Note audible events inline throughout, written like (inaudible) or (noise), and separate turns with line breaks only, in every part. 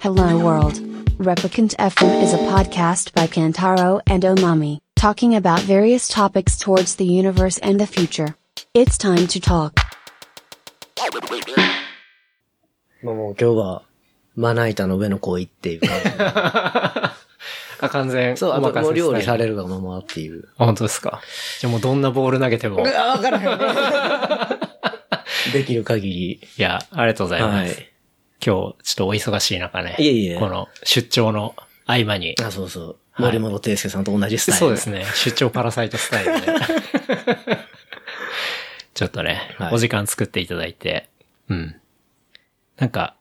Hello World. Replicant FM is a podcast by Kantaro and Omami, talking about various topics towards the universe and the future. It's time to talk.
まあもう今日は、まな板の上の行為っていう感じで
あ、完全。
(laughs) そう、あ
お任
と
せ
もう料理
スタ
さ
イル
れるがままっていう。
あ本当ですか。じゃあもうどんなボール投げても。
(laughs)
い
あ、わからへん。できる限り。
や、ありがとうございま
は
す。
い。
今日、ちょっとお忙しい中ね。
いえいえ
この出張の合間に。
あ、そうそう。森本圭介さんと同じスタイル。
そうですね。出張パラサイトスタイ
(laughs)
ルで。ちょっとね、
はい
お時間作っていただいて。うん。なんか、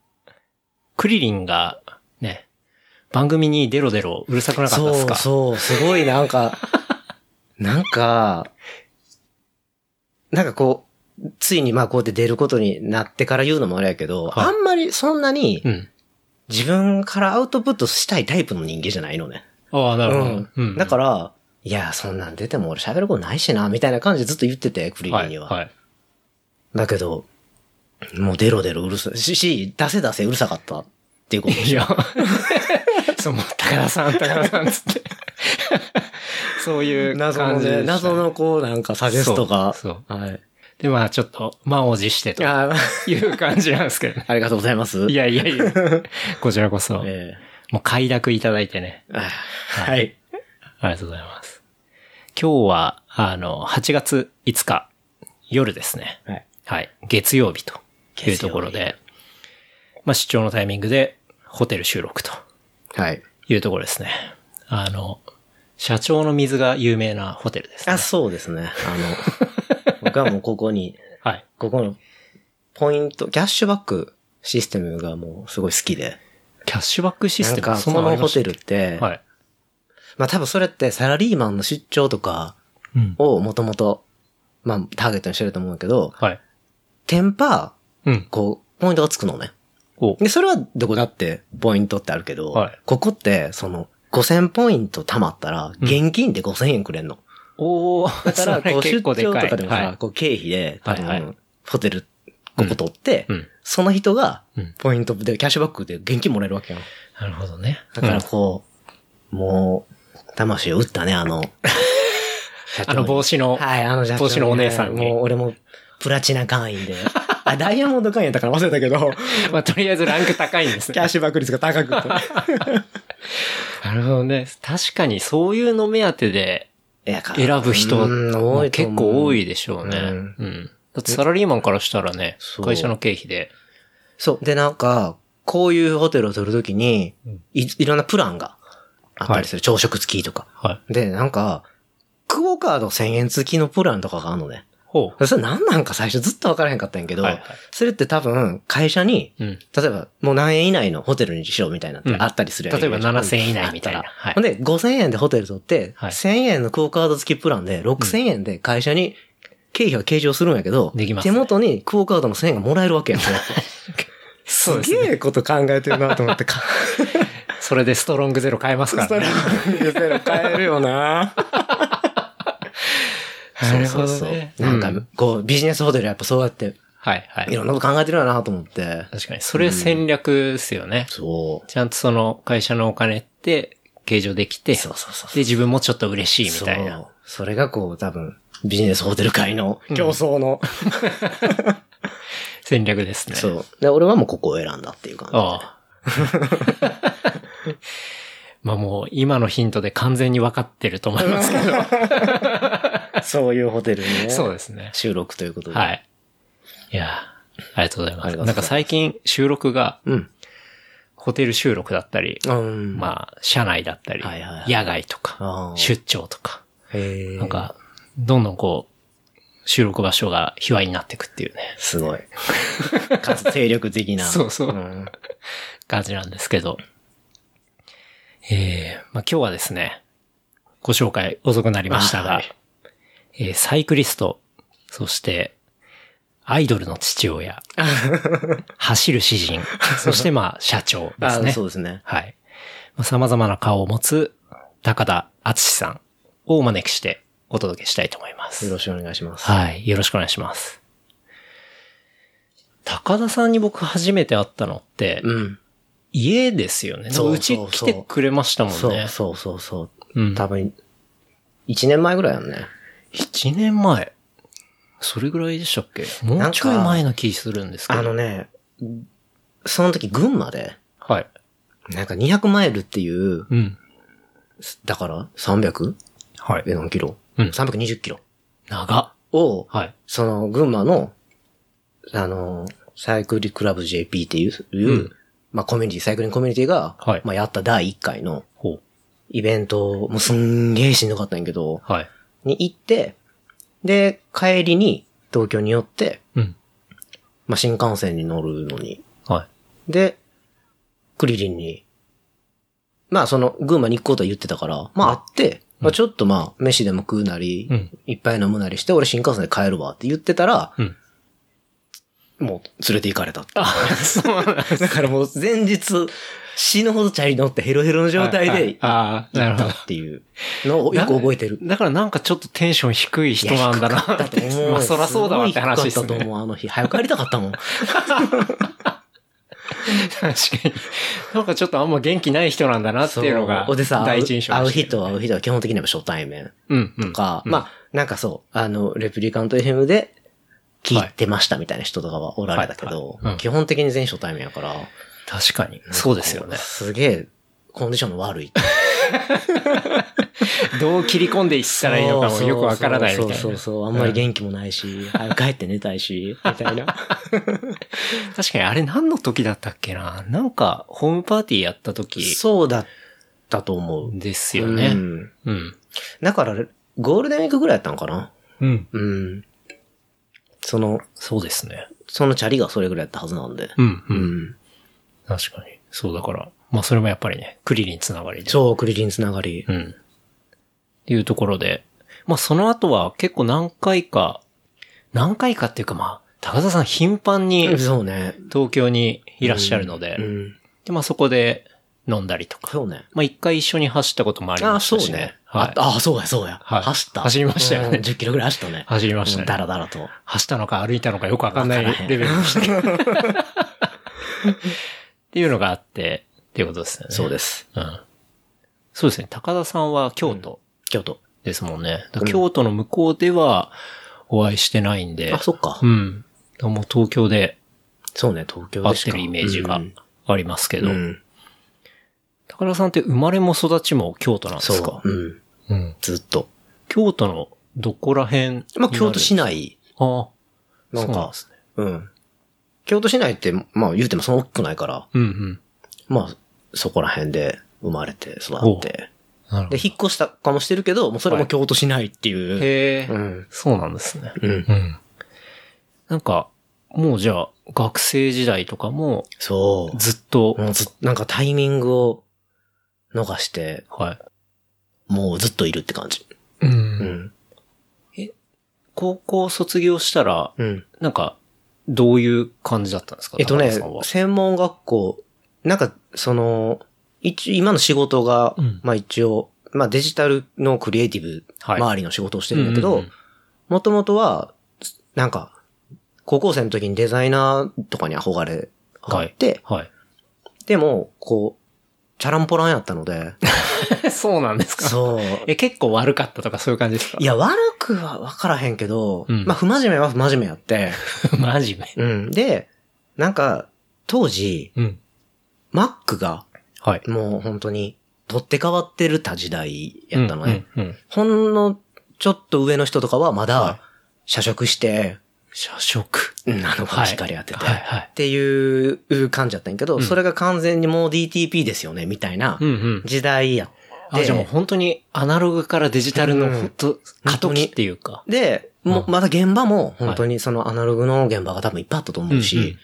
クリリンが、ね、番組にデロデロうるさくなかったです
そう
か
そう、すごいなん (laughs) か、なんか、なんかこう、ついにまあこうやって出ることになってから言うのもあれやけど、
はい
あんまりそんなに
うん。
自分からアウトプットしたいタイプの人間じゃないのね。
ああ、なるほど。
う。
うんん
だから、いや、そんなん出ても俺喋ることないしな、みたいな感じでずっと言ってて、クリリ
は
ンに
い。
は。
はい。
だけど、もうデロデロうるさいし、し出せ出せうるさかったっていうことで
い (laughs)
しょ。
や、そう、もう高田さん、高田さんっつって。そういう
謎
感
の
じでした
ね、
ね
謎のこうなんかサジェストが。
そう
はい。
で、まあちょっと、満を持してと
あ
いう感じなんですけどね。
(laughs) ありがとうございます。
いやいやいや、こちらこそ、
え
もう快諾いただいてね。
えあはい。
ありがとうございます。今日は、あの、8月5日、夜ですね。
はい。
はい。月曜日というところで、まあ出張のタイミングで、ホテル収録と。
はい。
いうところですね。あの、社長の水が有名なホテルです、ね。
あ、そうですね。
(laughs)
あの、僕はもうここに、
はい。
ここの、ポイント、キャッシュバックシステムがもうすごい好きで。
キャッシュバックシ
な
ステ
ん
ム
か、このホテ
ル。
ルって、
はい。
まあ多分それってサラリーマンの出張とか
うん。
をもともと、まあターゲットにしてると思うけど、
はい。
テンパ
うん
ー、。こう、ポイントがつくのね。
お
で、それはどこだってポイントってあるけど、
はい
ここって、その、5000ポイント貯まったら、現金で5000円くれんの。
おお (laughs)
だから、こう、出
結
張
構で
と
かい。
かでもさ、
はい。
こう、経費で、多分、
はいはい
ホテル、ここ取って、
うん。
その人が
うん、
ポイントで、キャッシュバックで現金もらえるわけよ。
なるほどね。
だか
う
ら、
ん
こう、もう、魂を打ったね、あ
(laughs)
の、社長
あ
に
の帽子の、
はい、あの社長にね、
帽子のお姉さんに
もう、俺も、プラチナ会員で、 (laughs) あ、ダイヤモンド会員やったから忘れたけ (laughs) ど、
まあ、とりあえずランク高いんです
キャ
ね。
ッシュバック率が高くて。
なるほどね。確かに、そういうの目当てで
いやか
選ぶ人、
うん多いと思
結
う
構多いでしょうね。
う
うんん。だってサラリーマンからしたらね
そ、う
会社の経費で。
そう。で、なんか、こういうホテルを取るときに
うん
い、いろんなプランがあったりする。朝食付きとか。
はい。
で、なんか、クオカード1000円付きのプランとかがあるのね。
ほ
それ何なんか最初ずっと分からへんかったんやけど、
はいはい
それって多分会社に、
う。うん。
例えばもう何円以内のホテルにしろみたいなって
うん
あったりするやん
例えば
イメージ
7000円以内みたいな
あったら
はい
ほんで、5000円でホテル取って、
はい
1000円のクオカード付きプランで6000円で会社に経費は計上するんやけど、
できます
手
ね
元にクオカードの1000円がもらえるわ
(laughs)
けやん。それ
そうです
す
ね。
げえこと考えてるなと
(laughs)
思って、か
それでストロングゼロ変えますか
スト
ら
ラ
ね。
ムゲゼロ変えるよな。そうそうそうなん
うん
か、こう、ビジネスホテルやっぱそうやって、
はいはいい。
ろんなこと考えてるよなと思って。
確かに。それ戦略ですよね。
そう。
ちゃんとその会社のお金って計上できて、
そうそうそう。
で、自分もちょっと嬉しいみたい
そ
な
う。。それがこう、多分、ビジネスホテル界の競争の。
戦略ですね。う。
そう。で、俺はもうここを選んだっていう感じ。
ああ。 (laughs) まあもう今のヒントで完全に分かってると思いますけ
そういうホテルにね。
ど。そうですね。
収録ということで。。
はいい。いやーありがとうござい
あ
ま
りがとうござい
す。
ます
なんか最近収録が
うん。
ホテル収録だったり、
うん。あ。
まあ車内だったり、
はいはいはい
野外とか
あ、ー
出張とか。
へえ。
なん、か、どんどんこう、収録場所が卑猥になっていくっていうね、
す
(laughs)
ごい。かつ精力的な。
そうそう
うん
感じなんですけど。えー、まあ今日はですね、ご紹介遅くなりました
あ
が、
はい
えーサイクリスト、そして、アイドルの
(laughs)
父親、走る詩人、そしてまあ社長です
あ
ね
そ。うですね。
はい。まあ、様々な顔を持つ高田敦さんをお招きしてお届けしたいと思います。
よろしくお願いします。
はい。よろしくお願いします。高田さんに僕初めて会ったのって、
うん。
家ですよね。
そう
うち
そう
来
そう
てくれましたもんね。
そうそうそうそうう。
ん。
多分、1年前ぐらいやんね。
1年前。それぐらいでしたっけもうちょい前な気するんですけど。
あのね、その時群馬で、
はい。
なんか200マイルっていう、
うん。
だから 300?
はい
え、。何キロ
うん
?320 キロ
長っ。
を、
はい。
その群馬の、あの、サイクリクラブ JP っていう、
うん
まあコミュニティ、サイクリングコミュニティが、
はい
まあやった第1回の
ほう。
イベント、もうすんげえしんどかったんやけど、
はい。
に行って、で、帰りに東京に寄って、
うん。
まあ新幹線に乗るのに、
はい。
で、クリリンに、まあその、群馬に行くことは言ってたから、まあ会って、まあちょっとまあ、飯でも食うなり、
うん
いっぱい飲むなりして、俺新幹線で帰るわって言ってたら、
うん。
もう連れて行かれたって。
あ、そうなんだ。 (laughs)
だからもう前日、死ぬほどチャリ乗ってヘロヘロの状態で行っ
ああ、なるほ
た
ど。
っていうのをよく覚えてる。
だからなんかちょっとテンション低い人なんだなって。 (laughs) まあそらそうだわって話です
ごい低かったと
ね。
思う、あの日。早く帰りたかった
(laughs)
もん。
確かに。なんかちょっとあんま元気ない人なんだなっていうのが
そうでさ、
第一印象
会う会う
でした
人は会う人は基本的には初対面。
うん、うん。
とか、
うん
まあ、なんかそう、あの、レプリカント FM で聞いてましたみたいな人とかはおられたけど
はいはいうん、
基本的に全初対面やから、
確かに。そうですよね。
すげえ、コンディションの悪い。
どう切り込んでいったらいいのかもよくわからないみたい
そうそうそう
な。
そう、あんまり元気もないし、早く帰って寝たいし、みたいな。
確かにあれ何の時だったっけななんかホームパーティーやった
(laughs)
時
そうだったと思う。
ですよね
う。ん
うん。
だから、ゴールデンウィークぐらいやったんかな
うん。
うん。その、
そうですね。
そのチャリがそれぐらいやったはずなんで。
うん、
う
う。
んん。
確かに。そうだから。まあそれもやっぱりね、クリリンつながりで。
そう、クリリンつながり。
うん。っていうところで。まあその後は結構何回か、何回かっていうかまあ、高田さん頻繁に
そうね。
東京にいらっしゃるので、
うん。
でまあそこで飲んだりとか。
そうね。
まあ一回一緒に走ったこともあり
あ
ま
あ、
し
そ
た
う
しね。
ね。
はい
あ。ああ、そうや、そうや。
はい
走った。
走りましたよね
うん10キロぐらい走ったね。
走りました
う
ね
んだらだらと。
走ったのか歩いたのかよくわかんない
わからへん
レベルでしたけど。
(laughs)
っていうのがあって、っていうことですよね。。
そうですす。
うん。そうですね。高田さんは京都
京都。
ですもんね。だから京都の向こうではお会いしてないんで。
あ、そっか
う。ん。だからもう東京で
そうね、東京
会
で
っ
してか
るイメージ
う
が
ん
ありますけど。
うん
高田さんって生まれも育ちも京都なんです
そ
か
う。うん。
うん。
ずっと。
京都のどこら辺
まあ、京都市
内。
内。
ああ。
なん
そうなんで
か、
すね。
うん。京都市内って、まあ、言うてもその大きくないから、
うんうん。
まあ、そこら辺で生まれて育
ほ
って。
なるほど
で、。引っ越したかもしてるけど、もうそれも京都市内っていう。
へえ、
うん。
そうなんですね。
うん。
うん。なんか、もうじゃあ、学生時代とかも、
そう。
ずっと、
もうずっなんかタイミングを逃して、
はい。
もうずっといるって感じ。
う。
うんん。
高校卒業したら、
うん。
なんか、どういう感じだったんですか
えっと
高田
ね
さんは、
専門学校、なんか、その、一、今の仕事が、
うん
まあ一応、まあデジタルのクリエイティブ
はい
周りの仕事をしてるんだけど、
うんうん
もともとは、なんか、高校生の時にデザイナーとかに憧れがあって、
は
でも、こう、チャランポランやったので、
い。そうなんです
(laughs) (laughs)
か
そう。
え、結構悪かったとかそういう感じですか
いや、悪くは分からへんけど、
うん
まあ不真面目は不真面目やって、
マジ目。
うん。で、なんか、当時、
うん。
Mac が、
はい。
もう本当に、取って変わってるた時代やったのね。
うん。うんうん
ほんの、ちょっと上の人とかはま
はい
だ、社食して、
社食。
うんあの、光当てて、
はいはい。
っていう感じだったんやけど、
うん
それが完全にもう DTP ですよね、みたいな
うんうん。
時代や
あ、じゃあもう
で、
本当にアナログからデジタルの
うん
本当過渡期っていうか。
で、も
う
うまだ現場も本当にそのアナログの現場が多分いっぱいあったと思うし、
うんうん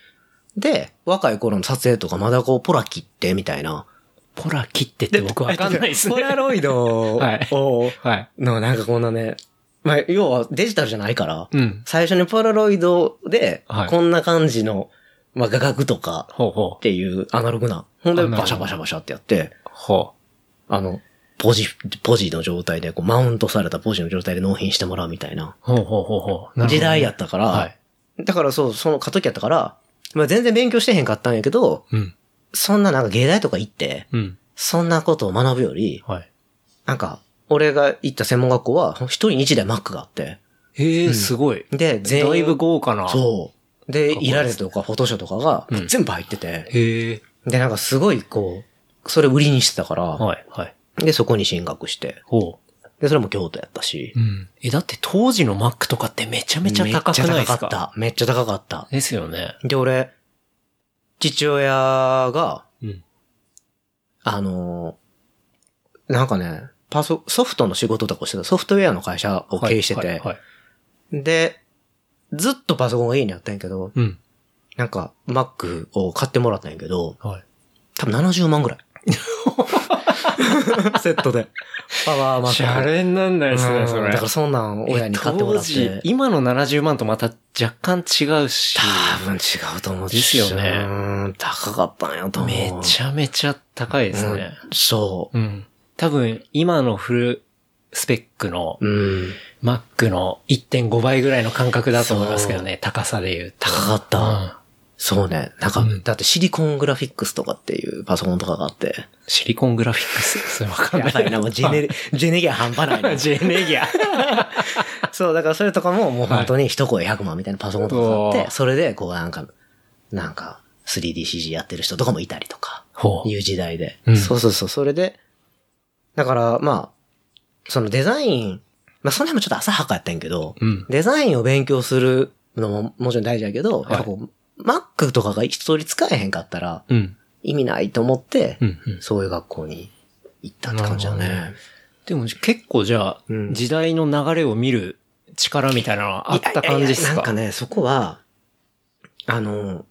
で、若い頃の撮影とかまだこう、ポラ切ってみたいな、
ポラ切ってって僕わかんないですね。
ポラロイドを、
(laughs) はいはい。
の、なんかこんなね、まあ、要はデジタルじゃないから、
うん。
最初にポラロイドで
はい、
こんな感じの、まあ、画角とか
ほうほ
っ
う。
ていうアナログな。ほんで、
アナログ
バシャバシャバシャってやって、
ほ
あの、ポジ、ポジの状態で、こう、マウントされたポジの状態で納品してもらうみたいな
う。ほうほうほうほう。なるほどね
時代やったから、
はい。
だからそう、その過渡期やったから、まあ、全然勉強してへんかったんやけど、
うん。
そんななんか芸大とか行って、
うん。
そんなことを学ぶより、
はい。
なんか、俺が行った専門学校は、一人に一台マックがあって、
ええ、すごい。
で、全員。
だいぶ豪華な。
そう。で、イラレとかフォトショーとかが
うん
全部入ってて、
へえ。
で、なんかすごいこう、それ売りにしてたから、
はい、はい。
で、そこに進学して、
ほ
で、それも京都やったし
う。、ん。え、だって当時のマックとかってめちゃめちゃ高くないです
めっちゃ高か
か
った。めっちゃ高かった。
ですよね。
で、俺、父親が、
うん。
あのーなんかね、パソ、ソフトの仕事とかをしてた、ソフトウェアの会社を経営してて、
はいはいはい。
で、ずっとパソコンが家にあったんやけど、
うん。
なんか、Mac を買ってもらったんやけど、
はい。
多分70万ぐらい。 (laughs) セットで。パワーマック。
シャレになんないです
う
ね、
ん
それ。
だからそんなん親に買ってもらっ
え当時
て。
今の70万とまた若干違うし、
多分違うと思う。
ですよね
うん、高かったんやと思う。
めちゃめちゃ高いですね。
うんそ
うん。多分、今のフルスペックの
う。うん。
Mac の1.5倍ぐらいの感覚だと思いますけどね、高さで言うと。
高かった。
うん
そうね。なんか、
うん
だってシリコングラフィックスとかっていうパソコンとかがあって。
シリコングラフィック (laughs) ス。それわかん
やば
ない
いな、もうジェネ、ジェネギア半端ないな
(laughs) な。。ジェネギア。
そう、だからそれとかももう本当に一声100万みたいなパソコンとか買っ
うわ
て、それでこうなんか、なんか 3DCG やってる人とかもいたりとか、
ほ
いう時代で。
うん
そうそうそう、それで、だからまあ、そのデザイン、まあその辺もちょっと浅はかやったんやけど、
う。うん。
デザインを勉強するのももちろん大事やけど、
い
やっぱこう、Mac とかが一通り使えへんかったら
うん。
意味ないと思って、
うん。うん。
そういう学校に行ったって感じだ
なるほど
ね。
でも結構じゃあ、
うん
時代の流れを見る力みたいなのはあった感じです
いやいやいやなん
か
かね、そこは、あの、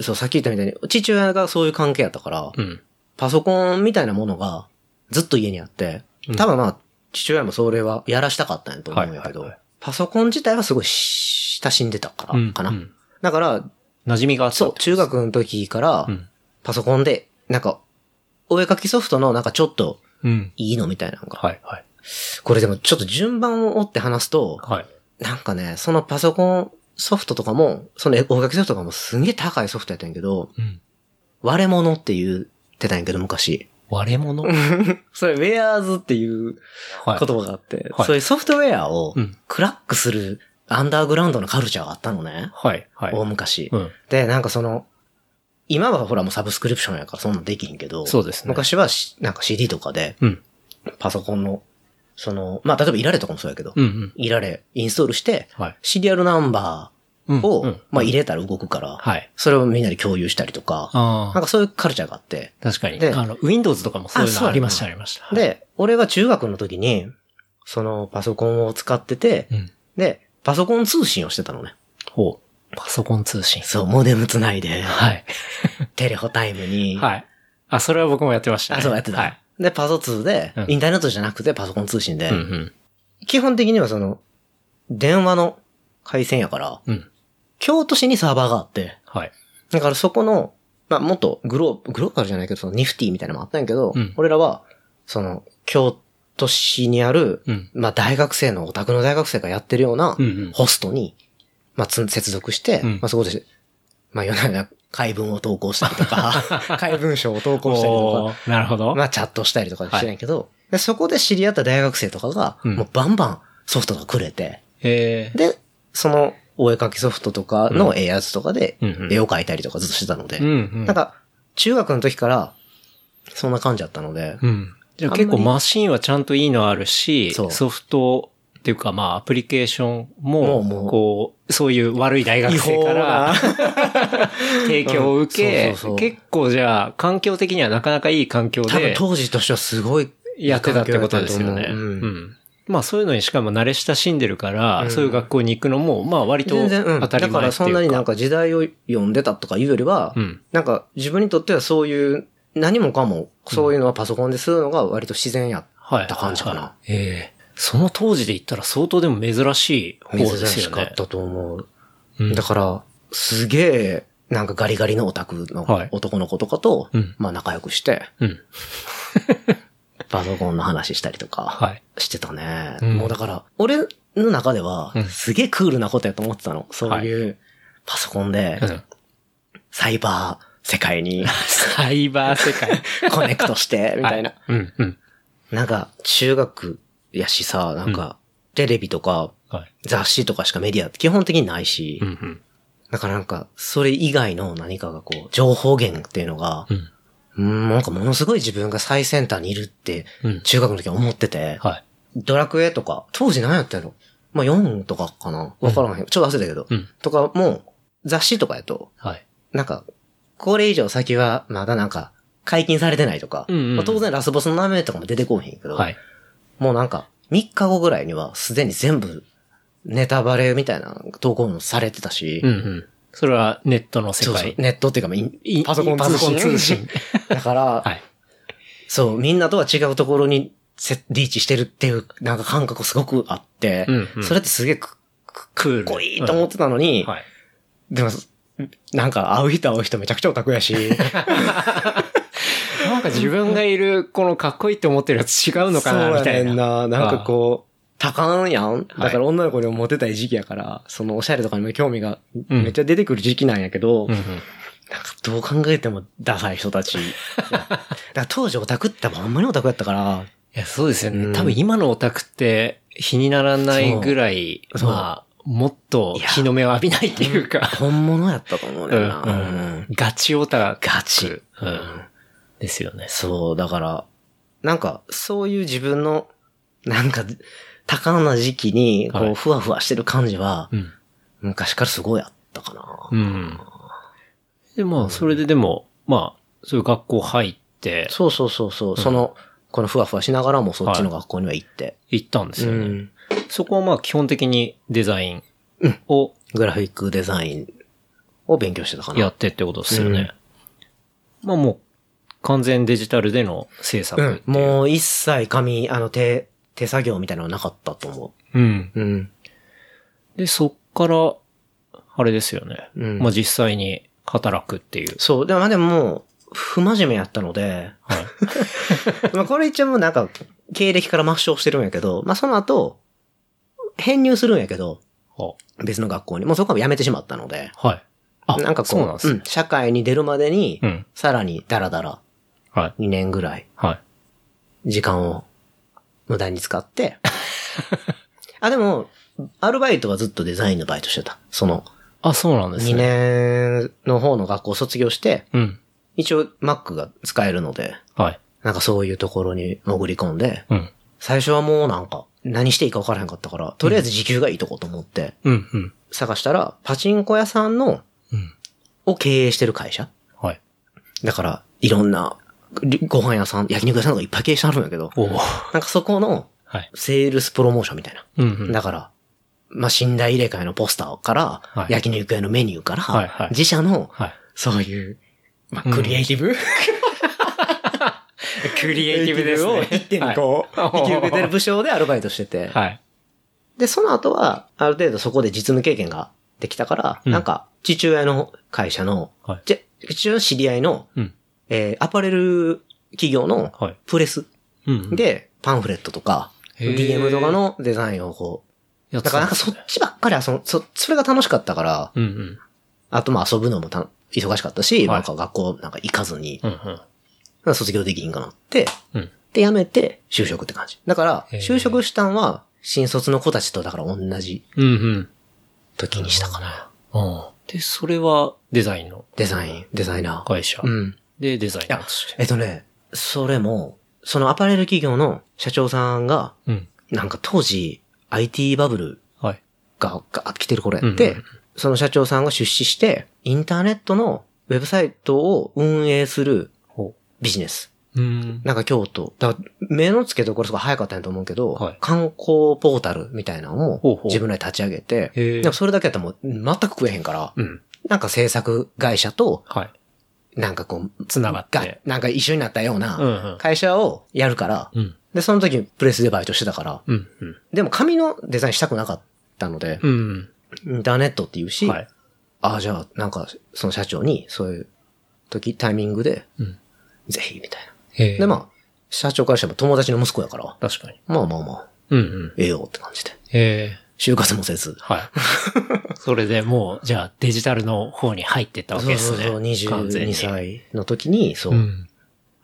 そう、さっき言ったみたいに、父親がそういう関係やったから、
うん。
パソコンみたいなものがずっと家にあって
うん、
多分まあ、父親もそれはやらしたかったんやと思うんやけど、
はいはいは
パソコン自体はすごい親しんでたから、
うん。
かな。
うん
だから、
馴染みがあった。
そう、中学の時から
う、ん。
パソコンで、なんか、お絵かきソフトのなんかちょっと
うん。
いいのみたいなのが。
はい、はい。
これでもちょっと順番を追って話すと、
はい。
なんかね、そのパソコンソフトとかも、そのお絵かきソフトとかもすんげえ高いソフトやったんやけど、
うん。
割れ物って言ってたんやけど、昔。
割れ物はい。
それ、ウェアーズっていう言葉があって、
はい
そういうソフトウェアを
うん
クラックするアンダーグラウンドのカルチャーがあったのね。
はい、はい。
大昔、
うん。
で、なんかその、今はほらもうサブスクリプションやからそんなんできんけど、
そうですね
昔はしなんか CD とかで、
うん。
パソコンの、その、まあ、例えばイラレとかもそうやけど、
うん、うん。
イラレインストールして、
はい。
シリアルナンバ
うん
ーを、
うん
まあ、入れたら動くから、
はい。
それをみんなで共有したりとか、
あ
なん
あ。
かそういうカルチャーがあって。
確かに。
で
あの、Windows とかもそういう
あそう
の
や
ありました、ありました。、
で、俺が中学の時に、そのパソコンを使ってて、
うん。
で、パソコン通信をしてたのね。
ほう。パソコン通信。
そう、モデム繋いで、
はい。
テレホタイムに、
はい。あ、それは僕もやってましたね。
あ、そうやってた。
はい。
で、パソ通で、
うん
インターネットじゃなくてパソコン通信で、
うん、うん。
基本的にはその、電話の回線やから、
うん。
京都市にサーバーがあって、
はい。
だからそこの、まあ、もっとグロー、グローバルじゃないけど、そのニフティみたいなのもあったんやけど、
うん
俺らは、その、京都市にある、
うん。
まあ、大学生の、オタクの大学生がやってるような
うん、うん。
ホストに、まあ、つん接続して、
うん
まあ、そこで、まあ、夜な夜な解文を投稿したりと
(laughs)
か、解文書を投稿したりと
おーなるほど。
か、まあ、チャットしたりとかしてないけど、でそこで知り合った大学生とかが、
うん
もうバンバンソフトがくれて、
ええ。
で、その、お絵描きソフトとかの絵やつとかで
うんうん、
絵を描いたりとかずっとしてたので、
うん、うん。
なんか、中学の時から、そんな感じだったので、
うん。じゃあ
あんまり
結構マシンはちゃんといいのあるし、
そう
ソフトっていうかまあアプリケーションも、
もうもう
こう、そういう悪い大学生から
違
提供を受
う
け
んそうそうそう、
結構じゃあ環境的にはなかなかいい環境
多分
で
当時としてはすごい、
やってたってことですよね。
環境だったと思ううん
んまあそういうのにしかも慣れ親しんでるから、
うん
そういう学校に行くのも、まあ割と当
全然、
たり
うん。
前っ
だ
ていうか。
からそんなになんか時代を読んでたとかいうよりは、
うん。
なんか自分にとってはそういう、何もかも、そういうのはパソコンでするのが割と自然や。
はい。
た感じかな
ええその当時で言ったら相当でも珍しい方
珍
です
し
よ
か
ね
っ。たと思う。
うん
だから、すげえ、なんかガリガリのオタクの
はい
男の子とかと、
うん
まあ仲良くして、
うん。
パソコンの話したりとか、
はい。
してたね。
うん
もうだから、俺の中では
うん、
すげえクールなことやと思ってたの。そういう、パソコンで
う、ん。
サイバー、世界
(laughs)
に
サイバー世界。
コネクトして、みたいな。
うん、うん。
なんか、中学やしさ、なんか、テレビとか、
はい。
雑誌とかしかメディアって基本的にないし、
うん、うん。
だからなんか、それ以外の何かがこう、情報源っていうのが、
うん。
うん、なんかものすごい自分が最先端にいるって
うん、
中学の時は思ってて、
はい。
ドラクエとか、当時何やってんのまあ、4とかかなわからへん。ちょっと忘れたけど。
うん
とか、もう、雑誌とかやと、
はい。
なんか、これ以上先は、まだなんか、解禁されてないとか、
うんうんうん
まあ当然ラスボスの名前とかも出てこうへんけど、
はい。
もうなんか、3日後ぐらいにはすでに全部、ネタバレみたいな投稿もされてたし、
うん、うん。それはネットの世
そうそう
界。
ネットっていうかまあイン、インパソコン通信。
パソコン通 (laughs) 信
だから、
はい。
そう、みんなとは違うところにせリーチしてるっていう、なんか感覚すごくあって、
うんうん
それってすげえくく
ク
か
ール
っこいいと思ってたのに、
はい。
でも、なんか会う人会う人めちゃくちゃオタクやし、
なんか自分がいる、このかっこいいって思ってるやつ違うのかな、みたい
そうやねんな。
な。
なんかこう、多感やん。
い
だから女の子にもモテたい時期やから、そのおしゃれとかにも興味が
うん
めっちゃ出てくる時期なんやけど、
うん、う
な
ん。
んかどう考えてもダサい人
(laughs)
たち。いやだから当時オタクってほんまにオタクやったから、
いや、そうですよね。
うん
多分今のオタクって、日にならないぐらい、
そう
まあ、もっと日の目を浴びないっていうか、
本物やったと思うねんな。
うんうん
うん
ガチオタク。
ガチ。
うん。ですよね。
そう、だから、なんか、そういう自分の、なんか、多感な時期に、
は
こ、
いう
ふわふわしてる感じは、
うん。
昔からすごいあったかな。
うん。で、まあ、それででも、まあ、そういう学校入って、
そうそうそうそう、その、このふわふわしながらもそっちの学校には行って。
行ったんですよ
う
ね。
ん
そこはまあ、基本的にデザインを
グラフィックデザインを勉強してたかな。
やってってことですよね。まあ、もう、完全デジタルでの制作
う
っ
ん
て。いう。
もう一切紙、あの、手、手作業みたいなのはなかったと思
うん。
う。うん。
で、そっから、あれですよね。
うん
まあ実際に働くっていう。
そう。でも、まあでももう、不真面目やったので、 (laughs) まあこれ一応もうなんか、経歴から抹消してるんやけど、まあその後、編入するんやけど、
は
別の学校に。もうそこは辞めてしまったので、
はい。あ、
なんかこう、
そうなんです
うん社会に出るまでに
う、ん。
さらにダラダラ
はい。
2年ぐらい
はい。
時間を無駄に使って、
(laughs)
あ、でも、アルバイトはずっとデザインのバイトしてた。その、
あ、そうなんですね。
2年の方の学校を卒業して、
うん。
一応 Mac が使えるので、
はい。
なんかそういうところに潜り込んで、
うん。
最初はもうなんか、何していいか分からへんかったから、とりあえず時給がいいとこと思って、
うん、うん。
探したら、パチンコ屋さんの、
うん。
を経営してる会社
はい。
だから、いろんな、りご飯屋さん、焼肉屋さんとかいっぱい経営してあるんやけど、
おお。
なんかそこの、
はい。
セールスプロモーションみたいな。
うん、うん。
だから、まあ、信頼入れ替えのポスターから、
はい
焼肉屋のメニューから、
はいはい
自社の、
はい。
そういう、ま
うん
あ、クリエイティブ、
(laughs) クリ
クリエイティブを一手にこう、
はい
引き受けてる部署でアルバイトしてて、
はい。
で、その後は、ある程度そこで実務経験ができたから、
うん
なんか、父親の会社の、
はい
じゃ父親の知り合いの、
うん。
えーアパレル企業の
はい。
プレス
うん。、
で、パンフレットとか、
へー
DM とかのデザインをこ
や
う、だからなんかそっちばっかりは、その、そ、それが楽しかったから、
うん、うん。
あとまあ遊ぶのもた忙しかったし、
い
なんか学校なんか行かずに、
うん、うん。
卒業できひんかなって、
うん。
で、辞めて、就職って感じ。だから、
へー
就職したんは、新卒の子たちとだから同じ
うん、
時にしたかな。
うん。うん。で、それはデザインの
デザイン、デザイナー。
会社。
うん。
で、デザインの
えっとね、それも、そのアパレル企業の社長さんが、
うん。
なんか当時、IT バブル
はい。
が、が来てる頃やって、
うんうん
その社長さんが出資して、インターネットのウェブサイトを運営する
ほ
ビジネス。
う。うん。
なんか京都。だから目の付けどころすごい早かったんやと思うけど、
はい
観光ポータルみたいなの
ほう
を
ほう
自分らで立ち上げて、
へー
でもそれだけやったらもう全く食えへんから、
うん。
なんか制作会社と、
はい。
なんかこう、
繋がっ
が
て。、
なんか一緒になったよう
うん
な、
うん。
会社をやるから、
うん。
で、その時プレスでバイトしてたから、
うん。うん。
でも紙のデザインしたくなかったので、
うん。
インターネットって言うし、
はい。
ああ、じゃあ、なんか、その社長に、そういう時、タイミングで、
うん。
ぜひ、みたい
へ
な。
え。
で、まあ、社長からしても友達の息子やから、
確かに。
まあまあまあ、
うんうん。
ええよって感じで。
へえ。
就活もせず。
はい。 (laughs) それでもう、じゃあデジタルの方に入ってったわけ
そう
です
そう
ね。
そう、
完全
22
に。
歳の時に、そうう、
ん。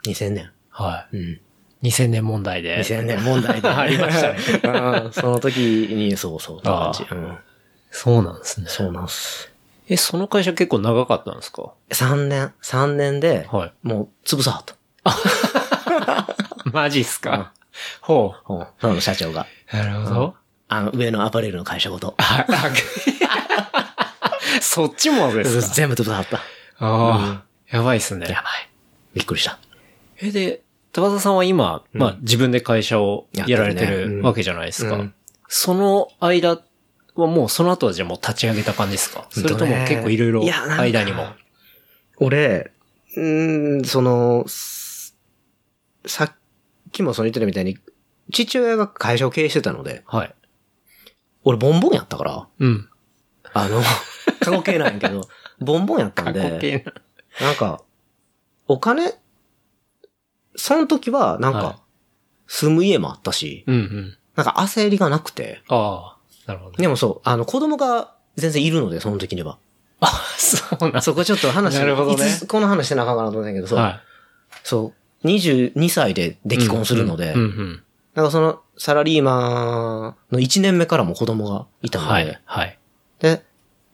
2000年。
は
うん。
い。2000年問題で。
2000年問 (laughs) 題で。
ありましたね。
(laughs) うんその時に、そうそう、感じ。
あ
うん。
そうなんですね。
そうなんす。
え、その会社結構長かったんですか
3年、3年で、
(laughs) はい。
もう、潰さ、と。
マジっすか、ほ
うんその社長が。
う。なるほど。
あの、上のアパレルの会社ご (laughs) と。
ああそっちもですか
全部潰さはった。
ああ、やばいっすね。
やばい。びっくりした。
え、で、高田さんは今、まあ自分で会社を
やって
や
るね
られてるわけじゃないですか。
うん
その間はもうその後はじゃあもう立ち上げた感じですかそれとも結構いろいろ
やなんか
間にも。
俺、うーん、その、すさっきもその言ってたみたいに、父親が会社を経営してたので、
はい。
俺ボンボンやったから、
うん。
あ
(laughs)
の、過去形なんやけど、ボンボンやったんで、
係な。
なんか、お金、その時は、なん
はい
か、住む家もあったし、
うんうん。
なんか焦りがなくて、
ああ、なるほどね。
でもそう、あの、子供が全然いるので、その時には。
あそうなん
そこちょっと話、
なるほどね
いつこの話してなあかんかなと思ったんやけど、そう、
は
そう、22歳で
い。
出来婚するので、
うんうん。
なんかそのサラリーマンの1年目からも子供がいたので、
はい。はい。
で、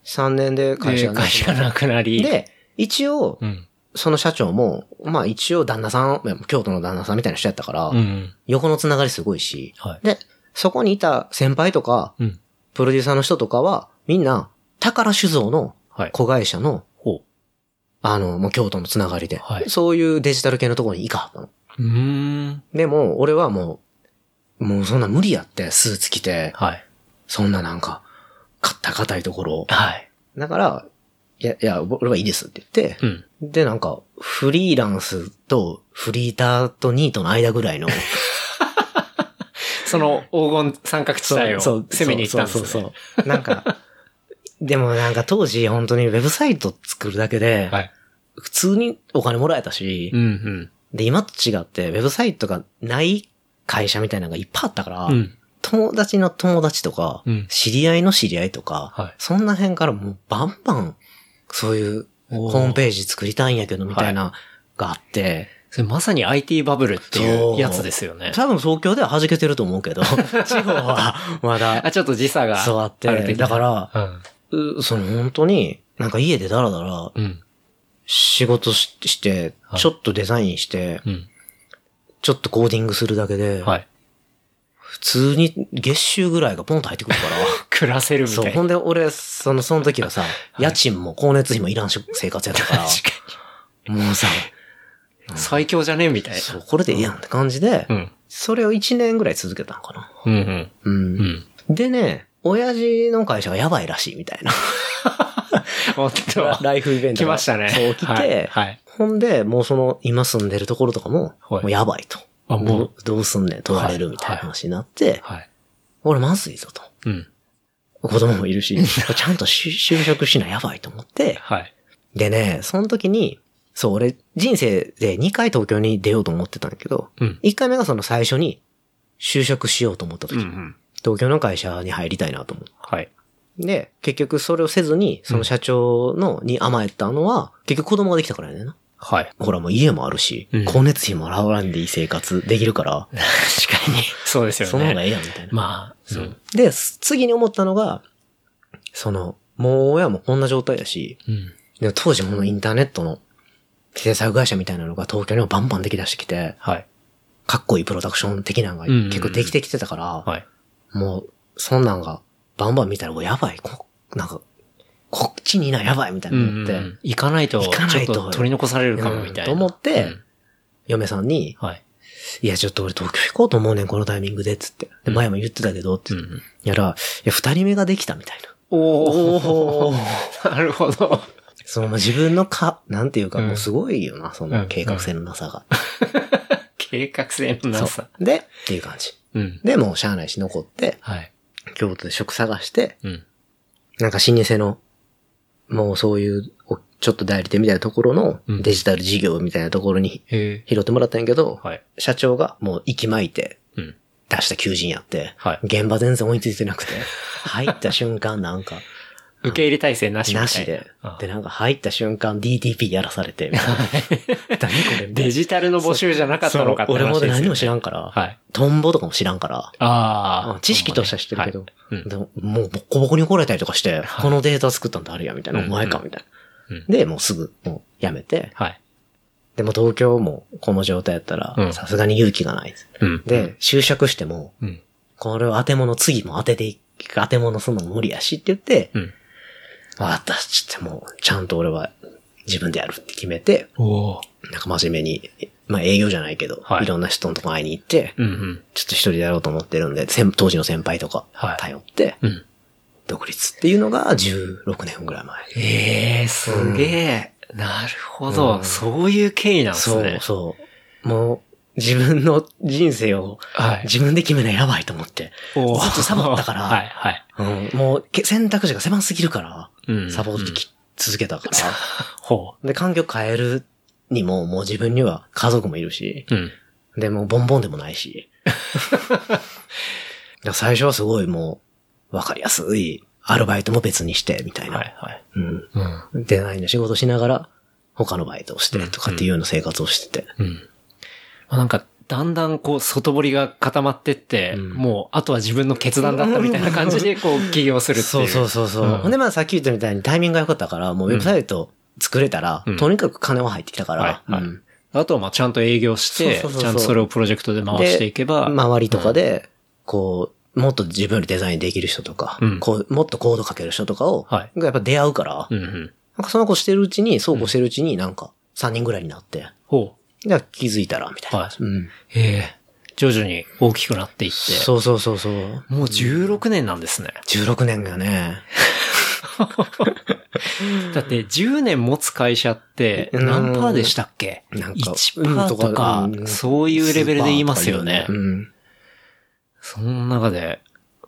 3年で会社
で
が
会社がなくなり。、
で、一応、
うん。
その社長も、まあ一応旦那さん、京都の旦那さんみたいな人やったから、
うんうん。
横のつながりすごいし、
はい。
で、そこにいた先輩とか、
うん。
プロデューサーの人とかは、みんな、宝酒造の
はい。
子会社の、
ほ
あの、もう京都のつながりで、
はい
そういうデジタル系のところに行かはったの。
う。うーん。
でも、俺はもう、もうそんな無理やって、スーツ着て、
はい。
そんななんか、かった硬いところを。
はい。
だから、いや、いや、俺はいいですって言って、
うん。
で、なんか、フリーランスとフリーターとニートの間ぐ
(laughs)
らいの、
その黄金三角地帯を攻めに行ったんですね。
そうそうそうそうなんか、でもなんか当時本当にウェブサイト作るだけで、
はい。
普通にお金もらえたし、
うんうん。
で、今と違ってウェブサイトがない会社みたいなのがいっぱいあったから、
うん。
友達の友達とか、
うん
知り合いの知り合いとか、
はい
そんな辺からもうバンバン、そういう
お
ホ
ー
ームページ作りたいんやけどみたいな、があって、
それまさに IT バブルってい
そうう
やつですよね。
多分東京では弾けてると思うけ
(laughs)
ど、地方はまだ
あ、ちょっと時差が。
そうあっ
ある
て、
的
だ
な
から、
うん。
うその本当に、なんか家でダラダラ
うん。
仕事しして、
はい
ちょっとデザインして、
うん。
ちょっとコーディングするだけで、
はい。
普通に月収ぐらいがポンと入ってくるから、
暮らせる (laughs) み
そ
た
う。
い
ほ
な。
んで、俺、その、その時はさ、家賃も光熱費もいらんし生活やったから、もうさ、
(laughs) 最強じゃねみたいな。
そう、これでいいやんって感じで、
うん。
それを1年ぐらい続けたのかな。
うんうん。
う。
うんん。
でね、親父の会社がやばいらしいみたい
(laughs)
な。。
おっと
ライフイベント
(laughs) 来
が。
ましたね。
そう来て、
はい。はい
ほんで、もうその、今住んでるところとかも、
はい
もうやばいと。
あ、も
ど
う
う。どうすんねん、取られるみたいな話になって、
はい。
俺まずいぞと。
うん。
子供もいるし、 (laughs) ちゃんと就就職しなやばいと思って、
はい。
でね、その時に、そう、俺、人生で2回東京に出ようと思ってたんだけど、
うん。
1回目がその最初に、就職しようと思った時、
うんうん。
東京の会社に入りたいなと思って。
はい。
で、結局それをせずに、その社長の、に甘えたのは、結局子供ができたからやねんな。
はい。
ほらもう家もあるし、
うん
光熱費もらわんでいい生活できるから、
(laughs) 確かに。そうですよね。
その方がええやんみたいな。
まあ、 (laughs) そ
そうう。で、す次に思ったのが、その、もう親もこんな状態だし、
うん。
で当時ものインターネットの制作会社みたいなのが東京にもバンバンできだしてきて、
はい。
かっこいいプロダクション的なのが
うんうんうん
結構できてきてたから、
はい。
もう、そんなんがバンバン見たら、うわやばい、こ、なんか、こっちにいなやばいみたいになって、
うん行かないと、
行か
ちょ
な
っ
いと
と取り残されるかもみたいな。
うんと思って
うん
嫁さんに、
はい。
いや、ちょっと俺東京行こうと思うねん、このタイミングで、つって。で、前も言ってたけど、って、
うん
やら、いや、二人目ができたみたいな。
おお (laughs) なるほど。
その、まあ自分のか、なんていうか、
うん
もうすごいよな、そ
うん
の計画性のなさが。
計画性のなさ。
で、っていう感じ。
うん。
で、もうしゃあないし残って、
はい。
京都で職探して、
うん。
なんか老舗の、もうそういう、おちょっと代理店みたいなところの
うん
デジタル事業みたいなところに
へえ。
拾ってもらったんやけど、
はい。
社長がもう息巻いて
うん。
出した求人やって、
はい (laughs)
現場全然追いついてなくて、入った瞬間なんか、
受け入れ体制なしみたい
な
な。
しで
あ。
で、なんか入った瞬間 DTP やらされて、みたいな。 (laughs) 何これみたい
デ
な
ジタルの募集じゃなかったのかっ
そ
て
う俺
話
も
ですよね。
何も知らんから、
はい。
トンボとかも知らんから、
あ
うん
あ。
知識としては知ってるけど、
はいうん
でももうボッコボコに怒られたりとかして、
はい
このデータ作ったんだあるや、みたいな、
うん
お前か、みたいな。
うん
で、もうすぐ、もうやめて、
はい。
でも東京もこの状態やった
う
ら、
ん
さすがに勇気がないです。
うん。
で、就職しても、
うん。
これを当て物、次も当てていく、当て物するのも無理やしって言って、
うん。
わかった、ちょっともう、ちゃんと俺は自分でやるって決めて、
おお。
なんか真面目に、まあ営業じゃないけど、
はい
い、ろんな人のとこ会いに行って、
うんうん。
ちょっと一人でやろうと思ってるんで、先当時の先輩とか
はい、
頼って、
うん。
独立っていうのが16年ぐらい前。
ええすげえ。なるほど、
うん
そういう経緯なんです
そう
ね。
そう。もう、自分の人生を、
はい。
自分で決めないやばいと思って、
おー
ずっとサボったから
(laughs) はい、はい。
うんもうけ選択肢が狭すぎるから、
うん
サボってき続けたから、
ほ
で、環境変えるにも、もう自分には家族もいるし、
う。うん。
で、もうボンボンでもない
(laughs)
し。だから最初はすごいもう、わかりやすい、アルバイトも別にして、みたいな。
はい、はい。
うん。
うん。
デザインの仕事しながら、他のバイトをして、とかっていうような生活をしてて。
うん。まあなんか、だんだんこう、外堀が固まってって、
うん
もう、あとは自分の決断だったみたいな感
(laughs)
じで、こう、起業するっていう。
そうそうそうそう。
うん
ほんで、まあさっき言ったみたいにタイミングが良かったから、もうウェブサイト作れたら、
うん
とにかく金は入ってきたから、
はいはい
うん
あとは、まあ、ちゃんと営業して、
そうそうそうそう
ちゃんとそれをプロジェクトで回していけば、
周りとかで、こう、もっと自分よりデザインできる人とか、
うん
こうもっとコード書ける人とかを、
は
がやっぱ出会うから、
うんうん。
なんかその子してるうちに、そうこうしてるうちになんか3人ぐらいになって、
ほう。
じゃあ気づいたら、みたいな。
はい
うん。
ええ徐々に大きくなっていって。
そうそうそうそう。
もう16年なんですね。
16年がね、
だって10年持つ会社って
うん
何パーでしたっけ
なんか
?1 パーとか
うん、
そういうレベルで言いますよね
スーパーとか。いううん。
その中で、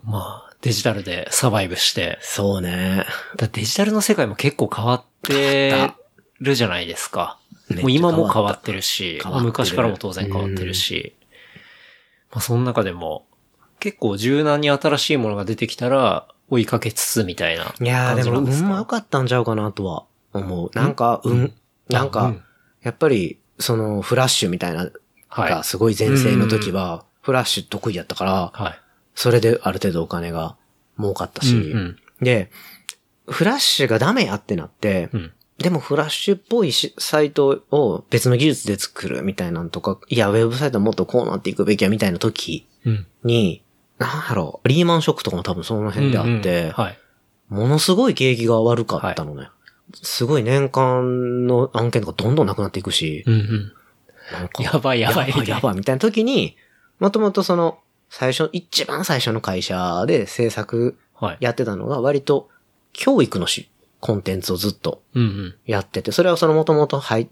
まあ、デジタルでサバイブして。
そうね。
だデジタルの世界も結構変わってるじゃないですか。
めっちゃ
もう今も変わってるし、
変わってる
昔からも当然変わってるし。まあ、その中でも、結構柔軟に新しいものが出てきたら、追いかけつつみたいない
や
感
ー
じ
でも、
なんです
運
か。
も良かったんちゃうかなとは思う。なんか、うん、なん
あう
か
ん、
やっぱり、その、フラッシュみたいな
は
が
い。
すごい前世の時は、フラッシュ得意やったから、
はい。
それである程度お金が儲かったし、
うんうん
で、フラッシュがダメやってなって、
うん。
でもフラッシュっぽいしサイトを別の技術で作るみたいなのとか、いや、ウェブサイトもっとこうなっていくべきやみたいな時
うん。
に、なんだろう、リーマンショックとかも多分その辺であって、
うんうんはい。
ものすごい景気が悪かったのね。すごい年間の案件とかどんどんなくなっていく
(laughs)
し、
うんうん。
なんか
やばいやばい
やばいやばいみたいな時に、もともとその、最初、一番最初の会社で制作
はい。
やってたのが割と教育のし、コンテンツをずっと
うんうん。
やってて、それはそのもともと入、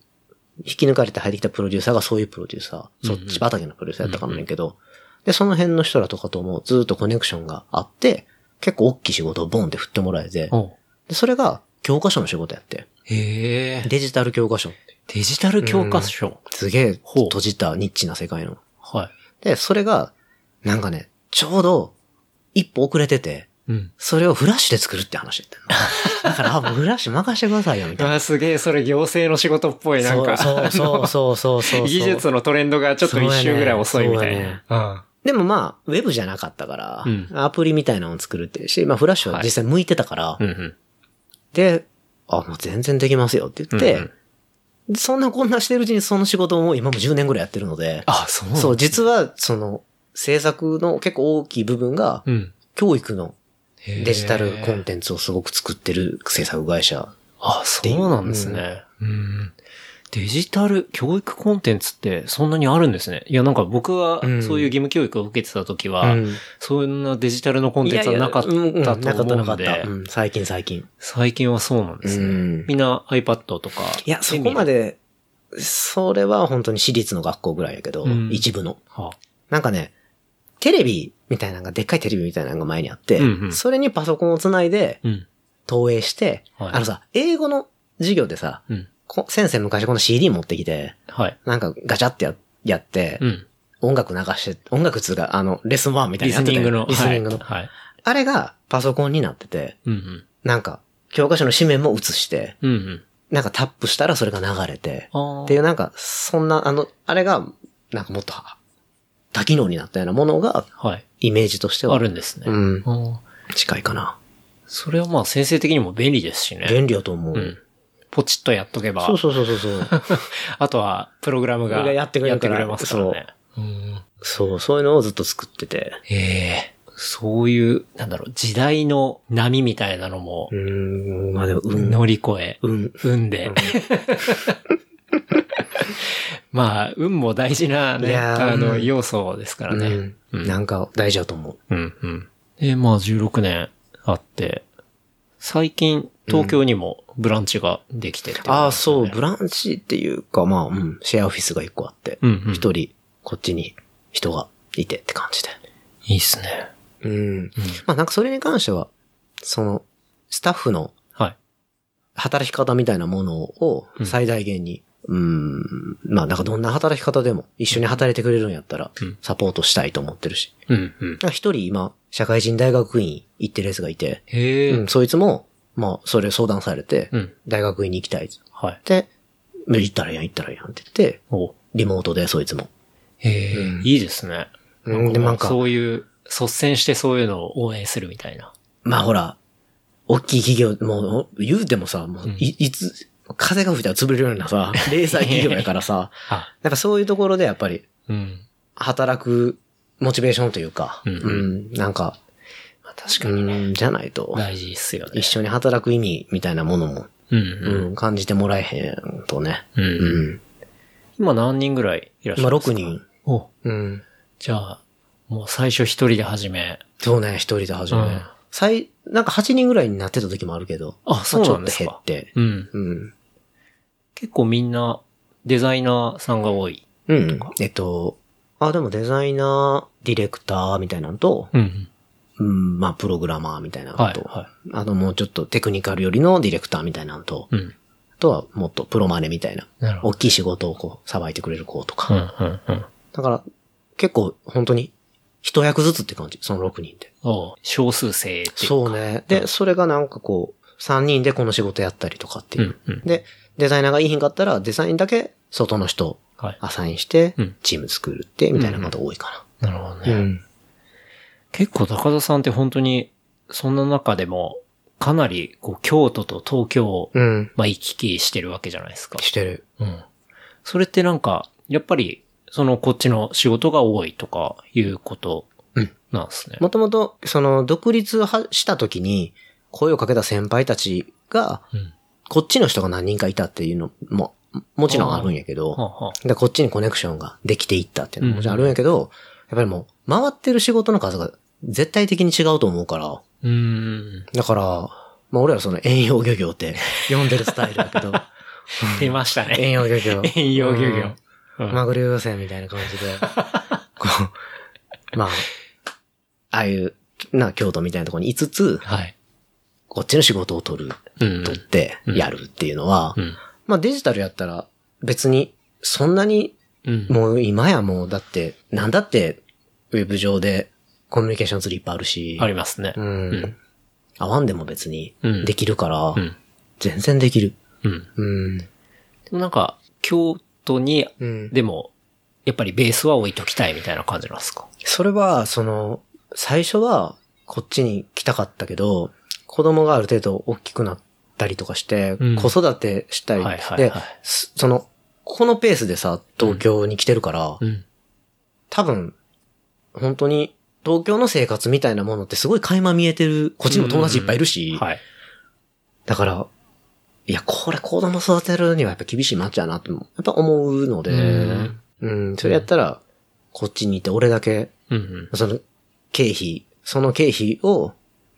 引き抜かれて入ってきたプロデューサーがそういうプロデューサー、そっち畑のプロデューサーやったかもねんけど、で、その辺の人らとかともずっとコネクションがあって、結構大きい仕事をボンって振ってもらえて、
おう
で、それが教科書の仕事やって、
へえ。
デジタル教科書。
デジタル教科書。
すげえ
ほう
閉じたニッチな世界の。
は
で、それが、なんかね、ちょうど、一歩遅れてて、
い。うん。
それをフラッシュで作るって話や
(laughs)
ったの。だから、あ、もうフラッシュ任してくださいよ、みたいな。
あすげえ、それ行政の仕事っぽい、なんか。
そうそうそうそうそうそう。
技術のトレンドがちょっと一周ぐらい遅いみたいな。あ
でもまあ、ウェブじゃなかったから、
うん
アプリみたいなのを作るっていうし、まあフラッシュは実際向いてたから、
うんうん。
で、あ、もう全然できますよって言って、
うん
そんなこんなしてるうちにその仕事をもう今も10年ぐらいやってるので、
あ、そうなんだ
そう、実はその制作の結構大きい部分が、
うん。
教育の
へえ
デジタルコンテンツをすごく作ってる制作会社。
あ、そうなんですね。うん。デジタル教育コンテンツってそんなにあるんですね。いや、なんか僕は
うん
そういう義務教育を受けてた時は、
うん
そんなデジタルのコンテンツはなかったと思うんで、
いやいやうんうんなかったなかった。うん最近最近。
最近はそうなんですね。
うん
みんな iPad とか。
いや、そこま
で。
で、それは本当に私立の学校ぐらいやけど、
うん
一部の。
はあ
なんかね、テレビみたいなのが、でっかいテレビみたいなのが前にあって、
うんうん
それにパソコンをつないで
うん。
投影して、
はい
あのさ、英語の授業でさ、
うん。
こ先生昔この CD 持ってきて、
はい。
なんかガチャってややって、
うん。
音楽流して、音楽っつうか、あの、レッスン1みたい
リ
なの
ス
やって
ニ
た
ング
よ
の。
リスニングの。
はい。はい
あれがパソコンになってて、
うんうん。
なんか、教科書の紙面も写して、
うんうん。
なんかタップしたらそれが流れて、
あ
っていうなんか、そんな、あの、あれが、なんかもっとは、多機能になったようなものが、
あ。はい。
イメージとしては、
あるんですね。
うん、
ああ。
近いかな。
それはまあ先生的にも便利ですしね。
便利だと思う。
うん。ポチッとやっとけば。
そうそうそうそう
(laughs)
そう。
あとは、プログラムが
がやってくれるから
ますからね。うん
そう、そういうのをずっと作ってて。
ええそういう、なんだろう、時代の波みたいなのも
うーん、まあでも、うん、
乗り越え、
うん。
運で。 (laughs) まあ、運も大事ないね、
やー
あの、
うん
要素ですからね。
うん
うん
なんか大事だと思う。
うんうん。で、まあ16年あって、最近東京にもブランチができてって、
ああ、そう、ブランチっていうか、まあ、うん、シェアオフィスが一個あって
う。ん、うん。
一、人、こっちに人がいてって感じで。
いいっすね。
うん。まあなんかそれに関しては、その、スタッフの
はい。
働き方みたいなものを
うん
最大限に、うん、まあなんかどんな働き方でも一緒に働いてくれるんやったら
うん、
サポートしたいと思ってるし。
うん、うん。
なんか一人今、社会人大学院行ってるやつがいて、
へえ、
うん、そいつも、まあそれ相談されて、
うん。
大学院に行きたいっつっ
はい。
て、で行ったらいいやん、行ったらいいやんって言って、
お
リモートでそいつも。
へえ、
うん
いいですね。
うんでなんか
そういう、率先してそういうのを応援するみたいな。
まあほら、大きい企業、もう、言うてもさ、もう
うん
い、いつ、風が吹いたら潰れるような
(laughs)
さ、零細企業やからさ、
あ、
やっぱそういうところでやっぱり、
うん。
働くモチベーションというか、
う
うんん、なんか、
まあ、確か
う
に
ん、じゃないと、
大事っすよね。
一緒に働く意味みたいなものも、
うん、
うん、感じてもらえへんとね。
うん。
う
うん。
ん。
今何人ぐらいいらっしゃ
今
るんです
6
か、
人。
お、
うん。
じゃあ、もう最初一人で始め。
そうね、一人で始め
うん。
最、なんか8人ぐらいになってた時もあるけど、
あ、そうなんです
まあ
か。
ちょっと減って。
うん。
うん。
結構みんな、デザイナーさんが多い。
うん。えっと、あ、でもデザイナー、ディレクターみたいなのと、
うん。
うん、まあ、プログラマーみたいなのと、
はい、は
あともうちょっとテクニカルよりのディレクターみたいなのと、
い。うん。
あとはもっとプロマネみたいな、
なるほ
大
ど。
きい仕事をこう、さばいてくれる子と
う
か。
ん、うん、うん。
だから、結構、本当に、一役ずつって感じ、その6人って。
おう少数生っていうか。
そうね。で、それがなんかこう、3人でこの仕事やったりとかって
う
い
ん
う。、
うん。
で、デザイナーがいいひんかったら、デザインだけ、外の人、
はい。
アサインして
うん、
チーム作るって、みたいなこと多いか
なるほどね。
な。うん。
結構高田さんって本当に、そんな中でも、かなり、こう、京都と東京を、
うん。
まあ、行き来してるわけじゃないですか。
してる。
うん。それってなんか、やっぱり、その、こっちの仕事が多いとか、いうこと、なんですね。
もともと、その、独立はした時に、声をかけた先輩たちが、
うん。
こっちの人が何人かいたっていうのも、もちろんあるんやけど、
はあ、はあ、
で、こっちにコネクションができていったっていうのも
うん
もちろんあるんやけど、やっぱりもう、回ってる仕事の数が絶対的に違うと思うから、
うーん。
だから、まあ俺らその遠洋漁業って呼んでるスタイルだけ
(laughs)
ど、
出ましたね。 (laughs)
遠洋漁業。
遠洋漁業。う
うんん。マグロ漁船みたいな感じ
(laughs)
で、こう、まあ、ああいう、な、京都みたいなところにいつつ、
はい。
こっちの仕事を取る、
うん。
取って
うん
やるっていうのは、
うん。
まあデジタルやったら別にそんなに
うん。
もう今やもう、だって、なんだって、ウェブ上でコミュニケーションツールいっぱいあるし、
ありますね。
う
うん
ん。合わんでも別に
うん
できるから、
うん。
全然できる。
うん。
うん。
でもなんか、京都に、
うん
でも、やっぱりベースは置いときたいみたいな感じなんですか。
それは、その、最初はこっちに来たかったけど、子供がある程度大きくなったりとかして、
うん
子育てしたり
はいはい
で
はい、
すその、このペースでさ、東京に来てるから、
ん。
多分、本当に、東京の生活みたいなものってすごい垣間見えてる、こっちにも友達いっぱいいるし、
はい。
だから、いや、これ子供育てるにはやっぱ厳しいマッチやなって、やっぱ思うので、
うん
うん、それやったら、こっちにいて俺だけ、
うんうん。
その、経費、その経費を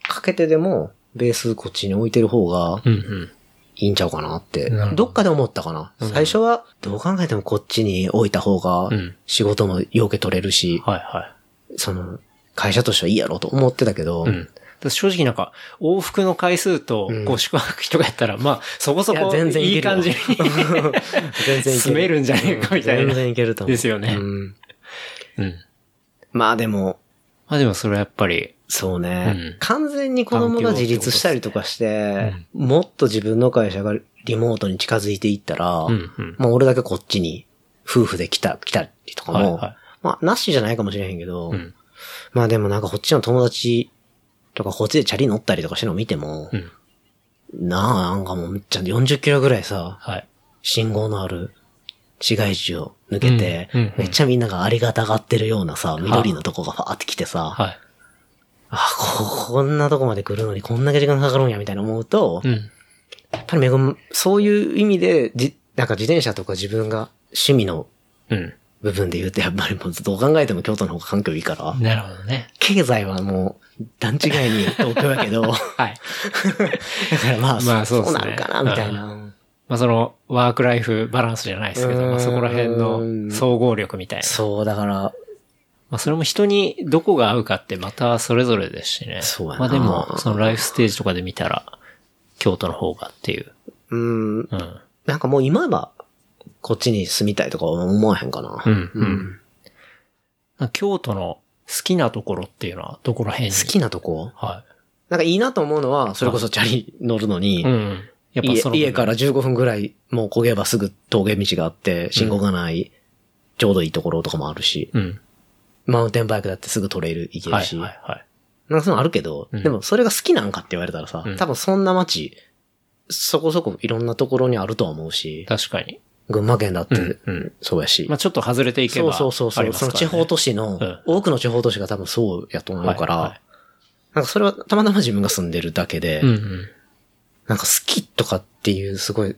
かけてでも、ベースこっちに置いてる方が
うんうん。
いいんちゃうかなって
なるほ、ど
どっかで思ったかな。
うん
最初は、どう考えてもこっちに置いた方が
うん、
仕事もよけ取れるし、
はいは
その、会社としてはいいやろうと思ってたけど、
い。うん。だから正直なんか、往復の回数と
うん、
こう、宿泊費とかやったら、まあ、そこそ
いや
こ、
(laughs) 全然い
い
け
い
るよ
感じに
全然いけ
(laughs) 住めるんじゃねえかみたいな
全然いけると思う。
ですよね
うん
うん。
まあでも、
まあでもそれはやっぱり、
そうね、
うん
完全に子供が自立したりとかして、もっと自分の会社がリモートに近づいていったら、
うんうん。
まあ俺だけこっちに夫婦で来た、来たりとかも、
はいは
まあなしじゃないかもしれへんけど、
い。うん。
まあでもなんかこっちの友達とかこっちでチャリ乗ったりとかしてるの見ても、
うん。
なあ、なんかもうめっちゃ40キロぐらいさ、
はい。
信号のある市街地を抜けて、
うんうんうん
めっちゃみんながありがたがってるようなさ、緑のとこがファーって来てさ、
はい。
あ、こ、こんなとこまで来るのにこんだけ時間かかるんや、みたいな思うと、
うん。
やっぱり恵む、そういう意味で、じ、なんか自転車とか自分が趣味の
うん。
部分で言うと、やっぱりもうどう考えても京都の方が環境いいから、
なるほどね。
経済はもう、段違いに東京やけど、 (laughs) だ
はい。
からまあ、
まあ
そ
そううっす
なる
ね
かな、みたいな。
まあその、ワークライフバランスじゃないですけど、まあそこら辺の総合力みたいな。
そう、だから、
まあそれも人にどこが合うかってまたそれぞれですしね。
そうやな
まあでも、そのライフステージとかで見たら、京都の方がっていう。
うん、
うん。
なんかもう今は、こっちに住みたいとかは思わへんかな。
うん。うん。京都の好きなところっていうのはどこら辺に
好きなとこ
は
なんかいいなと思うのは、それこそチャリ乗るのに、
い。うん。やっぱ
家
その
家から15分ぐらい、もう焦げばすぐ峠道があって、信号がない、ちょうどいいところとかもあるし、
うん。
マウンテンバイクだってすぐトレイル行け
は
る
い
し、
はいはい。
なんかそういうのあるけど、
ん
でもそれが好きなんかって言われたらさ、
うん
多分そんな街、そこそこいろんなところにあるとは思うし、
確かに。
群馬県だっ
うん
て。
うん。
そうやし、
まあちょっと外れていけ
そ
ば。
うそうそう
あ
そう、
ります
そ
か
の
ら
地
ね
方都市の、
うん
多くの地方都市が多分そうやと思うから、
はいはい
なんかそれはたまたま自分が住んでるだけで、
うんうん。
なんか好きとかっていうすごい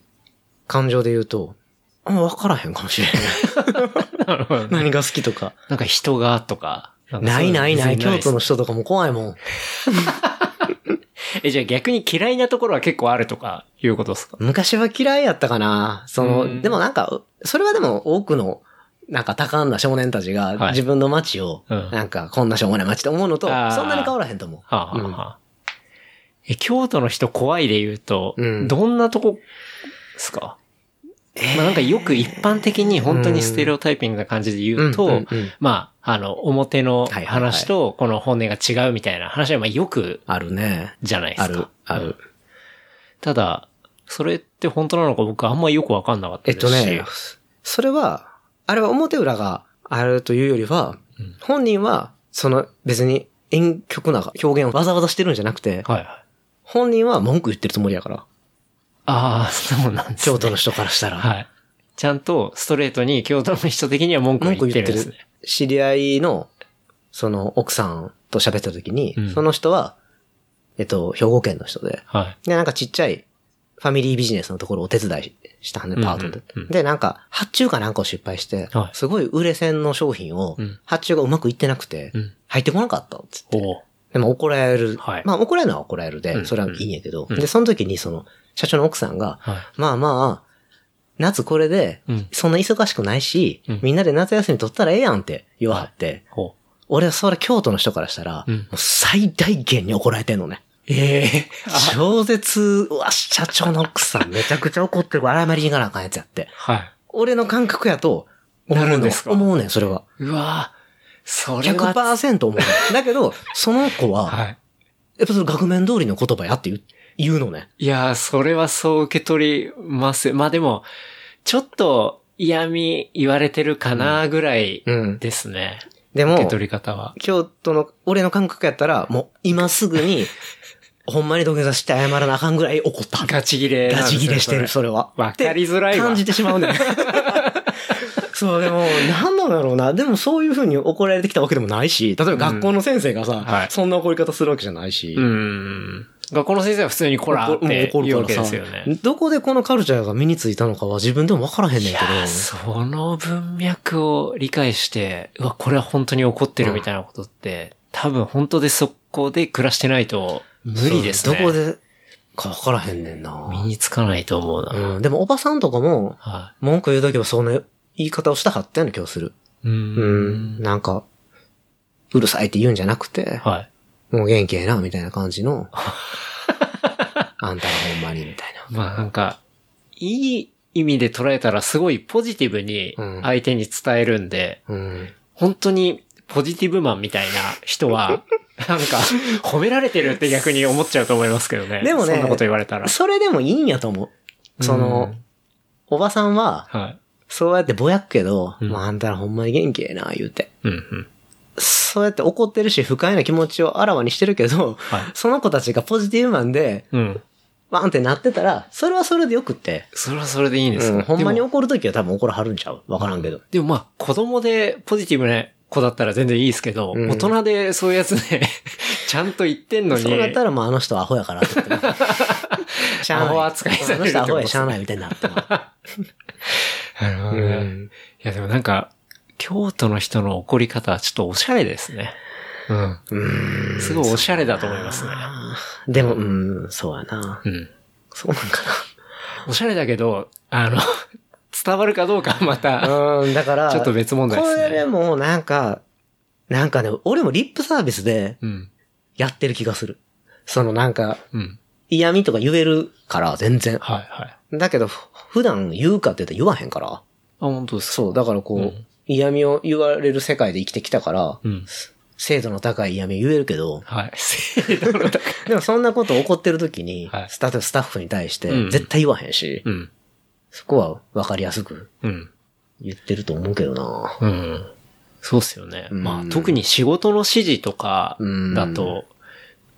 感情で言うと、あんま分からへんかもしれない。
(laughs) なる
(laughs)
ほどね
何が好きとか。
なんか人がとか。んか
な
そう
いうないない、
別に
京都
で
の人とかも怖いもん。
す。え、じゃあ逆に嫌いなところは結構あるとかいうことですか
昔は嫌いやったかな。そ
うん
の、でもなんか、それはでも多くの、なんか多感な少年たち
はい
が自分の街を、
うん
なんかこんなしょうもない街と思うのと、
あー
そんなに変わらへんと思う。
はあ、はあはあえ、京都の人怖いで言うと、
うん
どんなとこですか、まあなんかよく一般的に本当にステレオタイピングな感じで言うと、
うんうんうん
まあ、あの、表の
はいはいはい
話とこの本音が違うみたいな話はまあよく
あるね。
じゃないです
あ
か。
る、ある。
ただ、それって本当なのか僕あんまよくわかんなかった
えっ
です
と
し。
ね、それは、あれは表裏があるというよりは、本人は、その別に遠曲な表現をわざわざしてるんじゃなくて、
はいはい。
本人は文句言ってるつもりやから。
ああ、そうなんです、ね。
京都の人からしたら。
はい。ちゃんとストレートに京都の人的には文句を
文
言
句
ってる
言
ん
って
で
る
すね。。
知り合いの、その奥さんと喋った時に、
うん
その人は、えっと、兵庫県の人で、
はい。
で、なんかちっちゃい、ファミリービジネスのところをお手伝いしたんで、パートで。
うんうんうん
で、なんか、発注かなんかを失敗して、
はい
すごい売れ線の商品を
うん、
発注がうまくいってなくて、
うん
入ってこなかったっつって。
おう
でも怒られる。
はい
まあ怒られるのは怒られる
う
で、
ん
それはいいんやけど、
うん
で、その時にその、社長の奥さんが、
はい。
まあまあ、夏これで
うん、
そんな忙しくないし、
うん
みんなで夏休み取ったらええやんって言わはって、
ほう。
俺はそれ京都の人からしたら、
うん
もう最大限に怒られてんのね。
ええ
超絶、うわ、社長の奥
(laughs)
さんめちゃくちゃ怒ってる、謝りに行かなあかんやつやって。
はい。
俺の感覚やと、思うの
なるんですか
思うねん、それは。
うわぁ、それは。
100%思うね
(laughs)
ん。だけど、その子は、
はい。
やっぱその額面通りの言葉やって言う言うのね。
いやーそれはそう受け取ります。まあでも、ちょっと嫌味言われてるかなぐらい
うん。
ですね。
で
受
も
け、取り方は。
京都の、俺の感覚やったら、もう今すぐ
(laughs)
に、ほんまに土下座して謝らなあかんぐらい怒った。
ガチ切れな
ガ
んです
チ
ね。
ギレしてる、
そ
それは。
れわかりづらいわ。
感じてしまう
(laughs)
ねん。そう、でも、なんなんだろうな。でもそういう風に怒られてきたわけでもないし、例えば学校の先生がさ、
はい
そんな怒り方するわけじゃないし。
うん。学校の先生は普通にこらーって
怒
言
る
うわ
か
けで
ら
す
さ
よね。
どこでこのカルチャーが身についたのかは自分でも分からへんねん
い
け
や
ど。
ーその文脈を理解して、うわ、これは本当に怒ってるみたいなことって、多分本当でそこで暮らしてないと無理ですね。
そうどこでか分からへんねん
身
な。
につかないと思うな。
うん、でもおばさんとかも、
は
文句言うときはその言い方をしたはったような気がする。
い。う
うん。。なんか、うるさいって言うんじゃなくて、
はい。
もう元気ええな、みたいな感じ (laughs) の。あんたらほんまに、みたいな。
まあなんか、いい意味で捉えたらすごいポジティブに
うん
相手に伝えるんで、
うん。 (laughs)
本当にポジティブマンみたいな人は、なんか、褒められてるって逆に思っちゃうと思いますけどね。
でもね
そんなこと言われたら。
それでもいいんやと思う。その、
うん
おばさんは、
はい。
そうやってぼやくけど、
うん
まああんたらほんまに元気ええな、言うて。
うんうん。
そうやって怒ってるし、不快な気持ちをあらわにしてるけど、 (laughs)
はい
その子たちがポジティブマンで、
うん。
バーンってなってたら、それはそれでよくって。
それはそれでいいんです
うん、ほんまに
でも
怒るときは多分怒らはるんちゃうわからんけど。
でもまあ、子供でポジティブな子だったら全然いいですけど、
うん
大人で (laughs) そういうやつね、ちゃんと言ってんのに。
そうなったら、まあ、あの人はアホやからって言って (laughs) もしゃあ
ア
ない。
ホ
あ
扱いされる
の
って
人ア
こと
ホ
で
や
す
しゃあないみたいになっても。
なるほどね。
うん
いや、でもなんか、京都の人の怒り方はちょっとおしゃれですね。うん。
うん
すごいおしゃれだと思いますね。
あーでも、うん、そうやな。
うん。
そうなんか
おしゃれだけど、あの、伝わるかどうかはまた、
な。うん、だから、
ちょっと別問題ですね
これでも、なんか、なんかね、俺もリップサービスで
うん。
やってる気がする。そのなんか、
うん。
嫌味とか言えるから、全然。
はいはい。あ、
だけど、ふ普段言うかって言ったら言わへんから。
本当ですか
そう、だからこう、
うん
嫌味を言われる世界で生きてきたから、
うん。
精度の高い嫌味言えるけど、
(laughs) はい。精度の高い。
でもそんなこと怒ってる時に、
はい
スタ例えばスタッフに対して
うん
絶対言わへんし、
うん。
そこは分かりやすく
うん。
言ってると思うけどな
うん。そうっすよね。
うん
まあ、特に仕事の指示とかだと、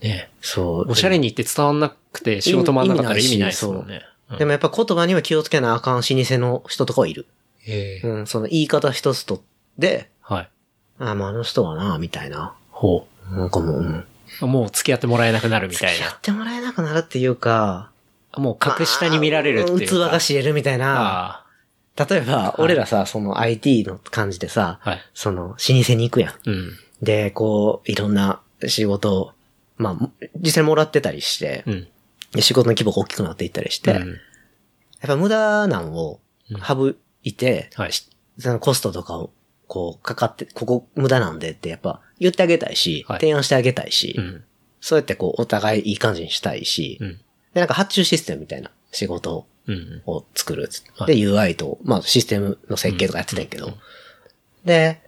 ね、
そう。
おしゃれに言って伝わんなくて仕事もあんなかったら
意
意
味
味
な
ないい
し
ですもんね。
でもやっぱ言葉には気をつけなあかん老舗の人とかはいる。
ええ。
うん、その言い方一つとって、
はい。
あ、まああの人はな、みたいな。
ほ
なんかもう、うん
う。もう付き合ってもらえなくなるみ
付
たい
き合っ
(laughs) な。
てもらえなくなるっていうか、
もう格下に見られるっていうか。
あー器が知れるみたいな。
あ
例えば、
い
俺らさ、その IT の感じでさ、
あ。はい。
その、老舗に行くやん。
うん。
で、こう、いろんな仕事を、まあも、実際もらってたりして、
うん。
で仕事の規模が大きくなっていったりして、
う
やっ
ん
ぱ無駄なんを
うん
省いて、
はい。
そのコストとかを、こう、かかって、ここ無駄なんでってやっぱ言ってあげたいし、
はい
提案してあげたいし、
うん。
そうやってこう、お互いいい感じにしたいし、
うん。
で、なんか発注システムみたいな仕事
うん。
を作るっつって。
はい
で、UI と、まあ、システムの設計とかやってたんやけど、で、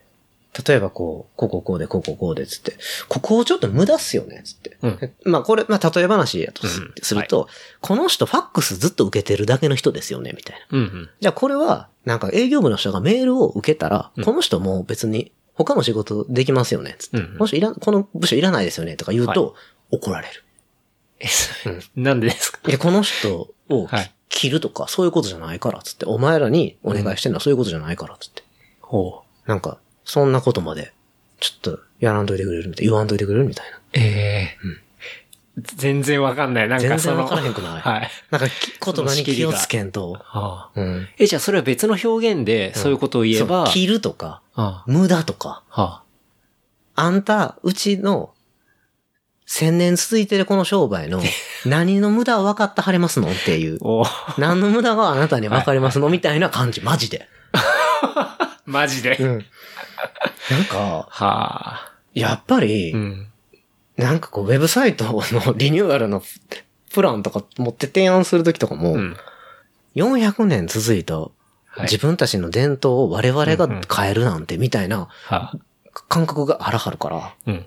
例えばこう、こうこうこうで、こうこうこうで、つって、ここをちょっと無駄っすよね、つって。
うん
まあこれ、まあ例え話やとす,、
うん
ると、この人ファックスずっと受けてるだけの人ですよね、みたいな。
うん。
じゃあこれは、なんか営業部の人がメールを受けたら、
うん
この人もう別に他の仕事できますよね、つって。
うんうん
この人いらん、この部署いらないですよね、とか言うと、
は
怒られる。
え、それなんでですか
で、この人をき
はい
切るとか、そういうことじゃないから、つって。お前らにお願いしてるのはそういうことじゃないから、つって。
ほう。
なんか、そんなことまで、ちょっと、やらんといてくれるみたいな、言わんといてくれるみたいな。
ええ。全然わかんない。なんか
全
そ
然
の。
わからへんくない
はい。
なんか、き言葉に気をつけんと。
はあ。
うん。
え、じゃあそれは別の表現でそういうことを言えば。
そう切るとか、
は
無駄とか、
あ。は
あんた、うちの、千年続いてるこの商売
(laughs)
の、何の無駄は分かってはれますのっていう
あ。。お
何の無駄があなたに分かりますのみたいな感じ、マジで。
マジで。
うん。なんか、
はあ。
やっぱり、
うん。
なんかこう、ウェブサイトのリニューアルのプランとか持って提案するときとかも、
うん。
400年続いた
はい
自分たちの伝統を我々
うんうん
が変えるなんてみたいな
はあ。
感覚があらはるから、
うん。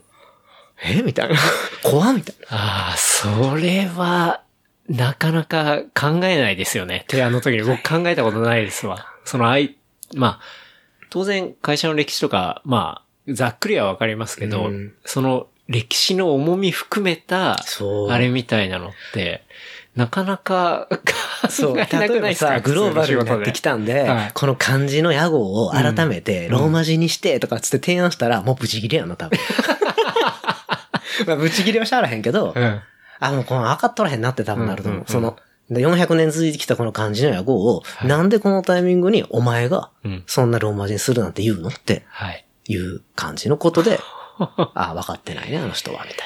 えみたいな。怖みたいな。
ああ、それは、なかなか考えないですよね。提案の時に僕考えたことないですわ。その、あい、まあ、当然会社の歴史とか、まあ、ざっくりはわかりますけど、
うん
その歴史の重み含めた、
そう。
あれみたいなのって、なかなか
(laughs) そう。
考えな
例えば
く (laughs) ないですか
さ、グローバルになってきたんで
はい、
この漢字の屋号を改めて
うん
ローマ字にしてとかつって提案したら、もうブチギレやな、
(laughs)
多分。まあ、ブチギレはしゃあらへんけど
仕事、で。うん。
あ、もうこの分かっとらへんなって多分なると思う。
うんうんうん
その、で400年続いてきたこの漢字の野号を、
い
なんでこのタイミングにお前が
うん。
そんなローマ字にするなんて言うのって (laughs)
はい。
いう感じのことで、あ、分かってないね、あの人は、みたい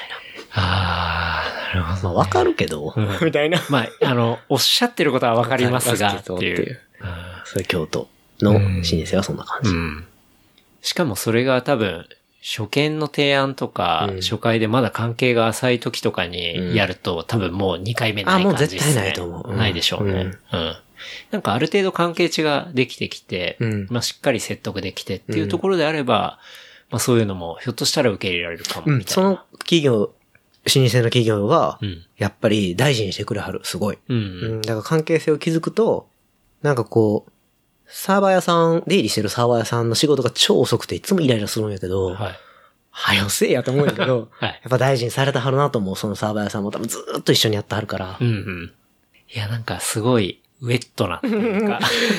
ああ、なるほ
な。
ど。
まあ分かるけど、
うん
みたいな。
まあ、あの、おっしゃってることはわかりますが、
わかりま
っ
す
て
けど
い
っていうう。
うん
それ京都の老
うん
舗はそんな感
う
じ。
ん。しかもそれが多分、初見の提案とか、
うん
初回でまだ関係が浅い時とかにやると、多分もう2回目ない
あもう
感じです、
絶
ね。
対ないと思ううん
ないでしょうね。うん。なんかある程度関係値ができてきて、
うん
まあしっかり説得できてっていうところであれば、まあそういうのも、ひょっとしたら受け入れられるかも、みたいな。
その企業、老舗の企業が
う、ん。
やっぱり大事にしてくれはる。すごい。
うん。
う
うん
ん、だから関係性を築くと、なんかこう、サーバー屋さん、出入りしてるサーバー屋さんの仕事が超遅くていつもイライラするんやけど、
はい。、
はよせえやと思うんやけど
(laughs) はい。
やっぱ大事にされたはるなと思う、そのサーバー屋さんも多分ずーっと一緒にやってはるから
う。んうん。いや、なんかすごい、ウェットなって (laughs) いうか。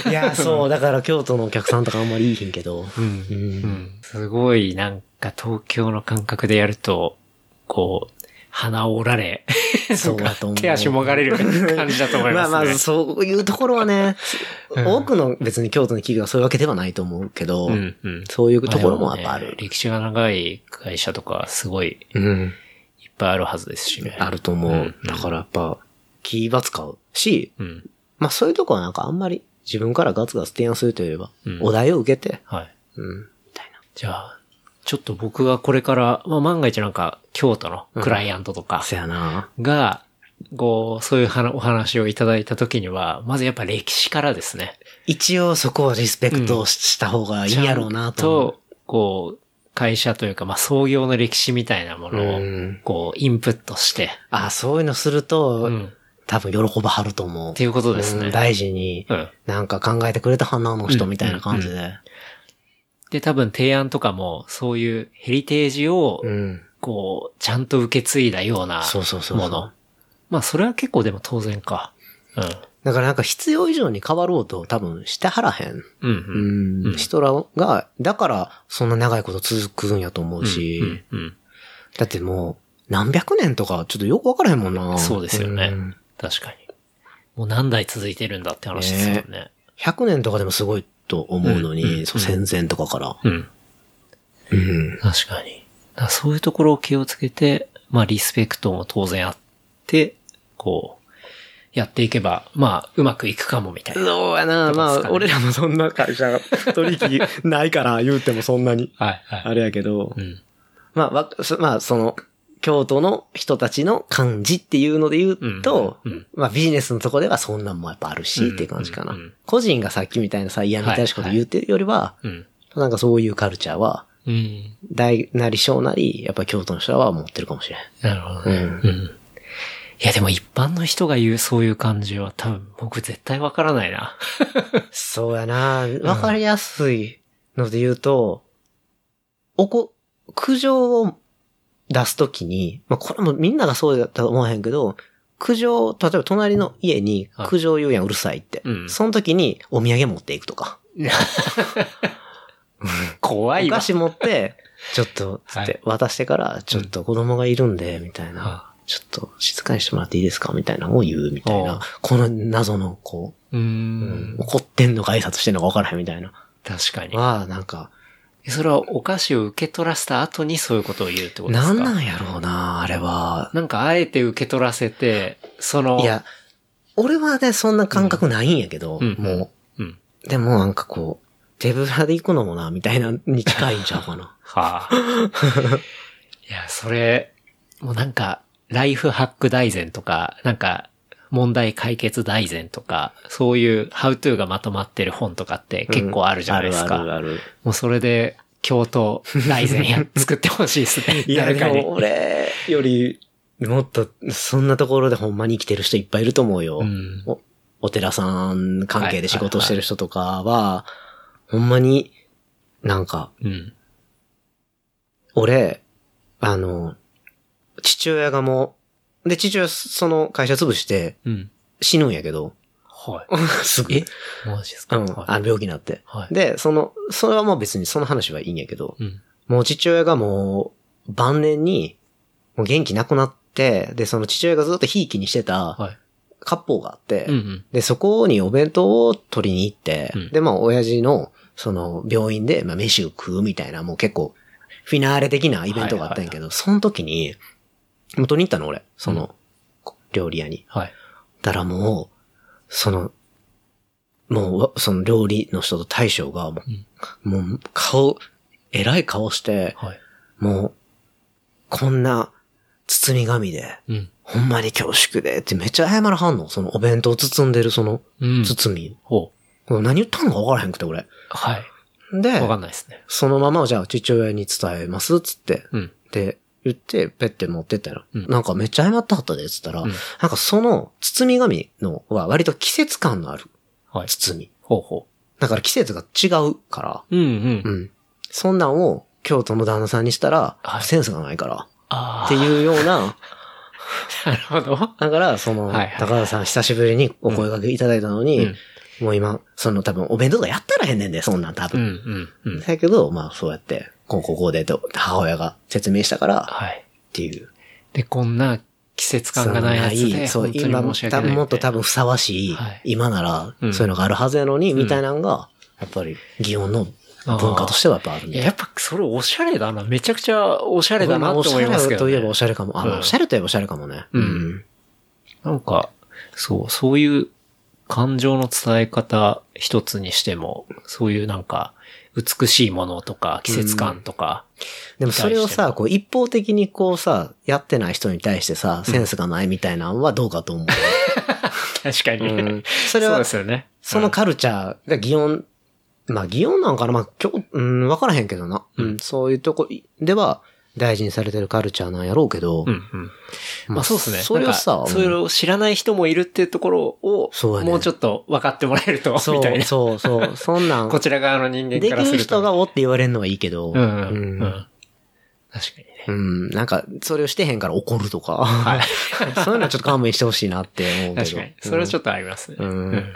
いや、 (laughs) そう、だから京都のお客さんとかあんまりいいひんけど。
う。
うん。
うんん。すごい、なんか東京の感覚でやると、こう、鼻を折られ、
(laughs) そうだと思う
手足もがれる感じだと思いま
まあ
すね。
まあ、そういうところはね、多くの別に京都の企業はそういうわけではないと思うけど、
うんうん。
そういうところもやっぱあ
までもね
る。
歴史が長い会社とか、すごい
うん。
いっぱいあるはずですしね。
あると思う。
うん
だからやっぱ、気は使うし、
うん。
まあそういうとこはなんかあんまり自分からガツガツ提案するといえば、
うん
お題を受けて、
はい。
うん。
じゃあ、ちょっと僕がこれから、まあ万が一なんか、京都のクライアントとか
せやな
が、こう、そういうはなお話をいただいた時には、まずやっぱ歴史からですね。
一応そこはリスペクトしした方がいいやろうなと思
と、こう、会社というか、まあ、創業の歴史みたいなも
う。う
のを、
ん。
こう、インプットして、
あ、そういうのすると、
うん。っ
多分喜ばはると思う。
ていうことです
うん
ね。
大事に、
うん。
なんか考えてくれた花の人みたいな感じで。
で、多分提案とかも、そういうヘリテージを
うん、
こう、ちゃんと受け継いだような
そうそうそうそう
もの。まあ、それは結構でも当然か。
だからなんか必要以上に変わろうと多分してはらへん。
う
う
ん。う
んん。人らが、だからそんな長いこと続くんやと思
うん。
うし、
うんうん
だってもう何百年とかちょっとよくわからへんもん
う
な。
ん。そうですよね
ん。
確かに。もう何代続いてるんだって話ですもんね。
100年とかでもすごいと思うのに、
うんうんうん
そう戦前とかから。
うん。
うん。
確かに。だからそういうところを気をつけて、まあリスペクトも当然あって、こう、やっていけば、まあうまくいくかもみたいな。
そうやな、ま
とかですか
あ
ね
俺らもそんな会社取引ないから言うてもそんなに。
はいは
あれやけど
い。う、ん。
まあ、わそまあ、その、京都の人たちの感じっていうので言うと、
うんうん
まあビジネスのとこではそんなんもやっぱあるし、
うん
っていう感じかな、
うんうん
個人がさっきみたいなさ、嫌みたいなこと言ってるよりは、
うん。
なんかそういうカルチャーは、
うん。
大なり小なり、やっぱ京都の人らは持ってるかもしれん。
なるほどね。
うん
うん。いやでも一般の人が言うそういう感じは多分僕絶対わからない
(laughs)
な。
そうやなわかりやすいので言うと、おこ、苦情を出すときに、まあ、これもみんながそうだったと思わへんけど、苦情、例えば隣の家に
はい
苦情言うやんうるさいって。
うん
その時にお土産持っていくとか。
怖
お
いわ。
菓子持って、ちょっと、つっ
は
て渡してから、ちょっと子供がいるんで、みたいな。
は
ちょっと静かにしてもらっていいですかみたいなのを言うみたい
おう
な。この謎の、こ
うー
う、
ん。
怒ってんのか挨拶してんのか分からへんみたいな。
確かに。
は、なんか、
それはお菓子を受け取らせた後にそういうことを言うってことです
な
か
んなんやろうな、あれは。
なんかあえて受け取らせて、その、
いや、俺はね、そんな感覚ないんやけど、
うん
も
うん。
う。でもなんかこう、手ぶらで行くのもな、みたいなに近いんちゃうかな。
は
(laughs)
あ。いや、それ、もうなんか、ライフハック大全とか、なんか、問題解決大全とか、そういうハウトゥーがまとまってる本とかって (laughs) 結構あるじゃないですか。
うんあるあるある。
もうそれで、教頭大全や、作ってほしいですね。
(laughs) いや、
誰
で
かに
も。俺より、もっと、そんなところでほんまに生きてる人いっぱいいると思うよ。
うん。
おお寺さん関係で仕事してる人とかは、ほんまに、なんか、
うん。
俺、あの、父親がもう、で、父親、その会社潰して
うん。
死ぬんやけど、 (laughs)
は
すぐ。
い。えマジです
う
か、
ん、
は
あの病気になって。
い。はい。
で、その、それはもう別にその話はいいんやけど、
うん。
もう父親がもう、晩年に、もう元気なくなって、で、その父親がずっとひいきにしてた、
はい。
割烹があって、
うんうん。
で、そこにお弁当を取りに行って、
うん
で、まあ、親父の、その、病院で、まあ、飯を食うみたいな、もう結構、フィナーレ的なイベントがあったんやけど、その時に、もう取りに行ったの、俺。その、料理屋に。
はい。
だからもう、その、もうわ、その料理の人と大将が、もう、もう顔、偉い顔して、
はい。
もう、こんな、包み紙で、
うん。
ほんまに恐縮で、ってめっちゃ謝らはんのそのお弁当包んでるその、
うん。
包み。
ほう。
これ何言ったんか分からへんくて、俺。
はい。
で
わ、かんないですね。
そのままじゃあ父親に伝えます、つって。
うん。
って言って、ペッて持ってったら、
うん
なんかめっちゃ謝ったかったで、つったら、
うん
なんかその包み紙のは割と季節感のある
はい。
包み。
ほうほ
だから季節が違うか
う。うんう
ら、
ん。
うん。そんなんを京都の旦那さんにしたら
は、い
センスがないから、
ああ。
っていうよう
(laughs)
な、
なるほど。
だから、その、
はいはい
高田さん久しぶりにお声掛けいただいたのに、
うん
もう今、その多分お弁当とかやったらへんねんで、そんなん多
う
分。
んうんうん。
だけど、まあそうやって、こうこうこうでと母親が説明したから、
はい。
っていう。
で、こんな季節感がないやつで、
そう、
本当
今
に申
も
し訳ない。
っと多分ふさわしい、
はい
今なら
う、ん
そういうのがあるはずやのに、
ん
みたいなのが、やっぱり、祇園の文化としてはやっぱあるん
い
で。
や、やっぱそれおしゃれだな。めちゃくちゃおしゃれだな
まあ
と思いますけど、
おしゃれとい
ね。
えばおしゃれかも。あ、まあ
うん
おしゃれといえばおしゃれかもね。
うんなんか、そう、そういう感情の伝え方一つにしても、そういうなんか、美しいものとか、季節感とか、
でもそれを
期待して
さ、こう一方的にこうさ、やってない人に対してさ、センスがないみたいなのはどうか
(laughs)
と思う。
確かに。
うんそ
(laughs) そ
れ
う
は
で、すよね。
そのカルチャーが祇園、まあ祇園なんかな、まあ今日、うん、わからへんけどな。う
うん
ん、そういうとこでは大事にされてるカルチャーなんやろうけど
う、んうん。まあそうですね。
それを
なん
さ
か、それを知らない人もいるっていうところを、
そうやね
もうちょっと分かってもらえると、
そ、
みたいうな。
そう、そう、そん
(laughs)
なん、
こちら側の人
で
間
き
からすると。
る人がおって言われるのはいいけど、
うん、うん、う
うん
ん。確かにね。
うん、なんか、それをしてへんから怒るとか、
はい。
(laughs) そういうのはちょっと勘弁してほしいなって思うけど。
確かに。それはちょっとありますね。
うん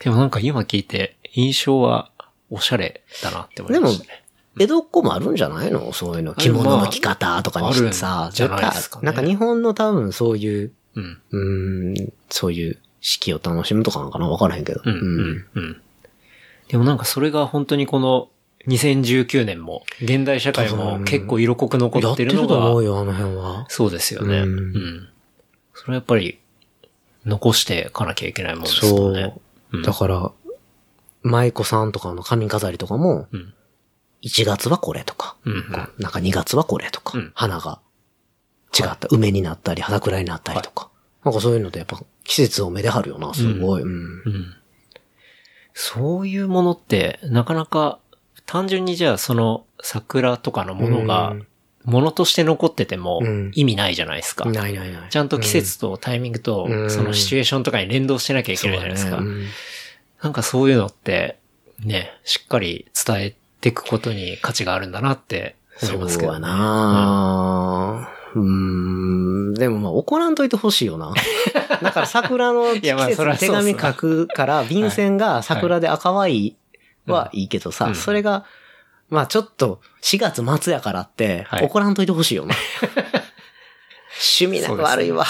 でもなんか今聞いて、印象はおしゃれだなって思いましたね。
江戸っ子もあるんじゃないのそういうの。着物の着方とかにして
まああ
さ
る、んじゃないですかね
絶対なんか日本の多分そういう、
うん。
うーん、そういう四季を楽しむとかなんかなわからへんけど。
うん。うん。うん。でもなんかそれが本当にこの2019年も、現代社会
多
も
分
結構色濃く残
や
っ
ってて
る
る
の
と思う
が、
よ、あの辺は。
そうですよね。う
うんん。
それはやっぱり、残していかなきゃいけないもんです
そ
よ
う。
ね。うん
だから、舞妓さんとかの髪飾りとかも、
うん。
1月はこれとか、
うんうん。
なんか2月はこれとか、
うん
花が違った、梅になったり、肌暗になったりとか。なんかそういうのでやっぱ季節を目で張るよな、すごい。うん
うん。そういうものって、なかなか、単純にじゃあその桜とかのものが
うん、
ものとして残ってても
うん
意味ないじゃないですか。
ないないない。
ちゃんと季節とタイミングと
う、ん
そのシチュエーションとかに連動してなきゃいけないじゃないですか
そう。だねうん
なんかそういうのって、ね、しっかり伝えていくことに価値があるんだなって思いますけ
そう
どね。
やなぁうーん。でもまあ怒らんといてほしいよ
(laughs)
な。だから桜の季
いやまあ
節
そりゃ
に
そう
手
っすわ
紙書くから、便箋が桜で赤ワインはいいけど
うん
さ、それが、まあちょっと4月末やからって
はい
怒らんといてほしい
(laughs)
よな。趣味なんか悪いわ。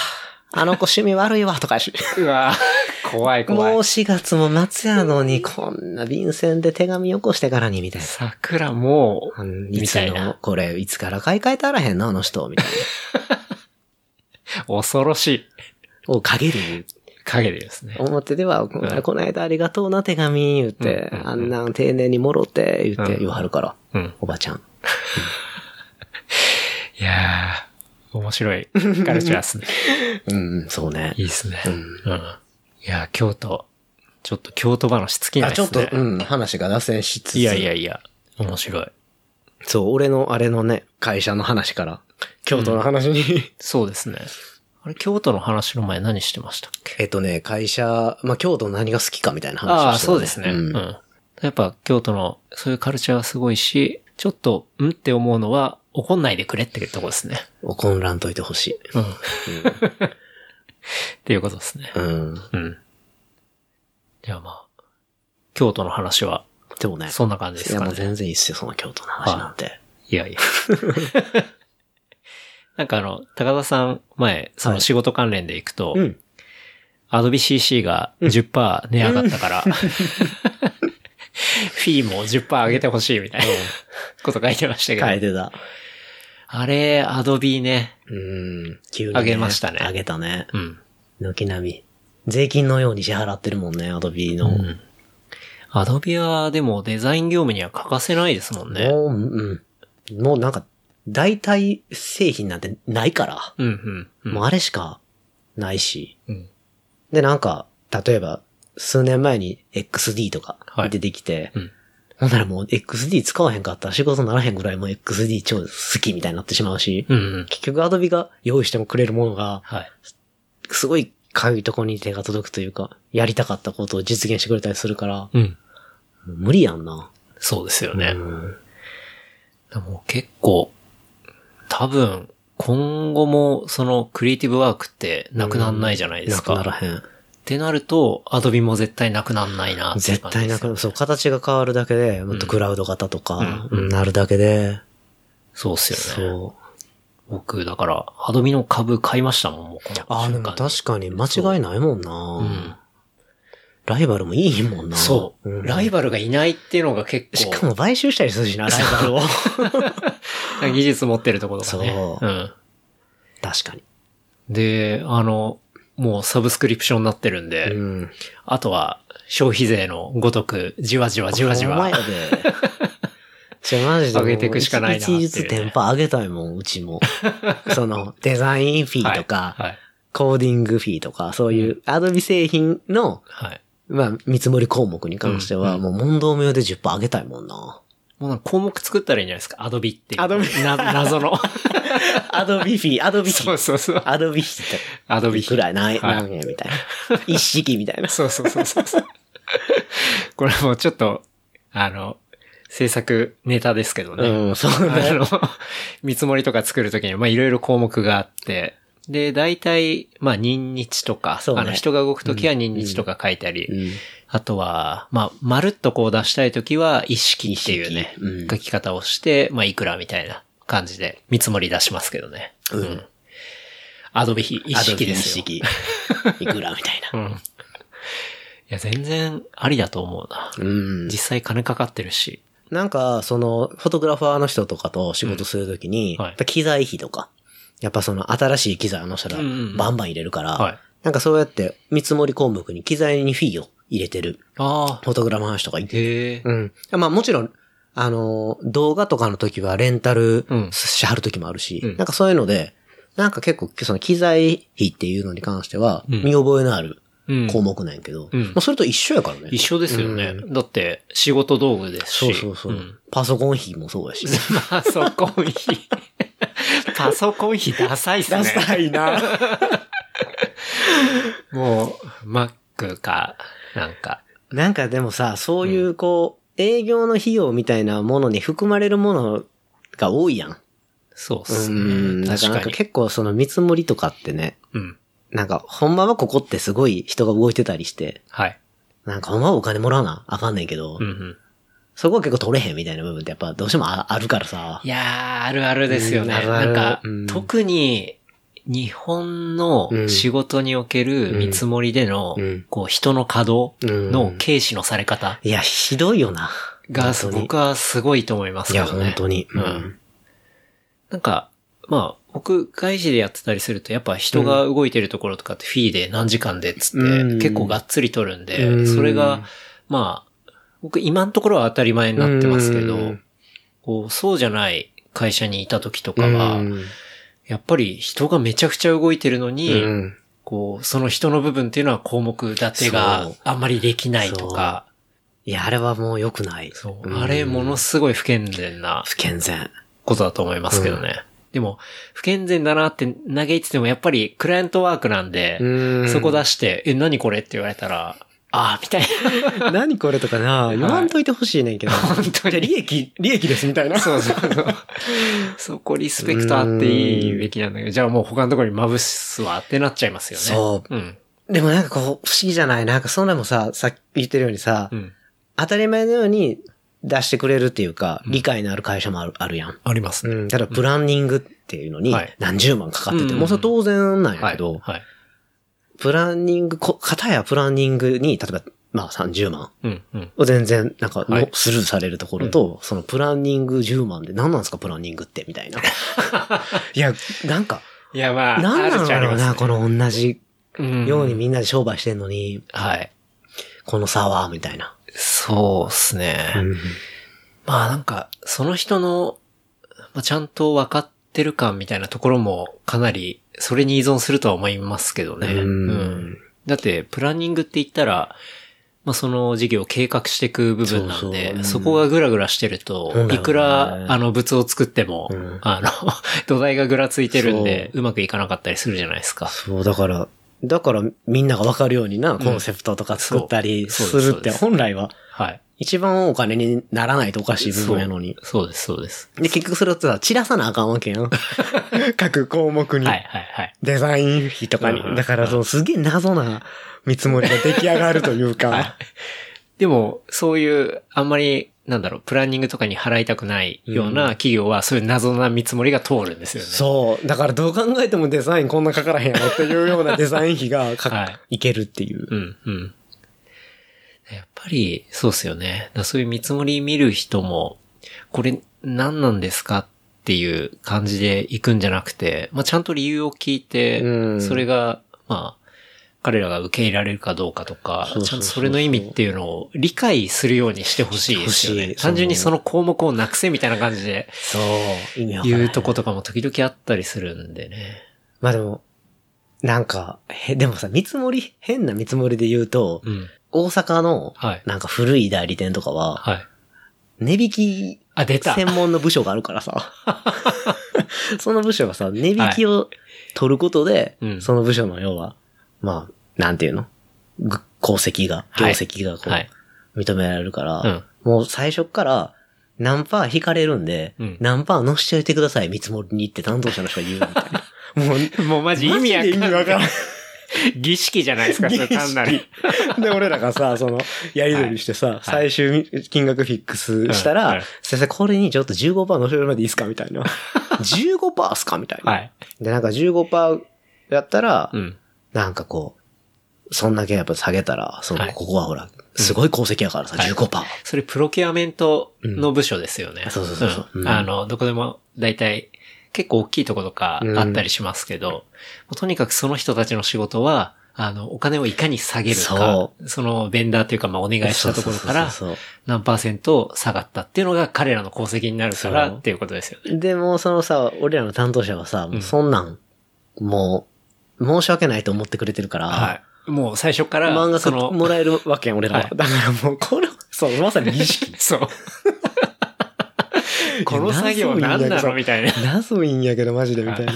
あの子趣味悪いわとかやし。
うわぁ怖い
もう
(laughs) 怖い。
4月も末やのに、こんな便箋で手紙よこしてからに、みたいな。
桜もう、
うんい
み
つ
たいな
の、これ、いつから買い替えたらへんのあの人、みたいな。
恐ろしい
を陰で
影でですね。
表では、こ
うん
この間ありがとうな手紙言って、
うんうんうん
あんなん丁寧にもろって言っ
う
て
ん
言わはるから、
うん。
おばちゃん。
いやー、面白いカルチャー
(laughs)
ですね。
うん、うんそうね
い。いですね。
う
うん。いやー、京都、ちょっと京都話尽きない
あ、ち
です
ょ
ね。
っと、うん、話が脱線しつつ。
いやいやいや、面白い。
そう、俺のあれのね、会社の話から、京都の話に、
そうですね。あれ、京都の話の前何してましたっけ
(laughs) えっとね、会社、まあ、京都の何が好きかみたいな話をしてた
ああ、そうですね。う
うん
ん。やっぱ京都のそういうカルチャーはすごいし、ちょっと、うんって思うのは怒んないでくれっていうとこですね。
お混乱といてほしい。
うん。っていうことですね。
うん。
うん。じゃあまあ、京都の話は、
でもね。
そんな感じ
い
です
や、
か
もう
ね。
全然いいっすよ、その京都の話なんて。
いやいや。 (laughs) なんかあの、高田さん前、その仕事関連で行くと、
うん。
アドビ CC が10%値上がったから、フィーも10%上げてほしいみたいなこと書いてましたけど、
変えてた。
あれ、アドビね、
うん。急に、
上げましたね
上げたね。
うん、
軒並み。税金のように支払ってるもんね、アドビの。
んアドビはでもデザイン業務には欠かせないですもんね。
もう、うん。もうなんか、代替製品なんてないから。
うんうんうん。
もうあれしかないし。
うん
で、なんか、例えば、数年前に XD とか
はい
出てきて、
うん
ほんならもう XD 使わへんかったら仕事にならへんぐらいもう XD 超好きみたいになってしまうし、
うんうん。
結局 Adobe が用意してもくれるものが、
はい。
すごいかゆいとこに手が届くというか、やりたかったことを実現してくれたりするから、
うん。
もう無理やんな。
そうですよね。
うん
でも結構、多分、今後もそのクリエイティブワークってなくなんないじゃないですか。
なくならへん。
ってなると、アドビも絶対なくなんないなっていう
絶
感
対
じですよ
なくなる。そう、形が変わるだけで、もっとクラウド型とか、なるだけで、
そうっすよね。
そう。
僕、だから、アドビの株買いましたもん、もうこの瞬間
ああ、でも確かに間違いないもんな、
うん
ライバルもいいもんな
そう、
ん
ライバルがいないっていうのが結構、
しかも買収したりするしな、ライバルを。
技術持ってるところがね。
そう
うん。
確かに。
で、あの、もうサブスクリプションになってるんで、
うん。
あとは消費税のごとく、じわじわじわじ
ほんま
わ
や。で。 (laughs) じゃマジで。
上げていくしかないなってい
一
うね
日ずつ電波上げたいもん、うち
(laughs)
も。その、デザインフィーとか、
はい。はい
コーディングフィーとか、そういうアドビ製品の、
はい。
まあ、見積もり項目に関しては、
うん
もう問答無用で10%上げたいもんな。
もうなんか項目作ったらいいんじゃないですか。アドビっていう。
アドビ
な、謎の。
(laughs) アドビフィー、アドビフィ
(laughs) そう
ー。
そうそう。
アドビフィー
アドビ
ぐらいない、
はい
何円みたいな。一式みたいな。
そうそうそうそうそう。これもうちょっと、あの、制作ネタですけど
(laughs)
ね。
うん、そう
(laughs) あ
ね。
の、見積もりとか作るときに、まあ、いろいろ項目があって、で、大体、まあ、任日とか、
そうね
あの、人が動くときは任日とか書いたり、
うん
あとは、まあ、まるっとこう出したいときは、一式っていうね、
一式うん
書き方をして、まあ、いくらみたいな感じで、見積もり出しますけどね。
うん。
アドビ比、一式です
一
よ。
式。いくらみたいな。
うん。いや、全然ありだと思うな。
(laughs) うん。
実際金かかってるし。
なんか、その、フォトグラファーの人とかと仕事するときに、
うんはい
やっぱ機材費とか、やっぱその新しい機材を載せたら
うんうんうん
バンバン入れるから、
はい
なんかそうやって見積もり項目に機材にフィーを入れてる
ああ。
フォトグラマーの人がいて、
へえ。
うん。まあもちろん、あの、動画とかの時はレンタル
うん
しはる時もあるし、
うん
なんかそういうので、なんか結構その機材費っていうのに関しては、
うん
見覚えのある
うん
項目なんやけど、
うん
まあそれと一緒やからね。
一緒ですよね。
う
だって、仕事道具です
そ
し。
うそうそう。
ん (laughs)
パソコン費もそうやし。
パソコ
(laughs)
ン費。パソコン費ダサいっすね。
いな。
もう、Mac か、なんか。
(laughs) なんかでもさ、そういうこう、営業の費用みたいなものに含まれるものが多いやん。
そうっす
うん。
ね。
だから
確
なん
か
か
に。
結構その見積もりとかってね、
うん。
なんかほんまはここってすごい人が動いてたりして、
はい。
なんかほんまはお金もらわなあかんねんけど、
うんうん。
そこは結構取れへんみたいな部分ってやっぱどうしてもああるからさ
い。やー、あるあるですよね。
うんあるあ
な
る
んか、
うん
特に、日本の
うん
仕事における見積もりでの、
うん
こう、人の稼働
う
の
ん
軽視のされ方
いや、ひどいよな。
が、
本当に。
僕はすごいと思います
い
け
や、
どね。
本当に。
うんなんか、まあ、僕、外資でやってたりすると、やっぱ人が動いてるところとかってフィーで何時間でっつって、
うん
結構がっつり取るんで、
うん
それが、まあ、僕今のところは当たり前になってますけど、
うん
こう、そうじゃない会社にいた時とか
うん。
は、
うん
やっぱり人がめちゃくちゃ動いてるのに、
うん
こう、その人の部分っていうのは項目立てが
そう
あんまりできないとか、
いや、あれはもう良くない。
そう
うん
あれものすごい不健全な
不健全。
ことだと思いますけどね。でも、不健全だなって嘆いてても、やっぱりクライアントワークなんで、そ (laughs) こ出して、え、何これって言われたら、ああ、みたい
何これとかな、
い
言わんといてほしいねんけど。
本当に
じゃあ利益、利益ですみたいな。
な。そうそうそう。 (laughs) そこリスペクトあっていいべきなんだけど、じゃあもう他のところにまぶすわってなっちゃいますよね。。
そう
うん。
でもなんかこう、不思議じゃないなんかそんなのもさ、さっき言ってるようにさ、
うん。
当たり前のように出してくれるっていうか、理解のある会社もあるあるやん。
あります
う
ね。
ん。ただ、プランニングっていうのに
はい、
何十万かかってて、
うん
もうそれ当然なんや
はい。
けど、
はい。
プランニング、こ、片やプランニングに、例えば、まあ30万。
うん。うん。
全然、なんか、
はい
スルーされるところと、そのプランニング10万で何なんですか、プランニングって、みたい
(laughs)
な。いや、なんか、
いや、まあ、
なんなんだろうな、この同じ
の
ようにみんなで商売してんのに、
はい。
この差は、みたいな。
そうっすね。まあなんか、その人の、まあ、ちゃんと分かってる感みたいなところもかなり、それに依存するとは思いますけどね。
うん
だって、プランニングって言ったら、まあ、その事業を計画していく部分なんで、
そう
そ
そううん
こがぐらぐらしてる
そ
と、
うだよね
いくら、あの、物を作っても、
うん
あの、 (laughs) 土台がぐらついてるんで、うまくいかなかったりするじゃないですか。
そう、だから、だからみんながわかるようにな、コンセプトとか作ったり
そう
す
そうで
る
す
っ
そう
て、
です
本来は
はい。
一番お金にならないとおかしい部分やのに。
そうです、そうです。
で、結局それをさ、散らさなあかんわけやん。 (laughs) 各項目に。
はい、はい、はい。
デザイン費とかに
うんう。ん
だから、そのすげえ謎な見積もりが出来上がるという
はい
か。
でも、そういう、あんまり、なんだろう、プランニングとかに払いたくないような企業は、そういう謎な見積もりが通るんですよね。
そう。だからどう考えてもデザインこんなかからへんやろっていうようなデザイン費がか、、
はい
けるっていう。
うん、うん。やっぱり、そうっすよね。だからそういう見積もり見る人も、これ何なんですかっていう感じで行くんじゃなくて、まあちゃんと理由を聞いて、
うん
それが、まあ、彼らが受け入れられるかどうかとか
そうそうそう、
ちゃんとそれの意味っていうのを理解するようにしてほしいですよ
してほ
ね。
しい
単純にその項目をなくせみたいな感じで
そう。意味わからん
言うとことかも時々あったりするんでね。
まあでも、なんか、へ、でもさ、見積もり、変な見積もりで言うと、
うん。
大阪の
はい、
なんか古い代理店とかは、
はい。
値引き
あ、出た。
専門の部署があるから
(laughs)
さ、その部署がさ、値引きを取ることで、
うん
その部署の要は、まあ、なんていうのぐ功績が、業
はい
績がこう、
はい。
認められるから、
うん
もう最初っから、何パー引かれるんで、
うん
何パー乗しといてください、見積もりにって担当者の人が言うみたいな。
(laughs)
もう、
もうマジ意味わ
マ
かんない。
ジで意味わからん
儀式じゃないですか、それ単なる。
で、俺らがさ、
(laughs)
その、やり取りしてさ、最終金額フィックスしたら、
うんうん
先生、これにちょっと15%乗せるまでいいっすかみた
(laughs)
いな。15%っすかみたいな。
はい。
で、なんか15%やったら、
うん。
なんかこう、そんだけやっぱ下げたら、その、
はい
ここはほら、すごい功績やからさ、
はい
15%。
それプロキュアメントの部署ですよね。
うんそうそうそうそうん
あの、どこでも大体結構大きいとことか
うん
あったりしますけど、もうとにかくその人たちの仕事は、あの、お金をいかに下げるか
そ、
そのベンダーというか、まあ、お願いしたところから
そうそうそう
何パーセント下がったっていうのが彼らの功績になるから
そう
っていうことですよね。
そうでも、そのさ、俺らの担当者はさ、もうそんなん、もう、申し訳ないと思ってくれてるから、
はい。もう最初から、
漫画そ
その、
のもらえるわけやん、俺らは。
はい
だからもう、
(laughs)
これ、そう、まさに儀 (laughs) 式。
そう。この作業何なのみたいな。
謎いんやけど、マジで、みたいな。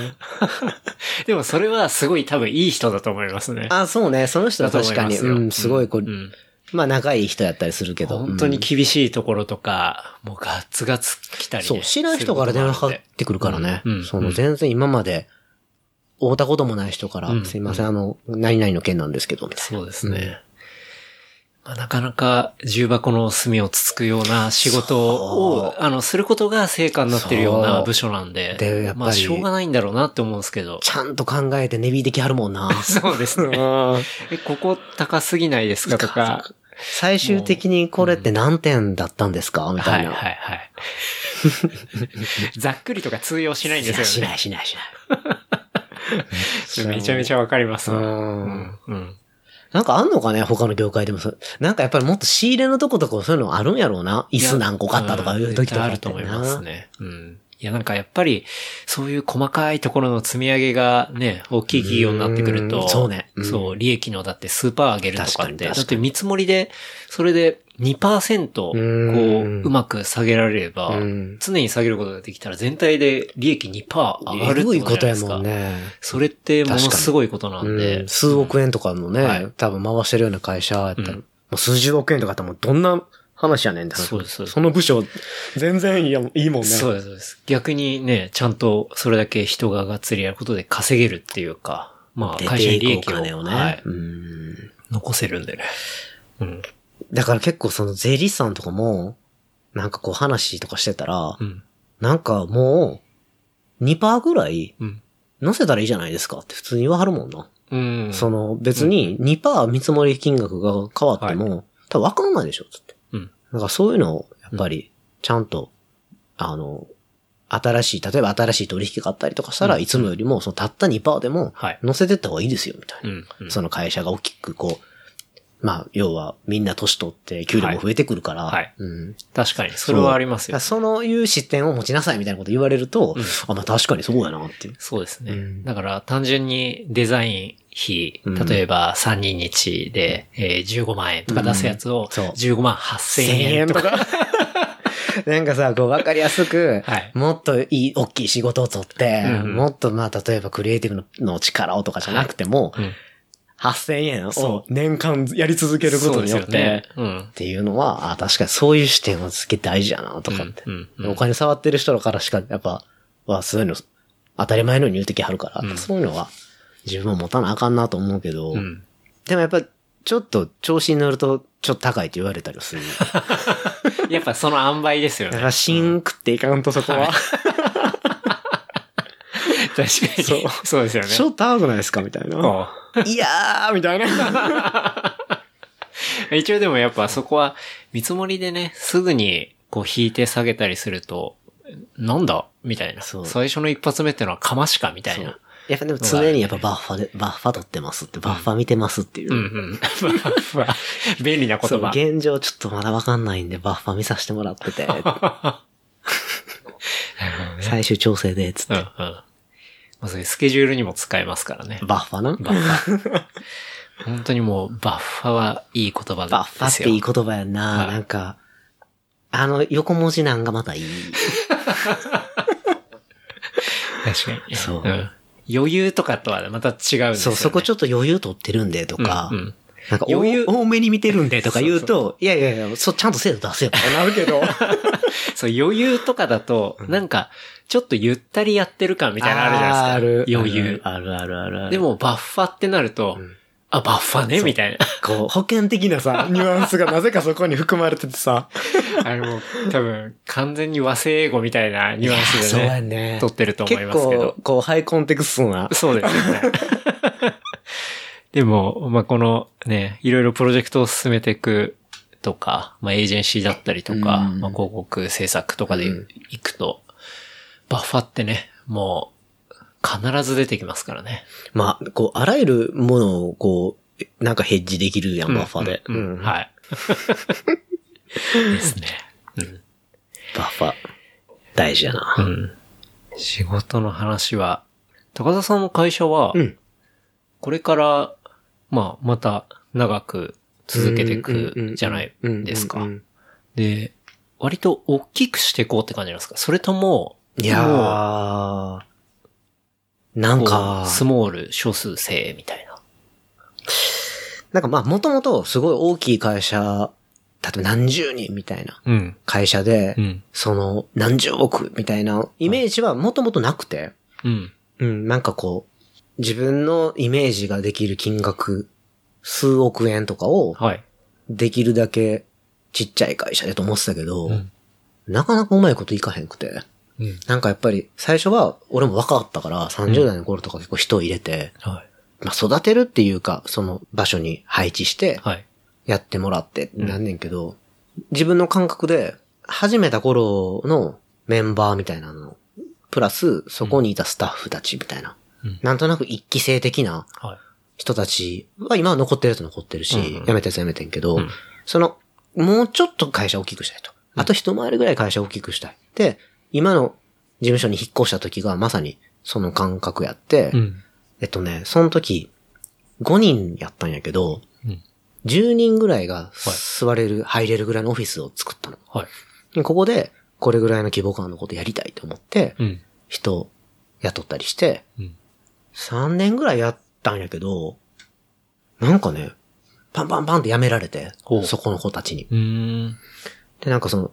でもそれはすごい多分いい人だと思いますね。
あ、そうね、その人は
だと
確
思い
か
ま
に、
すよ
うん、すごい、こう、
うん
まあ、仲いい人やったりするけど。
本当に
うん
厳しいところとか、もうガツガツ来たりね、
そう、知らん人から電話かか
するこ
ってくるからね
うんう。ん
そうの、
ん
全然今まで、会うたこともない人から
う、ん
すいません、あの、何々の件なんですけど、みたい
と
な。
もあるんで。そうですね。まあ、なかなか重箱の隅をつつくような仕事を
そ、
あの、することが成果になってるよう
そ
な
う
部署なんで、
でやっぱり
まあ、しょうがないんだろうなって思うんです
(laughs)
けど。
ちゃんと考えて値引いてきはるもんな。
そうですね。
うん
え、ここ高すぎないですかとか、
最終的にこれって何点だったんですかみた
はいい
な。
はいはい。ざっくりとか通用しないんで
いや
す
し
よ
な
ね。
いしないしない。
(laughs) めちゃめちゃわかります。
う。
うんうん。
なんかあんのかね他の業界でもそう。なんかやっぱりもっと仕入れのとことかそういうのあるんやろうな。椅子何個買ったとかいう時とか
うん絶対あ
ってな
ると思います。ね。うん。いや、なんかやっぱり、そういう細かいところの積み上げがね、大きい企業になってくる
うん
と、
そうねうん
そう、利益のだってスーパー上げるとか
確か
っ
に
て、
確か
だ
に
って見積もりで、それで2%、こ
うん
う、うまく下げられれば
うん、
常に下げることができたら全体で利益2%上がる
え
って
ぐ
ことじ
い
ゃな
こ
い
と
で
や
す
も
か
ん。ね。
それってものすごいことなん
う
で
ん、。数億円とかのね、
はい
多分回してるような会社やったら、
うん
もう数十億円とかってもうどんな話やねんって話。
そうですそうです
その部署、全然いいやいいもんね。
そうです、そうです。逆にね、ちゃんとそれだけ人ががっつりやることで稼げるっていうか、まあ、
出
会社
て
に利
いくお
益を
金をね。
はい、
うん
残せるんでね。うん。
だから結構その税理士さんとかも、なんかこう話とかしてたら、
うん。
なんかもう、2%ぐらい
うん。
乗せたらいいじゃないですかって普通に言わはるもんな。
うん。
その別に2%見積もり金額が変わっても、多分分かんないでしょ、つって。
うん。
だからそういうのを、やっぱり、ちゃんと、あの、新しい、例えば新しい取引があったりとかしたら、
うん
いつもよりも、そのたった2%でも
はい、
乗せてった方がいいですよ、みたいな。
うん。うん。
その会社が大きくこう、まあ、要は、みんな年取って給料も増えてくるから、
はいはい
うん。
確かに、それはありますよ。
そうだからそういう視点を持ちなさいみたいなこと言われると、
うん
あ、まあ確かにそうやなっていう。
そうですね。
うん
だから単純にデザイン費
うん、
例えば3人日で、えー15万円とか出すやつを、
そう
15万8000円とか。
か。 (laughs) なんかさ、こう分かりやすく、
はい
もっといい、大きい仕事を取って、
うん
もっとまあ、例えばクリエイティブのの力をとかじゃなくても、
うん
8000円を
そ
年間やり続けることによっ
そうですよね
て、
うん
っ。ていうのは、あ確かにそういう視点はすげえ大事やな、とかって。
うんうんうん
お金触ってる人からしか、やっぱ、はそういうの、当たり前のように言うてきはるから、
うん
そういうのは自分は持たなあかんなと思うけど、
うん。
でもやっぱ、ちょっと調子に乗ると、ちょっと高いって言われたりする。
(laughs) やっぱその塩梅ですよ
だか
ね。
ら、シンクっていかんとそこは、
確かに。そうですよ
(laughs)
ね。
ちょっと高くないですかみたいな。
と。
いやーみたい
(laughs)
な。
一応でもやっぱそこは見積もりでね、すぐにこう引いて下げたりすると、なんだみたいな。
そう
最初の一発目ってのはかましかみたいな。
やっぱでも常にやっぱバッファで、バッファ取ってますって、バッファ見てますっていう。
うんうん。 (laughs) まあ便利な
そ
言
う
葉。
現状ちょっとまだわかんないんで、バッファ見させてもら
(laughs)
ってて、
なるほどね
最終調整で、つっ
うんうん。
て。
まあ、それスケジュールにも使えますからね。
バッファな
バッフ
(laughs)
ァ。本当にもう、バッファはいい言葉
バッ
で
フ
すよ。
ァっていい言葉やんな、
はい
なんか、あの、横文字なんがまたいい。
確かに。
そうん
余裕とかとはまた違うんですよ、ね。
そう、そこちょっと余裕取ってるんでとか、
うんうん
なんか
余裕
多多めに見てるんでとか言うと、いやいやいや、そう、ちゃんと精度出せよとかなるけ (laughs) ど。
そう、余裕とかだと、なんか、ちょっとゆったりやってる感みたいなのあるじゃないですか。余裕。
あるあるあるある。
で、も、バッファってなると、あ、バッファね、みたいな。
(laughs) こう、保険的なさ、ニュアンスがなぜかそこに含まれててさ。
あれもう、多分、完全に和製英語みたいなニュアンス
そう
で
や
ね、
ね。
撮ってると思いますけど
結。構、こう、ハイコンテクストな。
そうですよ
(laughs)
ね。でも、まあ、このね、いろいろプロジェクトを進めていくとか、まあ、エージェンシーだったりとか、
うん
まあ、広告制作とかで
うん
いくと、バッファってね、もう、必ず出てきますからね。
まあ、こう、あらゆるものを、こう、なんかヘッジできるやん、バッファで。
うんうん
うん (laughs)
はい。ですね。
バッファ。大事やな。
うん。うん。仕事の話は、高田さんの会社は、
うん
これから、まあ、また長く続けていくじゃないで
う
す
んう
か
んうん。うん
で、割と大きくしていこうって感じなんですかそれとも、
いや
も
ー。な
うん
か、
スモール少数制みたいな。
なんかまあ、もともとすごい大きい会社、例えば何十人みたいな
うん。
会社で、
うん。
その何十億みたいなイメージはもともとなくて、
うん。
うん、なんかこう、自分のイメージができる金額、数億円とかを、
はい。
できるだけちっちゃい会社でと思ってたけど、
うん
なかなかうまいこといかへんくて、
うん。
なんかやっぱり最初は俺も若かったから30代の頃とか結構人を入れて、
は
まあ育てるっていうか、その場所に配置して
い。、はい。
やってもらってってなんねんけど、自分の感覚で、始めた頃のメンバーみたいなの、プラス、そこにいたスタッフたちみたいな、
うん
なんとなく一期生的な
はい。
人たちは今は残ってるやつ残ってるし、
うんうん
辞めたやつ辞めてんけど、
うん
その、もうちょっと会社を大きくしたいと。あと一回りぐらい会社を大きくしたい。で、今の事務所に引っ越した時がまさにその感覚やって、
うん。
えっとね、その時、5人やったんやけど、
うん
10人ぐらいが
はい
座れる、入れるぐらいのオフィスを作ったの。
はい。
でここで、これぐらいの規模感のことやりたいと思って、
うん。
人を雇ったりして、
うん。
3年ぐらいやったんやけど、なんかね、パンパンパンってやめられて
ほ、う
そこの子たちに。
うーん。
で、なんかその、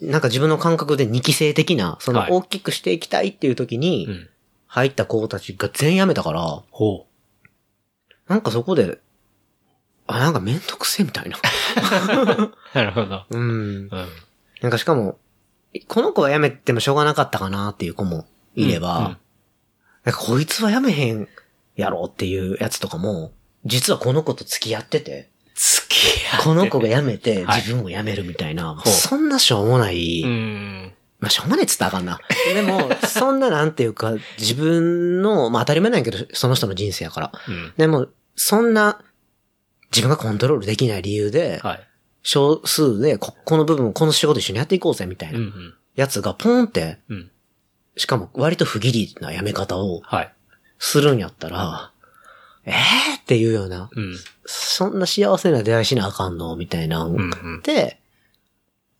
なんか自分の感覚で二期生的な、その
はい
大きくしていきたいっていう時
う
に、
ん。
入った子たちが全員辞めたから、
ほ
なんかそこで、あ、なんかめんどくせえみたいな。
う。なるほど。
うん。
うん。
なんかしかも、この子は辞めてもしょうがなかったかなっていう子もいれば、なんかこいつは辞めへんやろっていうやつとかも、実はこの子と付き合ってて、
付き合って
この子が辞めて
はい
自分も辞めるみたいな、
う
そんなしょうもない、
うん。
まあしょうもないっつったらあかんな。で
(laughs)
も、そんななんていうか、自分の、まあ当たり前なんやけど、その人の人生やから。
うん。
でも、そんな、自分がコントロールできない理由で、
はい。
少数でこ、この部分、この仕事一緒にやっていこうぜみたい
うんう。
なんやつがポンって、
うん。
しかも割と不義理なやめ方を
はい。
するんやったら、えーっていうような、
うん。
そんな幸せな出会いしなあかんのみたいな
うんうん。
で、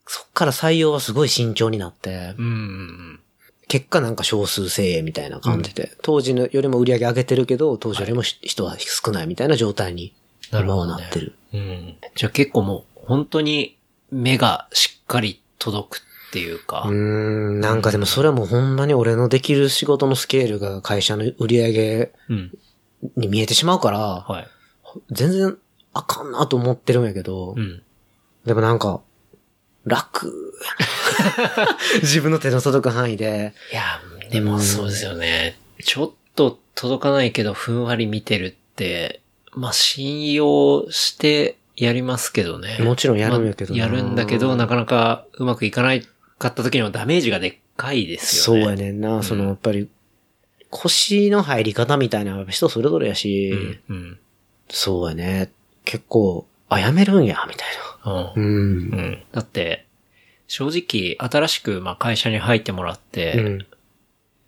そっから採用はすごい慎重になって
う、んうん
結果なんか少数精鋭みたいな感じで、当時のよりも売り上げ上げてるけど、当時よりもし人は少ないみたいな状態に
なる
今
ほ
は
どね
なってる。
うん。うん。じゃあ結構もう、本当に目がしっかり届くっていうか。
うーん、なんかでもそれはもうほんまに俺のできる仕事のスケールが会社の売り上げ
うん。
に見えてしまうから、
はい。
全然あかんなと思ってるんやけど、
うん。
でもなんか、
(laughs)
楽やな。自分の手の届く範囲で、
いや、でもそうですよね。ちょっと届かないけど、ふんわり見てるって、まあ、信用してやりますけどね。
もちろんやるんやけどな
まあやるんだけど、なかなかうまくいかないかった時のダメージがでっかいです
そ
よ
う
ね。
やねんな、そのやっぱり、腰の入り方みたいなのはやっぱ人それぞれやし、
うん。うん。
そうやね。結構、あ、やめるんや、みたい
うん
な。うん。
うん。だって、正直、新しく、まあ、会社に入ってもらって、
うん。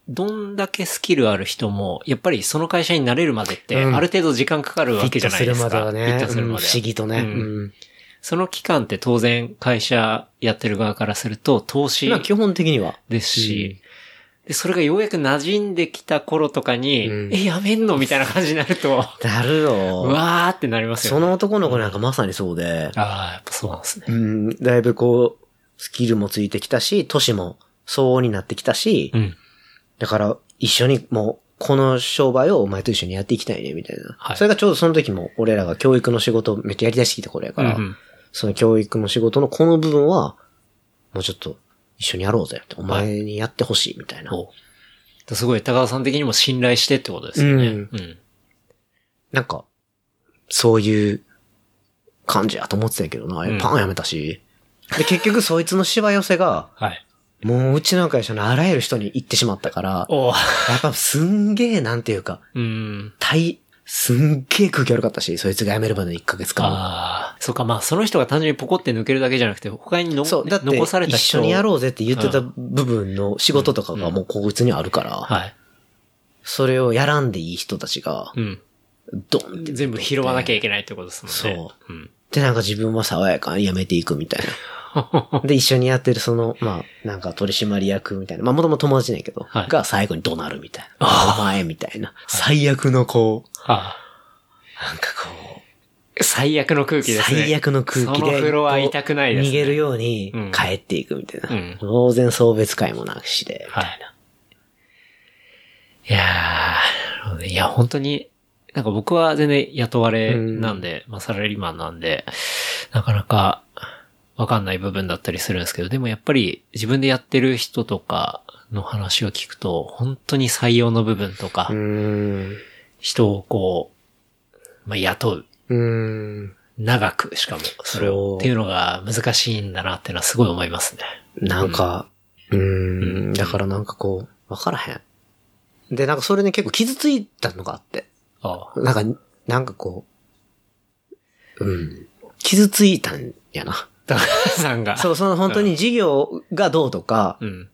どんだけスキルある人も、やっぱりその会社に慣れるまでって、
うん
ある程度時間かかる
フ
わ
ィ
け
ッ
じゃ
ト
な
す
いで
る
す
まで
か。
はね。
フィットするま
うん
で。
不思議とね。う
うん
ん。
その期間って当然会社やってる側からすると投資
まあ基本的には。
ですし、で、それがようやく馴染んできた頃とかに、
うん
え、やめんのみたいな感じになる
(laughs)
と、
なる
う
よ。
わーってなりますよ
そ
ね。
の男の子なんかまさにそうで、
ああ、やっぱそうなんですね。
うん、だいぶこう、スキルもついてきたし、年も相応になってきたし、
うん。
だから一緒にもう、この商売をお前と一緒にやっていきたいね、みたいな。
はい
それがちょうどその時も、俺らが教育の仕事めっちゃやり出してきた頃やから、
うんうん
その教育の仕事のこの部分は、もうちょっと一緒にやろうぜって、お
はい
前にやってほしいみたいな。
おすごい、高田さん的にも信頼してってことですよね。
うん
うん。
なんか、そういう感じやと思ってたけどな、
うん
パンやめたし。で、結局そいつのしわ寄せが、
はい。
もううちの会社のあらゆる人に行ってしまったから、
お
やっぱすんげえなんていうか、
うん。
大、すんげえ空気悪かったし、そいつが辞めるまでの1ヶ月間。
ああ。そうか、まあ、その人が単純にポコって抜けるだけじゃなくて、他にの
そう、だって
残された
一
人
緒にやろうぜって言ってた部分の仕事とかがもうこいつにはあるから、
はい。
それをやらんでいい人たちが、
うん。
ドンって
全部拾わなきゃいけないってことですもんね。。
そう
うん。 (laughs)
で、なんか自分は爽やかに辞めていくみたいな。で、一緒にやってるその、まあ、なんか取締役みたいな、まあ、もともと友達なんやけど、
はい
が最後に怒鳴るみたいな。お前みたいな。最悪のこう、
あ
なんかこ
あ最悪の空
う、
気ですね。
最悪の空気
その
で、
フロア痛くないです、ね。
逃げるように
うん
帰っていくみたいな。
うん
当然送別会もなしで、みた
はい
いな。
いやー、いや、本当に、なんか僕は全然雇われなんで、まあサラリーマンなんで、なかなかわかんない部分だったりするんですけど、でもやっぱり自分でやってる人とかの話を聞くと、本当に採用の部分とか、
う
人をこう、まあ雇う。
ーん。う
長く、しかも、それ
そ
を
う。
っていうのが難しいんだなっていうのはすごい思いますね。
ーん。なんか、うーん。だからなんかこう、わからへん。で、なんかそれね結構傷ついたのがあって。
ああ
なんか、なんかこう、うん。傷ついたんや
(laughs)
な。
高橋さんが。
そう、その本当に事業がどうとか
うん。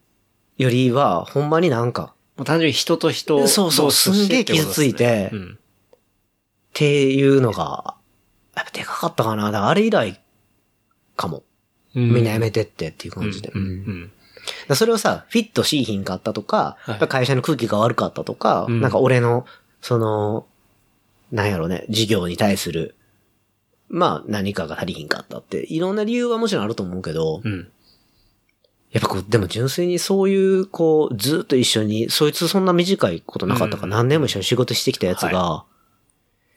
よりは、ほんまになんか、
もう単純に人と人を
そうそう
同士としてってことです
んげえ傷ついて
うん。
っていうのが、やっぱでかかったかな。だからあれ以来、かも。みんなやめてってっていう感じで。
うん。う
うんだか
ん。
らそれをさ、フィットしいひんかったとか、
はい
やっぱ会社の空気が悪かったとか、
うん
なんか俺の、その、なんやろね、事業に対する、まあ何かが足りひんかったって、いろんな理由はもちろんあると思うけど、
うん。
やっぱこう、でも純粋にそういう、こう、ずっと一緒に、そいつそんな短いことなかったから、
うん
何年も一緒に仕事してきたやつが、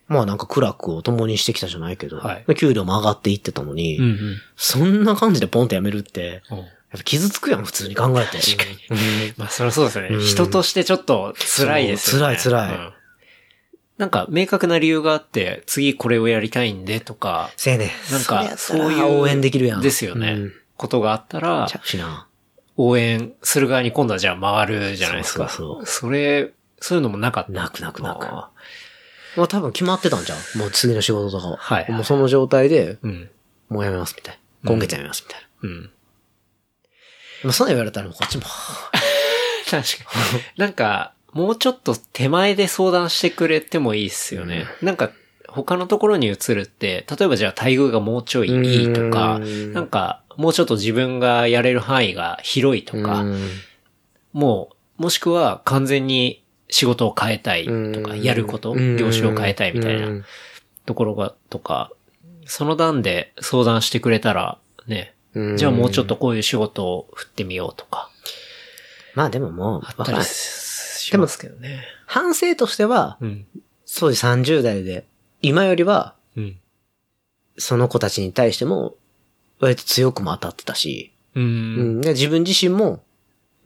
まあなんか苦楽を共にしてきたじゃないけど、
はい
で給料も上がっていってたのに、
うん。うん。
そんな感じでポンって辞めるって、
うん
やっぱ傷つくやん、普通に考えて。
確かに
うん。
まあ、そりゃそうですよ
う
ね。
ん
人としてちょっと辛いですよね。
そう辛い辛い
うんなんか、明確な理由があって、次これをやりたいんでとか、
せやね
なんか、
そり
そ
ゃ
ういう。
応援できるやん。
ですよね。
うん
ことがあったら
ち、ゃうしな。
応援する側に今度はじゃあ回るじゃないですか。
そうそう
それ、そういうのもなかった。
なくなくなく
ああ
まあ多分決まってたんじゃん。もう次の仕事とかは。
はいはい
もうその状態で、
うん。
もうやめますみたいな。今月やめますみたいな。
うん。
まあそんなん言われたらもうこっちも、
確かに。なんか、もうちょっと手前で相談してくれてもいいっすよね。なんか、他のところに移るって、例えばじゃあ待遇がもうちょいいいとか
う、ん
なんか、もうちょっと自分がやれる範囲が広いとか、
うん
もう、もしくは完全に仕事を変えたいとか、
うん
やること、
うん
業種を変えたいみたいな
うん
ところが、とか、その段で相談してくれたら、ね、
うん
じゃあもうちょっとこういう仕事を振ってみようとか、
まあでももう、
あ
わ
っ
か
た
んな
り
い
すしますけどね。
反省としては、
うん。
そうです30代で、今よりは、
うん。
その子たちに対しても、割と強くも当たってたし、
う。
うんんで自分自身も、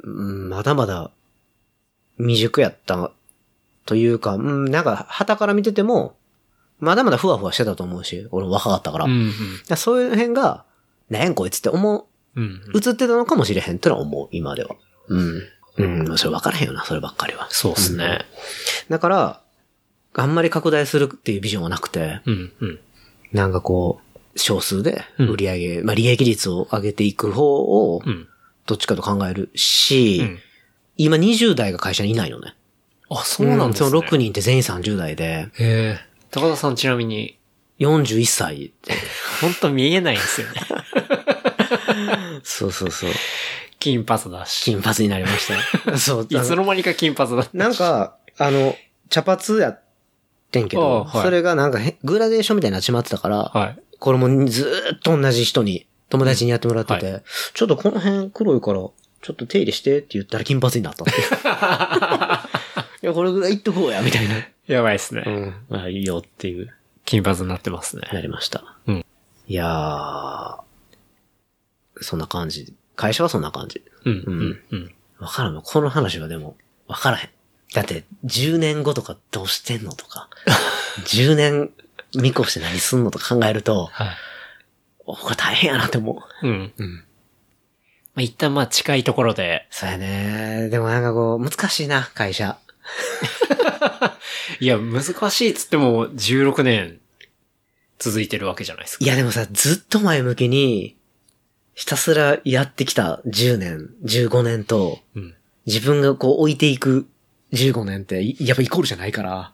うんまだまだ、未熟やった、というか、うんなんか、旗から見てても、まだまだふわふわしてたと思うし、俺も若かったから。
う
だか
ん。
らそういう辺が、なんやこいつって思
うん。
う、映ってたのかもしれへんってのは思う、今では。うん。うん、それ分からへんよな、そればっかりは。
そうっすね。
だから、あんまり拡大するっていうビジョンはなくて、
うん。うん。
なんかこう、少数で
うん
売り上げ、まあ利益率を上げていく方を
う、ん。
どっちかと考えるし、今20代が会社にいないのね。
あ、そうなんですね。
その6人って全員30代で、
へえ。高田さんちなみに、
41歳。
ほんと見えないんですよ (laughs) ね。
そうそうそう。
金髪だ
(laughs)
し。
金髪になりま
(laughs)
した。そう。
い
あ
つ
の
の間にか金髪だった。
なんか、あの、茶髪やってんけど、
あはい
それがなんかへグラデーションみたいになっちまってたから、
はい。
これもずーっと同じ人に、友達にやってもらってて、ちょっとこの辺黒いから、ちょっと手入れしてって言ったら金髪になったって (laughs) いう。いや、これぐらいいっとこうや、みたいな。
やばいっすね。
ん。まあ、いいよっていう、
金髪になってますね。
なりました。
うん。
いやー、そんな感じ。会社はそんな感じ。
うん。
うん
うん。
わからんの。この話はでも、わからへん。だって、10年後とかどうしてんのと (laughs) か、10年見越して何すんのとか考えると、
はい。
おこれ大変やなって思う。
うん。
うん。
まあ、一旦まあ近いところで、
そうやね。でもなんかこう、難しいな、会社。
いや、難しいっつっても16年続いてるわけじゃないですか。
いやでもさ、ずっと前向きに、ひたすらやってきた10年、15年と、
うん。
自分がこう置いていく15年って、いやっぱイコールじゃないから。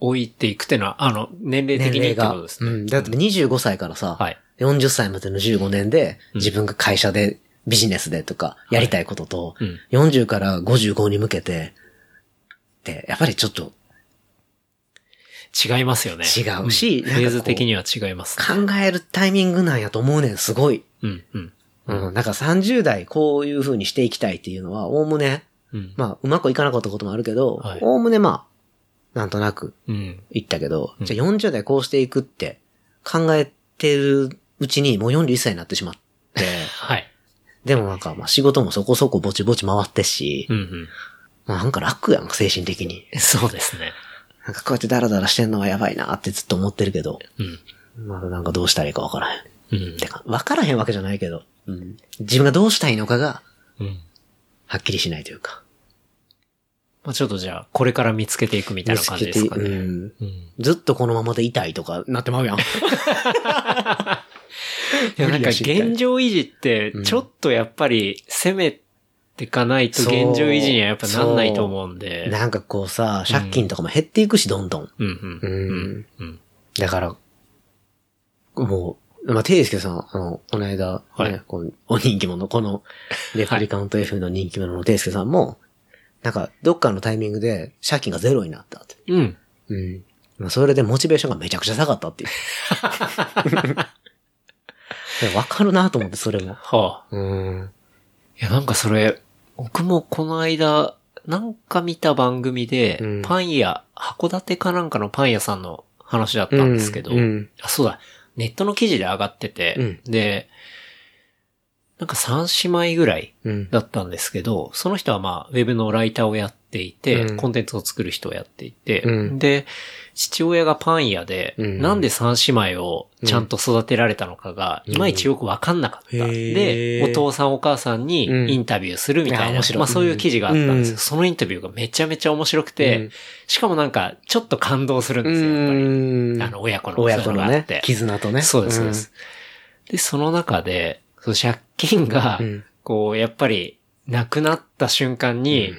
置いていくってのは、あの、年齢
年
的に
齢
ってこ
が。
とですね。
うん。だって25歳からさ、
はい。
40歳までの15年で、
うん
自分が会社で、ビジネスでとか、やりたいことと、
うん。
40から55に向けて、って、やっぱりちょっと
違いますよね。
違うし
ん
なんかこう
フェーズ的には違いますね。
考えるタイミングなんやと思うねん、すごい。
うん、うん。
うん、なんか30代こういう風にしていきたいっていうのは、おおむね、
うん。
まあ、うまくいかなかったこともあるけど
はい、
おおむねまあ、なんとなく
うん。
いったけど、
うん
じゃあ40代こうしていくって考えてるうちにもう41歳になってしま
(laughs)
って、
はい。
でもなんかまあ仕事もそこそこぼちぼち回ってし
う、ん、うん。
まあなんか楽やんか、精神的に。
(laughs) そうですね。
なんかこうやってダラダラしてんのはやばいなってずっと思ってるけど、
うん。
まだなんかどうしたらいいかわからへん。
うん
てか、わからへんわけじゃないけど、うん自分がどうしたいのかが
うん。
はっきりしないというか。
まあちょっとじゃあ、これから見つけていくみたいな感じですかね。
う
うんん。
ずっとこのままでいたいとかなってま
(laughs)
うやん。
いやなんか
無理やしみたいな
現状維持って、ちょっとやっぱり攻めてかないと現状維持にはやっぱなんないと思うんで。
なんかこうさ、借金とかも減っていくし、どんどん。
うんうん
う
うんん。うん。
だから、もう、まあ、ていすけさん、あの、この間、ね
はい
こうお人気者、この、レプリカント F の人気者のていすけさんも、なんか、どっかのタイミングで借金がゼロになったって。
うん。
うん。まあ、それでモチベーションがめちゃくちゃ下がった
(laughs)
っていう。いやわかるなと思って、それも。
はあ。
うん。
いやなんかそれ、僕もこの間、なんか見た番組で、
うん
パン屋、函館かなんかのパン屋さんの話だったんですけど、
うんうん
あ、そうだ、ネットの記事で上がってて、で、なんか3姉妹ぐらい
うん。
だったんですけど、その人はまあ、ウェブのライターをやっっていて、
うん
コンテンツを作る人をやっていて、
うん
で、父親がパン屋で、
うん
なんで三姉妹をちゃんと育てられたのかが、
うん
いまいちよくわかんなかった。
へー
で、お父さんお母さんに
うん
インタビューするみた
あ
いな、
面白い
まあそういう記事があったんですよ。
うん
そのインタビューがめちゃめちゃ面白くて、
うん
しかもなんか、ちょっと感動するんですよ、やっぱり。
ん
あの、親子の
親子の
そういうがあっ
ね
て、
絆とね。
そうです、そうです。で、その中で、その借金が、
うん
こう、やっぱり、なくなった瞬間
う
に
ん、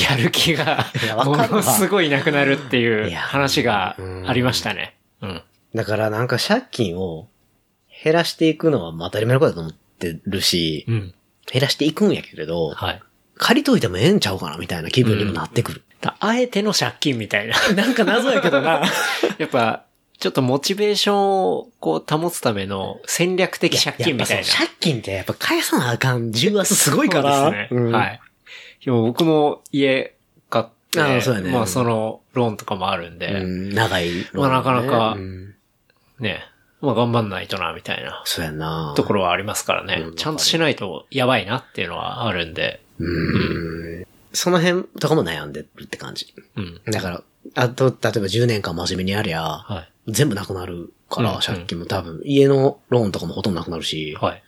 やる気が
いや、わ
も
かるわ
のすごいなくなるっていう
いや
話がありましたね。うん。
だからなんか借金を減らしていくのはまあ当たり前のことだと思ってるし、
うん。
減らしていくんやけれど、
はい。
借りといてもええんちゃうかなみたいな気分にもなってくる。
だあえての借金みたいな。 (laughs) なんか謎やけ
(laughs)
どな。やっぱ、ちょっとモチベーションをこう保つための戦略的借金みたい
や
な
っぱ。そう借金ってやっぱ返さなあかん重圧すごいから。
そうですね。はい。でも僕も家買って、
ああそうやね
まあそのローンとかもあるんで、
うん長い、
まあなかなか
うん
ね、まあ頑張んないとな、みたいな
そうやな
ところはありますからね。
うん
ちゃんとしないとやばいなっていうのはあるんで、
うんその辺とかも悩んでるって感じ。
うん。
だから、あと、例えば10年間真面目にやりゃ、
は
全部なくなるか
うん
ら、借金も多分、家のローンとかもほとんどなくなる
い。
し、
はい。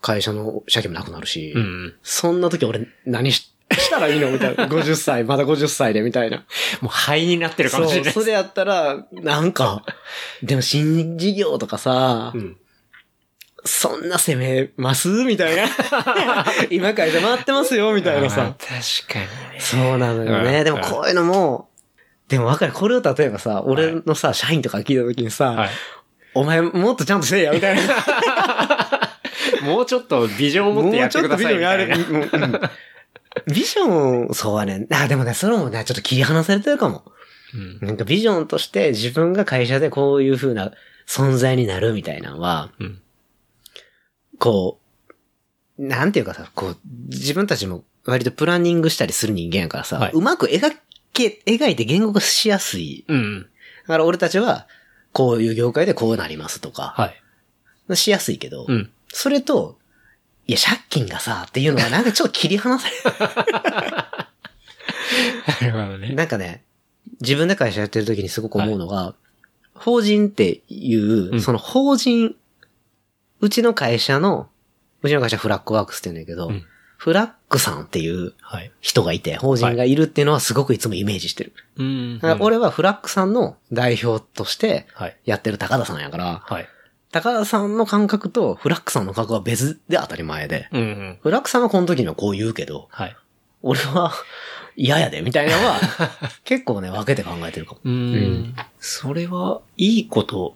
会社の借金もなくなるし、
うんうん。
そんな時俺何ししたらいいのみたい
(laughs)
な。50歳、まだ50歳でみたいな。
もう灰になってるか
そ
もしれ
う、
ない。
それやったら、なんか、でも新事業とかさ、
うん。
そんな攻めますみたい
(laughs)
な。今会社回ってますよみたいな
ああ
さ。
確かにね。
そうなのよ
う
ね。
ん
でもこういうのも、でもわかる。これを例えばさ、俺のさ、社員とか聞いた時にさ、
はい。
お前もっとちゃんとせえや、みたいな。
もうちょっとビジョンを持ってやってくださいみたい
も
な。
うちょっとビジョンやる。うんうんビジョン、そうはね。あ、でもね、それもね、ちょっと切り離されてるかも。
うん
なんかビジョンとして自分が会社でこういう風な存在になるみたいなのは、
うん。
こう、なんていうかさ、こう、自分たちも割とプランニングしたりする人間やからさ、
はいう
まく描け、描いて言語化しやすい。
うん。
だから俺たちは、こういう業界でこうなりますとか、
はい。
しやすいけど、
うん。 (laughs)
それと、いや、借金がさ、っていうのはなんかちょっと切り離され
なるほどね。
(laughs) なんかね、自分で会社やってる時にすごく思うのが、法人っていう、
うん
その法人、うちの会社の、うちの会社フラッグワークスって言うんだけど、
うん
フラッグさんっていう
はい。
人がいて、法人がいるっていうのはすごくいつもイメージしてる。
うん
だから、俺はフラッグさんの代表として
はい。
やってる高田さんやから、
はい。
高田さんの感覚とフラッグさんの感覚は別で当たり前で、
うんうん。
フラッグさんはこの時にはこう言うけど、
はい。
俺は嫌やで、みたいなのは、
(laughs)
結構ね、分けて考えてるかも。
う
うんん。
それは、いいこと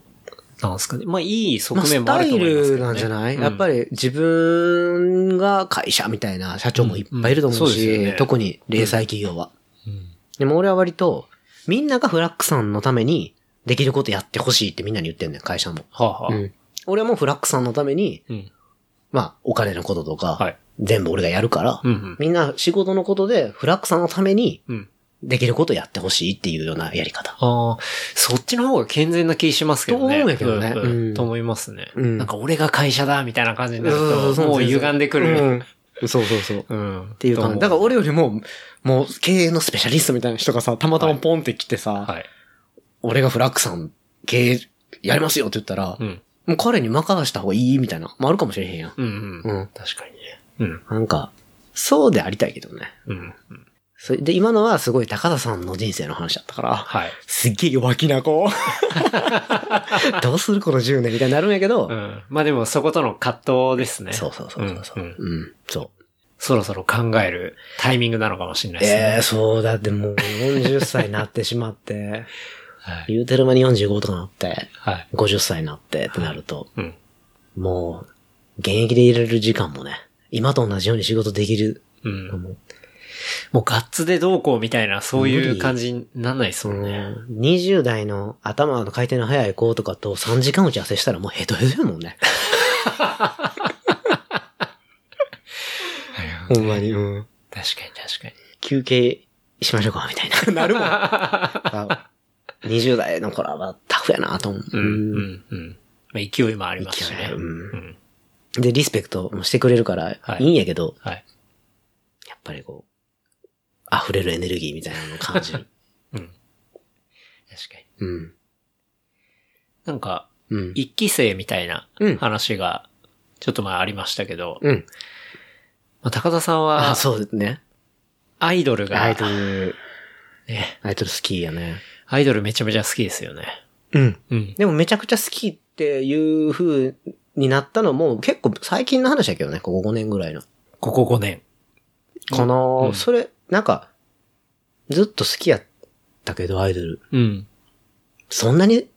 なんですかね。まあ、いい
ま
側
あ、
面
ス
もあ
タ
ると
イ
思いますけ
ル
ど、ね。
なんじゃない、
うん
やっぱり自分が会社みたいな社長もいっぱいいると思うし、
うんうんそうですよね
特に零細企業は。
うん
でも俺は割と、みんながフラックさんのためにできることやってほしいってみんなに言ってんねん、会社も。
はあ、はあ、うん。
俺もフラックさんのために、
うん。
まあ、お金のこととか、
はい
全部俺がやるから、
うん。
みんな仕事のことでフラックさんのために
うん。
できることやってほしいっていうようなやり方。
ああ、そっちの方が健全な気しますけど
と
ね。
思うんやけどね
うんうん
うん
と思いますね。
うん
なんか俺が会社だみたいな感じになる
そうそうそ
と、
う
もう歪んでくる。
うんそうそうそう。
うん。っ
っていう感じ。だから、俺よりも、もう経営のスペシャリストみたいな人がさ、たまたまポンって来てさ、
はい。
俺がフラッグさん経営やりますよって言ったら、
うん。
もう彼に任した方がいいみたいな、もあるかもしれへんやん。
うんうん。
うん。
確かにね。うん。
なんか、そうでありたいけどね。
うん。
それで、今のはすごい高田さんの人生の話だったから、
はい。
すっげえ弱気な
(laughs)
子。 (laughs) どうするこの10年みたいになるんやけど、
うん。まあでもそことの葛藤ですね。
そうそうそうそうそう、う
う
んん
うん
そう。
そろそろ考えるタイミングなのかもしれないですね。
ええー、そうだってもう40歳になってしまって、
はい。
言うてる間に45とかなって、
はい。
50歳になってってなると、
うん。
もう、現役でいられる時間もね、今と同じように仕事できる
うん
の。も、
もうガッツでどうこうみたいな、そうい
無
う
理
感じになんないです
う
もんね。
ん、20代の頭の回転の速い子とかと3時間打ち合わせしたらもうヘトヘトやもんね。ほんまに、うん。
確かに確かに。
休憩しましょうか、みたい (laughs) な。なるもん。あ20代の頃はタフやなと思う。
(laughs) うん、うん、うん。まあ、勢いもありますし
勢い
ね
あ。るうん
うん。
で、リスペクトもしてくれるから
はい
いいんやけど、
はい。
やっぱりこう、溢れるエネルギーみたいなのを感じる。
確かに。
(laughs) うん。
なんか、
うん。
一期生みたいな
うん
話が、ちょっと前ありましたけど、
うん。
まあ高田さんは
あ、、そうですね。
アイドルが、
アイドル、
ね、
アイドル好きやね。
アイドルめちゃめちゃ好きですよね。
うん。
うん。
でもめちゃくちゃ好きっていう風になったのも結構最近の話だけどね、ここ5年ぐらいの。
ここ5年。
この、
うん
それ、なんか、ずっと好きやったけど、アイドル。
うん。
そんなに、ギ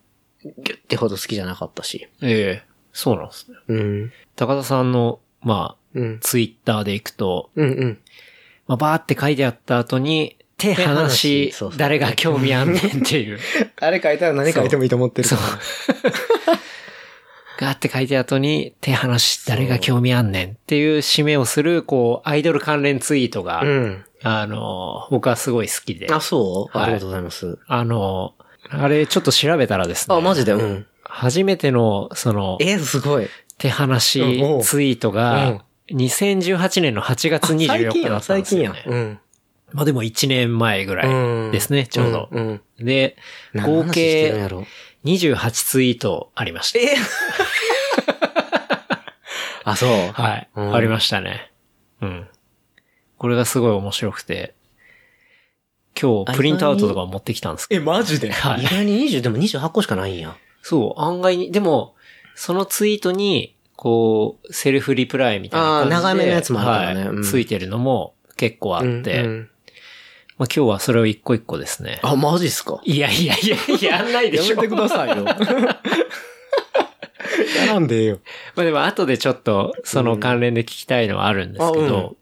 ュッてほど好きじゃなかったし。
ええそうなんですね。
うん。
高田さんの、まあ、
うん。
ツイッターで行くと、
うんうん。
まあ、バーって書いてあった後に、手離
手
し
離しそうそう
誰が興味あんねんって
(laughs)
いう。
あれ書いたら何
書いて
もいいと思ってる
そう。 (laughs) ガーって書いてあ後に、手離し誰が興味あんねんっていう締めをする、こう、アイドル関連ツイートが、
うん。
あの、僕はすごい好きで。
あ、そう、
は
あ
い
りがとうございます。
あの、あれちょっと調べたらですね。
あ、マジでうん。
初めての、その、
え、すごい。
手離し
うんおう
ツイートが、2018年の8月24日だったん
最
です
近や。
よ、ね。
うん。
まあでも1年前ぐらいですね、ちょうど。
うん。うん
で、合
何の話してるん
計
やろ
28ツイートありました。
あ、そう。
はい、
うん
ありましたね。うん。これがすごい面白くて、今日プリントアウトとか持ってきたんですけど。
マジで
はい
意外に20、でも28個しかないんや。
そう、案外に、でも、そのツイートに、こう、セルフリプライみたいな感じで。
あー長めのやつもあるからね
はい
うん
ついてるのも結構あって、
うんうん
まあ今日はそれを一個一個ですね。
あ、マジっすか
いやいやいや、やんないでしょ。
ださい
(laughs)
よ。やらんでええよ。
まあでも後でちょっと、その関連で聞きたいのはあるんですけ
うんあ
ど、
うん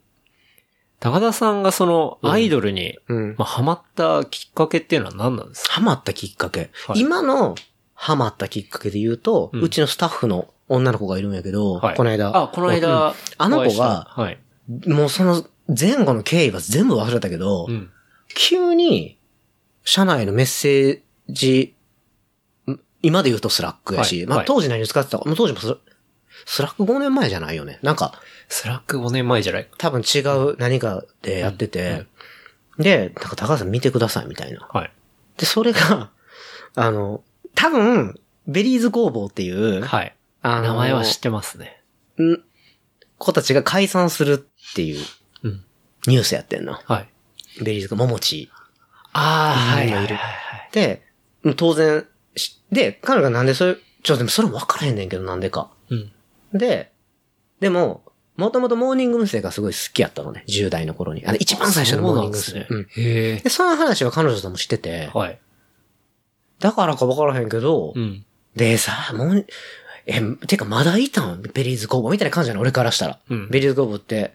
高田さんがそのアイドルに、
うん。
まあハマったきっかけっていうのは何なんですか
ハマったきっかけ。
はい
今のハマったきっかけで言うと、
う
うんちのスタッフの女の子がいるんやけど、
はい
この間。
あ、この間、
あの子が
お会いしたはい。
うんもうその前後の経緯は全部忘れたけど、
うん。
急に、社内のメッセージ、ん今で言うとスラックやし、
はい
ま
は
あ
い
当時何を使ってたか、もう当時もスラスラック5年前じゃないよね。なんか、
スラック5年前じゃない
多分違う何かでやってて、で、なんか高橋さん見てくださいみたいな。
はい。
で、それが、 (laughs) あの、多分、ベリーズ工房っていう、
はい。
あの
名前は知ってますね。
ん子たちが解散するっていう
うん。
ニュースやってんな。
はい。
ベリーズがももち。
ああ、はいい。
いのいる
はい
で、当然し、で、彼がなんでそれ、ちょ、でもそれも分からへんねんけど、なんでか。
うん。
で、でも、もともとモーニング娘。がすごい好きやったのね、10代の頃に。あの、一番最初のモーニング娘。
そう
う
なん
ん
で。すね。へえ。
で、その話は彼女ともしてて、
はい。
だからか分からへんけど、
うん。
でさ、もう、え、てかまだいたんベリーズ工房みたいな感じなの、俺からしたら。
うん
ベリーズ工房って、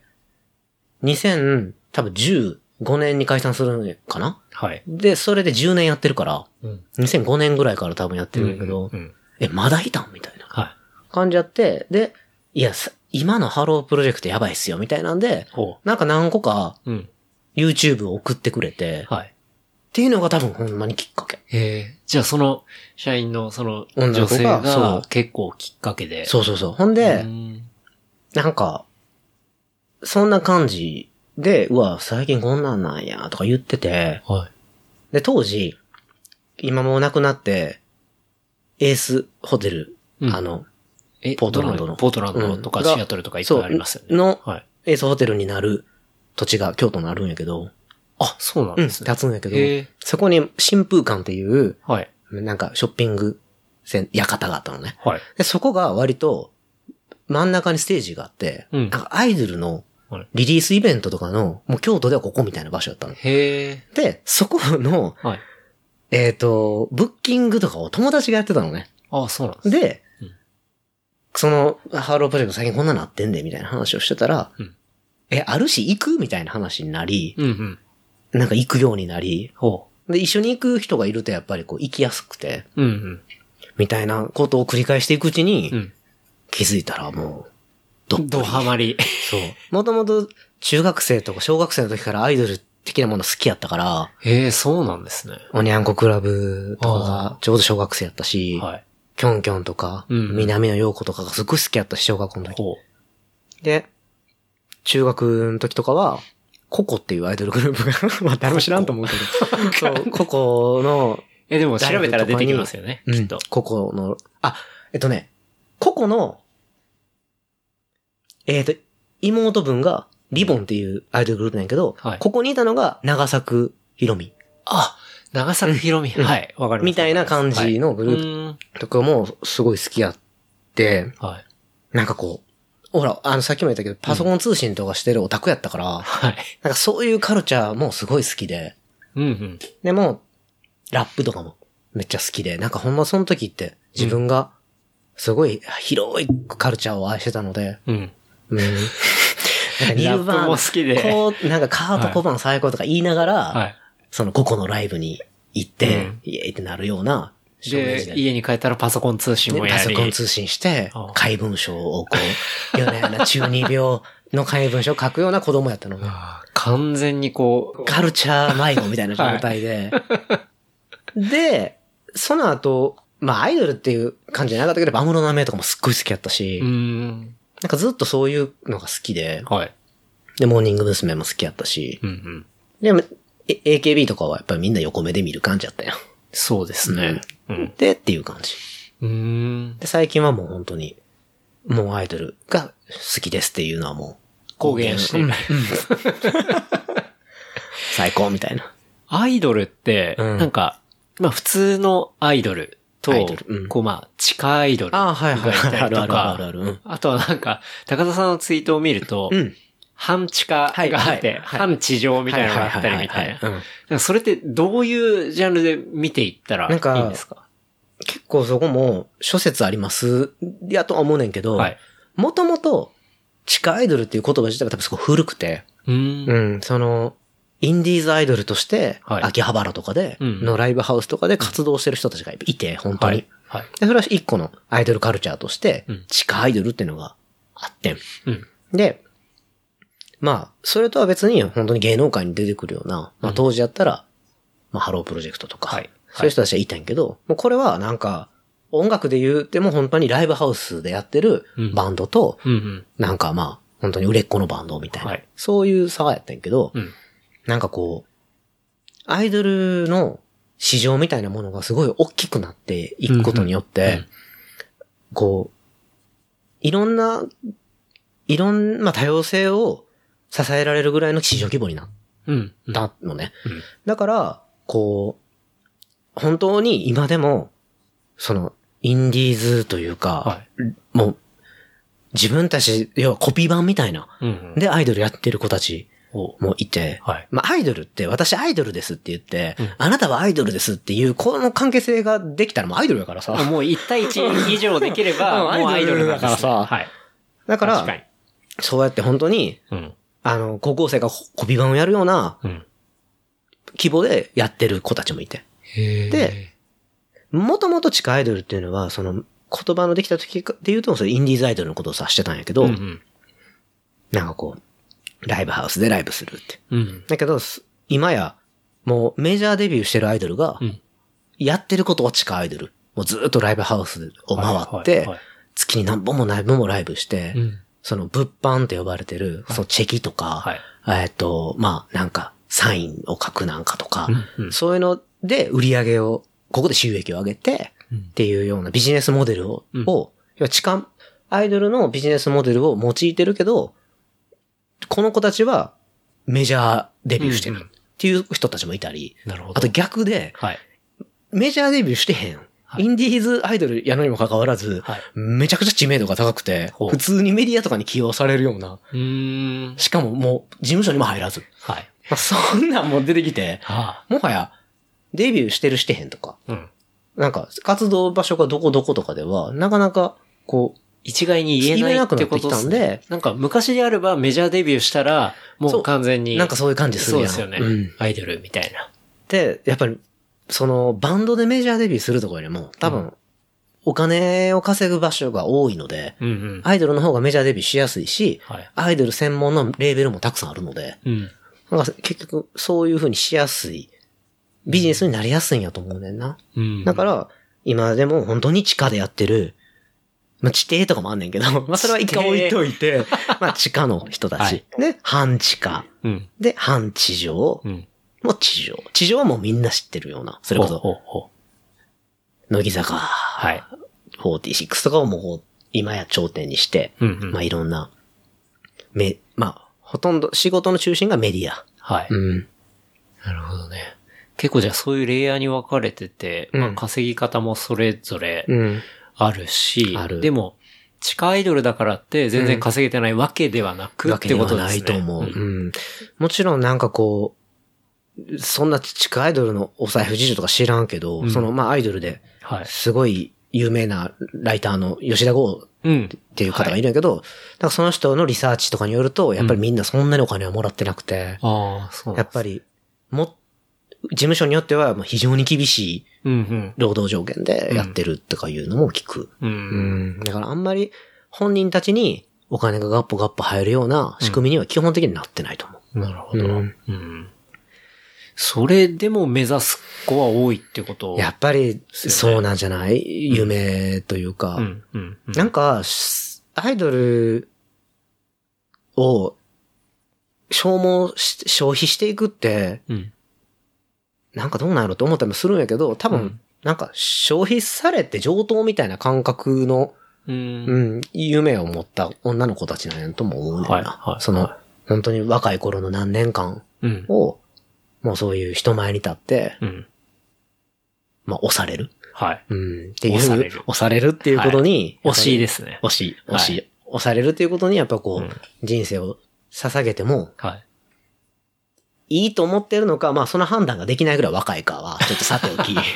2000、多分15年に解散するのかな
はい。
で、それで10年やってるから、
うん。
2005年ぐらいから多分やってるんだけど、
うん。
え、まだいたんみたいな
は
感じやって、で、いや、さ今のハロープロジェクトやばいっすよ、みたいなんで
い。、ほ
なんか何個か
う。うん。
YouTube を送ってくれて、っ
はい。
ていうのが多分ほんまにきっかけ。
へえ。じゃあその、社員のその、
女の
女
子が
性
そ
が
う
結構きっかけで。
そうそうそう。ほん
う
で、
ん。
なんか、そんな感じで、うわ、最近こんなんなんや、とか言ってて、
はい。
で、当時、今もう亡くなって、エースホテル、
うん
あの、
え、
ポートランドの
どポートランドとか
うんが
シアトルとかいっぱいありますよね。
そうの
はい。
エースホテルになる土地が京都にあるんやけど、
あ、そうなん
うん、
です
立つ
ね。
んやけ
へ
ど
え、
そこに新風館っていう、
はい。
なんかショッピングセン、館があったのね。
はい。
で、そこが割と、真ん中にステージがあって、
うん
なんかアイドルの
はい
リリースイベントとかの、もう京都ではここみたいな場所だったの。
へえ。
で、そこの、
はい。
えっ、と、ブッキングとかを友達がやってたのね。
あ、そうなんですね。
で、
うん
その、ハロープロジェクト最近こんなのあってんで、みたいな話をしてたら、
うん
え、あるし行くみたいな話になり、
うんうん。
なんか行くようになり、
ほ
で、一緒に行く人がいるとやっぱりこう行きやすくて、
う。うん
みたいなことを繰り返していくうちに、
うん。うん。
気づいたらもう、どっぷり
ドハマり。
そう。もともと中学生とか小学生の時からアイドル的なもの好きやったから、
へえ、そうなんですね。
おにゃんこクラブとか
あ
がちょうど小学生やったし、
はい。
キョンキョンとか、
うん
南野陽子とかがすごい好きやったし、小学校の時。
ほう。
で、中学の時とかは、ココっていうアイドルグループが、 (laughs) まあ誰も知らんと思うけど、そう、 (laughs) ココの、
(laughs) え、でも調べたら出てきますよね、きっと。
ココの、あ、えっとね、ココの、えっ、と、妹分が、リボンっていうアイドルグループなんやけど、
はい
ここにいたのが長作ひろみ。
あ、長崎ひろみ。
うん
はい、わかります。
みたいな感じのグループ
ー
とかもすごい好きやって、
プ。はい。
なんかこう、ほら、あの、さっきも言ったけど、パソコン通信とかしてるオタクやったから、
はい。
なんかそういうカルチャーもすごい好きで、
うんうん。
でも、ラップとかもめっちゃ好きで、なんかほんまその時って自分がすごい広いカルチャーを愛してたので、
うん。
うん。なんか (laughs) ニルバー
ラップ
ナ
も好きで
こう、なんかカート小判最高とか言いながら、
はい。
その個々のライブに行って、
うん
イエーイってなるような少年時代
で、家に帰ったらパソコン通信も
ね
や
パソ
り。
コン通信して
ああ、
怪文書をこう、夜な夜な中二病の怪文書を書くような子供やった (laughs) のね。
あー完全にこう、
カルチャー迷子みたいな状態で。で、その後、まあアイドルっていう感じじゃなかったけど、バムロナメとかもすっごい好きやったし、
うーん。
なんかずっとそういうのが好きで、
はい。
で、モーニング娘。も好きやったし、
うんうん。
でも、え AKB とかはやっぱりみんな横目で見る感じやったやん。
そうですね。うん。
で、っていう感じ。
うーん。
で、最近はもう本当に、もうアイドルが好きですっていうのはもう、
公言してる
うんうん最高みたいな。
アイドルって、
うん
なんか、まあ普通のアイドルと、
アイドルうん
こうまあ地下アイドル
あ
が
あはいい
た
はいはい
りと
あるあるあるあるう
か
ん、
あとはなんか、高田さんのツイートを見ると、
うん。
半地下
はい
があって、
はいはい
半地上みたいなのがあったりみたい
ははは
な。
ははうん
なんかそれってどういうジャンルで見ていったら
なんか
いいんですか
結構そこも諸説あります、やとは思うねんけど、
はい。
もともと地下アイドルっていう言葉自体が多分すごい古くて、
うーん。
うん、その、インディーズアイドルとして、
はい
秋葉原とかで、
うん
のライブハウスとかで活動してる人たちがいて、本当
は
に。
い。はい。
で、それは一個のアイドルカルチャーとして
うん、
地下アイドルっていうのがあってん。
うん。
で、まあ、それとは別に本当に芸能界に出てくるような、まあ当時やったら、まあハロープロジェクトとか、
はい
そういう人たちはいたんやけど、もうこれはなんか、音楽で言うても本当にライブハウスでやってる
うん
バンドと、
うんうん。
なんかまあ、本当に売れっ子のバンドみたいな、
はい
そういう差やったんやけど、
うん。
なんかこう、アイドルの市場みたいなものがすごい大きくなっていくことによって、
うんうんうん
こう、いろんな、いろんな、まあ、多様性を支えられるぐらいの市場規模になっ
うん。うん。
たのね。
うん
だから、こう、本当に今でも、その、インディーズというか、
は
もう、自分たち、要はコピー版みたいな、
い。うんうん。
でアイドルやってる子たち
お
もいて、
はい。
まあ、アイドルって、私アイドルですって言って、
うん
あなたはアイドルですっていう、この関係性ができたらもうアイドルやからさ。
もう1対1以上できれ
(laughs)
ば、
うん
もうアイドルな
アイド
んです、ね、
ルだからさ
はい。
だか、
確からに。
そうやって本当に、
うん。
あの、高校生がココピー版をやるような
うん。
規模でやってる子たちもいて。で、もともと地下アイドルっていうのは、その、言葉のできた時で言うと、それインディーズアイドルのことを指してたんやけど、
うんうん。
なんかこう、ライブハウスでライブするって。
うん。
だけど、す今や、もうメジャーデビューしてるアイドルが
うん、
やってることは地下アイドル。もうずっとライブハウスを回って、月に何本も何本もライブして、
うん。
その物販って呼ばれてる、そのチェキと
は
か、
い。
えっと、まあ、なんか、サインを書くなんかとか、
うんうん
そういうので売り上げを、ここで収益を上げて、
うん
っていうようなビジネスモデルを、
うん
を要は地下アイドルのビジネスモデルを用いてるけど、この子たちはメジャーデビューして
うんう
る
ん
っていう人たちもいたり、
なるほど。
あと逆で、
はい。
メジャーデビューしてへん。
い
インディーズアイドルやのにもかかわらず、
はい
めちゃくちゃ知名度が高くて
ほう、
普通にメディアとかに起用されるような、
うーん。
しかももう事務所にも入らず、
はい。
まあそんなんも出てきて、
は
もはやデビューしてるしてへんとか、
あ。うん。
なんか活動場所がどこどことかでは、なかなかこう、
一概に言えないってことです
言えなくなってき
ね
たんで。
なんか昔であればメジャーデビューしたら、も
そうう
完全に。
なんかそういう感じする
そう
や
で
ん。
すよね
うん。
アイドルみたいな。
で、やっぱり、その、バンドでメジャーデビューするとかよりも、多分、お金を稼ぐ場所が多いので、
うんうん。
アイドルの方がメジャーデビューしやすいし、
はい。
アイドル専門のレーベルもたくさんあるので、
うん。
なんか結局、そういう風にしやすい、ビジネスになりやすいんやと思うねんな。
うん。
だから、今でも本当に地下でやってる、まあ、地底とかもあんねんけど、 (laughs) まあ、それは一回置いといて、まあ、地下の人た
は
ち
い。
で、半地下。
うん。
で、半地上
う。ん。
もう地上。地上はもうみんな知ってるような。それこ
ほ
そ、
うほうほう
乃木坂
はい。
46とかをもう、今や頂点にして、
うんうん。
まあ、いろんな、め、まあ、ほとんど、仕事の中心がメディア。
はい。
うん。
なるほどね。結構じゃあそういうレイヤーに分かれてて、
うん
まあ稼ぎ方もそれぞれ
うん。
あるし、
ある
でも、地下アイドルだからって全然稼げてないわけではなくっ
わけ
て
で
こ
は
とです
な
ね。
いと思う。
ん
うん。もちろんなんかこう、そんな地下アイドルのお財布事情とか知らんけど、
うん
そのまあアイドルで
はい。
すごい有名なライターの吉田剛
うん。
っていう方がいるんやけど、なんかその人のリサーチとかによると、やっぱりみんなそんなにお金はもらってなくて、
ああ、そうな
や
ん
っぱり、も、事務所によってはもう非常に厳しい
うん
労働条件でやってるとかいうのも聞く。
うん。う。
うんん。だからあんまり本人たちにお金がガッポガッポ入るような仕組みには基本的になってないと思う。
なるほど。
う
うんん。それでも目指す子は多いってこと
やっぱり、
すよね
そうなんじゃない夢というか。
うん、うん、うん。
なんか、しアイドルを消耗し、消費していくって、
うん。
なんかどうなんやろって思ったりもするんやけど、多分、
うん
なんか消費されて上等みたいな感覚の、
う。
うんん、夢を持った女の子たちなんやとも思うねんな。
はいはい
その、
は
本当に若い頃の何年間
うん。
を、もうそういう人前に立って、
うん。
まあ押される。
はい。
うん、っていう。
押される
押されるっていうことに、。
惜しいですすね。
惜しい、
はい
惜しい。押されるっていうことに、やっぱこう、
うん
人生を捧げても、
はい。
いいと思ってるのか、まあその判断ができないぐらい若いかは、ちょっとさてお
(laughs)
き、
なる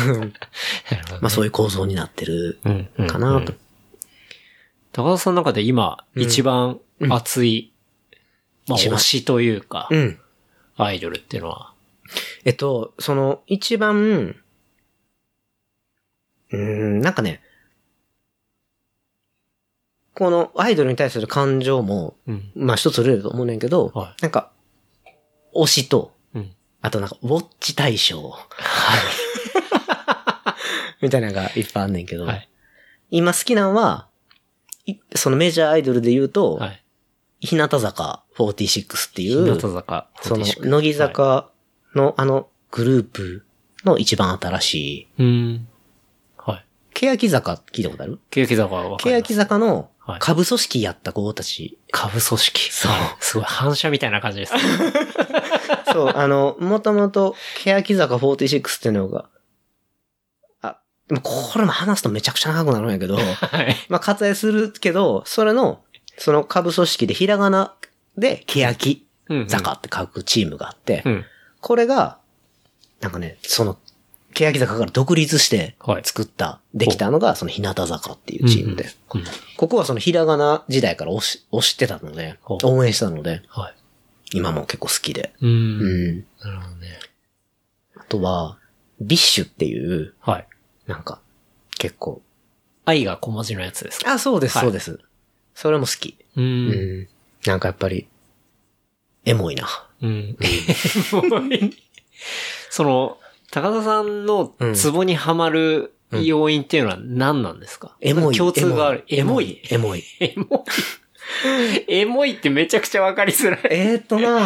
ほどね
まあそういう構造になってる
うんうん
かな
うん
と。
高田さんの中で今、
うん
一番熱い、まあ、
一番
推しというか、
うん。
アイドルっていうのは。
えっと、その、一番、うーん、なんかね、このアイドルに対する感情も、
うん。
まあ一つずれると思うねんけど、
は
なんか、推しと、
うん。
あとなんか、ウォッチ大賞。みたいなのがいっぱいあんねんけど、
はい。
今好きなんは、いそのメジャーアイドルで言うと、
はい。
日向坂46ってい
日向
う、
坂。
その、
46
乃木。坂のあのグループの一番新しい、
うん。はい。
欅坂聞いたことある
欅坂はわかります
欅坂の
はい
下部組織やった子たち。
下部組織。
そう
はいすごい反射みたいな感じ (laughs) ですね。
そう、あの、もともと欅坂46っていうのが、あ、でもこれも話すとめちゃくちゃ長くなるんや
(laughs)
けど、
はい。
まあ、割愛するけど、それの、その下部組織でひらがなで、欅
うんうん
坂って書くチームがあって、
うん。
これが、なんかね、その、欅坂から独立して
はい
作った、できたのが、その日向坂っていうチームで、
うんうん。
ここはそのひらがな時代から推し推してたので、
ほう
応援したので、
はい。
今も結構好きで。
う。
うんん。
なるほどね。
あとは、ビッシュっていう、
はい。
なんか、結構。
愛が小文字のやつですか
あ、そうです、
はい
そうです。それも好き。
う
う。ん。なんかやっぱり、エモいな。
(laughs) うん。その、高田さんのツボにはまる要因っていうのは何なんですか、
エモい。
共通がある。エモい。
エモい。
エモい。 (laughs) エモいってめちゃくちゃわかりづらい。
(laughs) えーっとな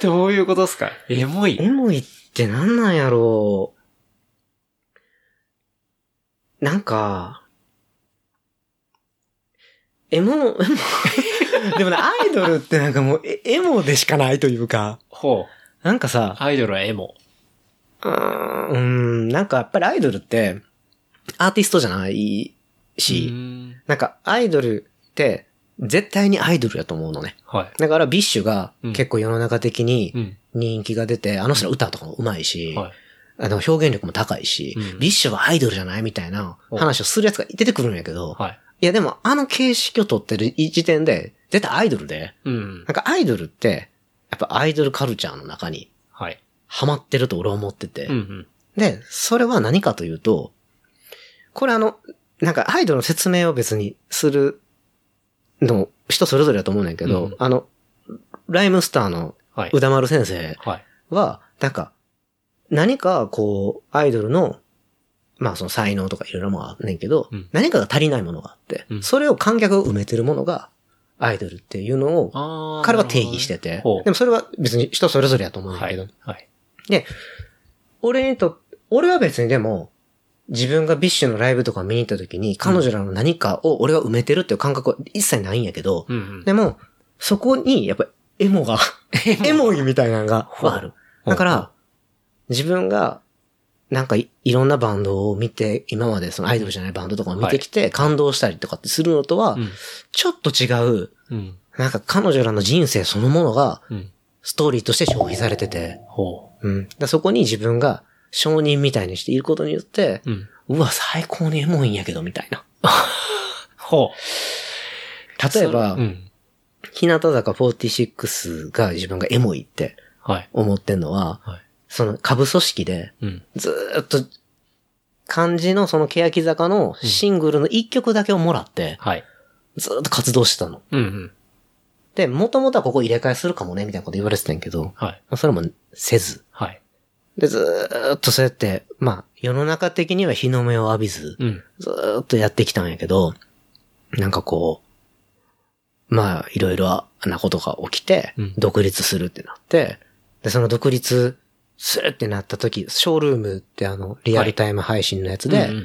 どういうことですかエモい。
エモいってなんなんやろう。なんか、エモ、エモ。 (laughs) でもね、アイドルってなんかもう、えエモでしかないというか、
ほう。
なんかさ、
アイドルはエモ。
うーん、なんかやっぱりアイドルって、アーティストじゃないし、
うん
なんかアイドルって、絶対にアイドルやと思うのね。
は
だからビッシュが
うん
結構世の中的
い。う
に
ん。
人気が出て、あの人の歌とかも上手いし、
はい。
あの表現力も高いし、
うん
ビッシュはアイドルじゃないみたいな話をするやつが出てくるんやけど、
はい。
いやでもあの形式を取ってる時点で、絶対アイドルで、
うん
な。んかアイドルって、やっぱアイドルカルチャーの中に
はい。
ハマってると俺は思ってて、
うんうん。
で、それは何かというと、これあの、なんかアイドルの説明を別にするの、人それぞれだと思うねんだけど、
うん
あの、ライムスターの
はい。
歌丸先生
はい。
は、なんか、何かこう、アイドルのまあその才能とかいろいろもあんねんけど、
うん
何かが足りないものがあって、
うん
それを観客が埋めてるものがアイドルっていうのを
あー
彼は定義してて、
ほう
でもそれは別に人それぞれやと思うんだ
は
け
い
ど、。
はい。
俺にとって、俺は別にでも、自分がビッシュのライブとか見に行った時に、彼女らの何かを俺は埋めてるっていう感覚は一切ないんやけど、
うんうん。
でも、そこに、やっぱ、エモが、エモいみたいなのが
ほう
ある。だから、自分が、なんかいいろんなバンドを見て、今までそのアイドルじゃないバンドとかを見てきて、感動したりとかってするのとは
う、ん。
ちょっと違う、
うん。
なんか彼女らの人生そのものが、
うん。
ストーリーとして消費されてて、
ほ
うん。だからそこに自分が承認みたいにしていることによって、
う。うん。
うわ、最高にエモいんやけど、みたいな。
ほう。
例えば、
それうん。
日向坂46が自分がエモいって
はい。
思ってんのは、
はい
その下部組織で、
うん。
ずーっと、漢字のその欅坂のシングルの一曲だけをもらって、
はい。
ずーっと活動してたの。
うんうん。
で、もともとはここ入れ替えするかもね、みたいなこと言われてたんやけど、
はい。
それもせず。
はい。
で、ずーっとそうやって、まあ、世の中的には日の目を浴びず、
うん。
ずーっとやってきたんやけど、なんかこう、まあ、いろいろなことが起きて
うん、
独立するってなって、で、その独立するってなった時、ショールームってあの、リアルタイム配信のやつ
うんうんう
で、
ん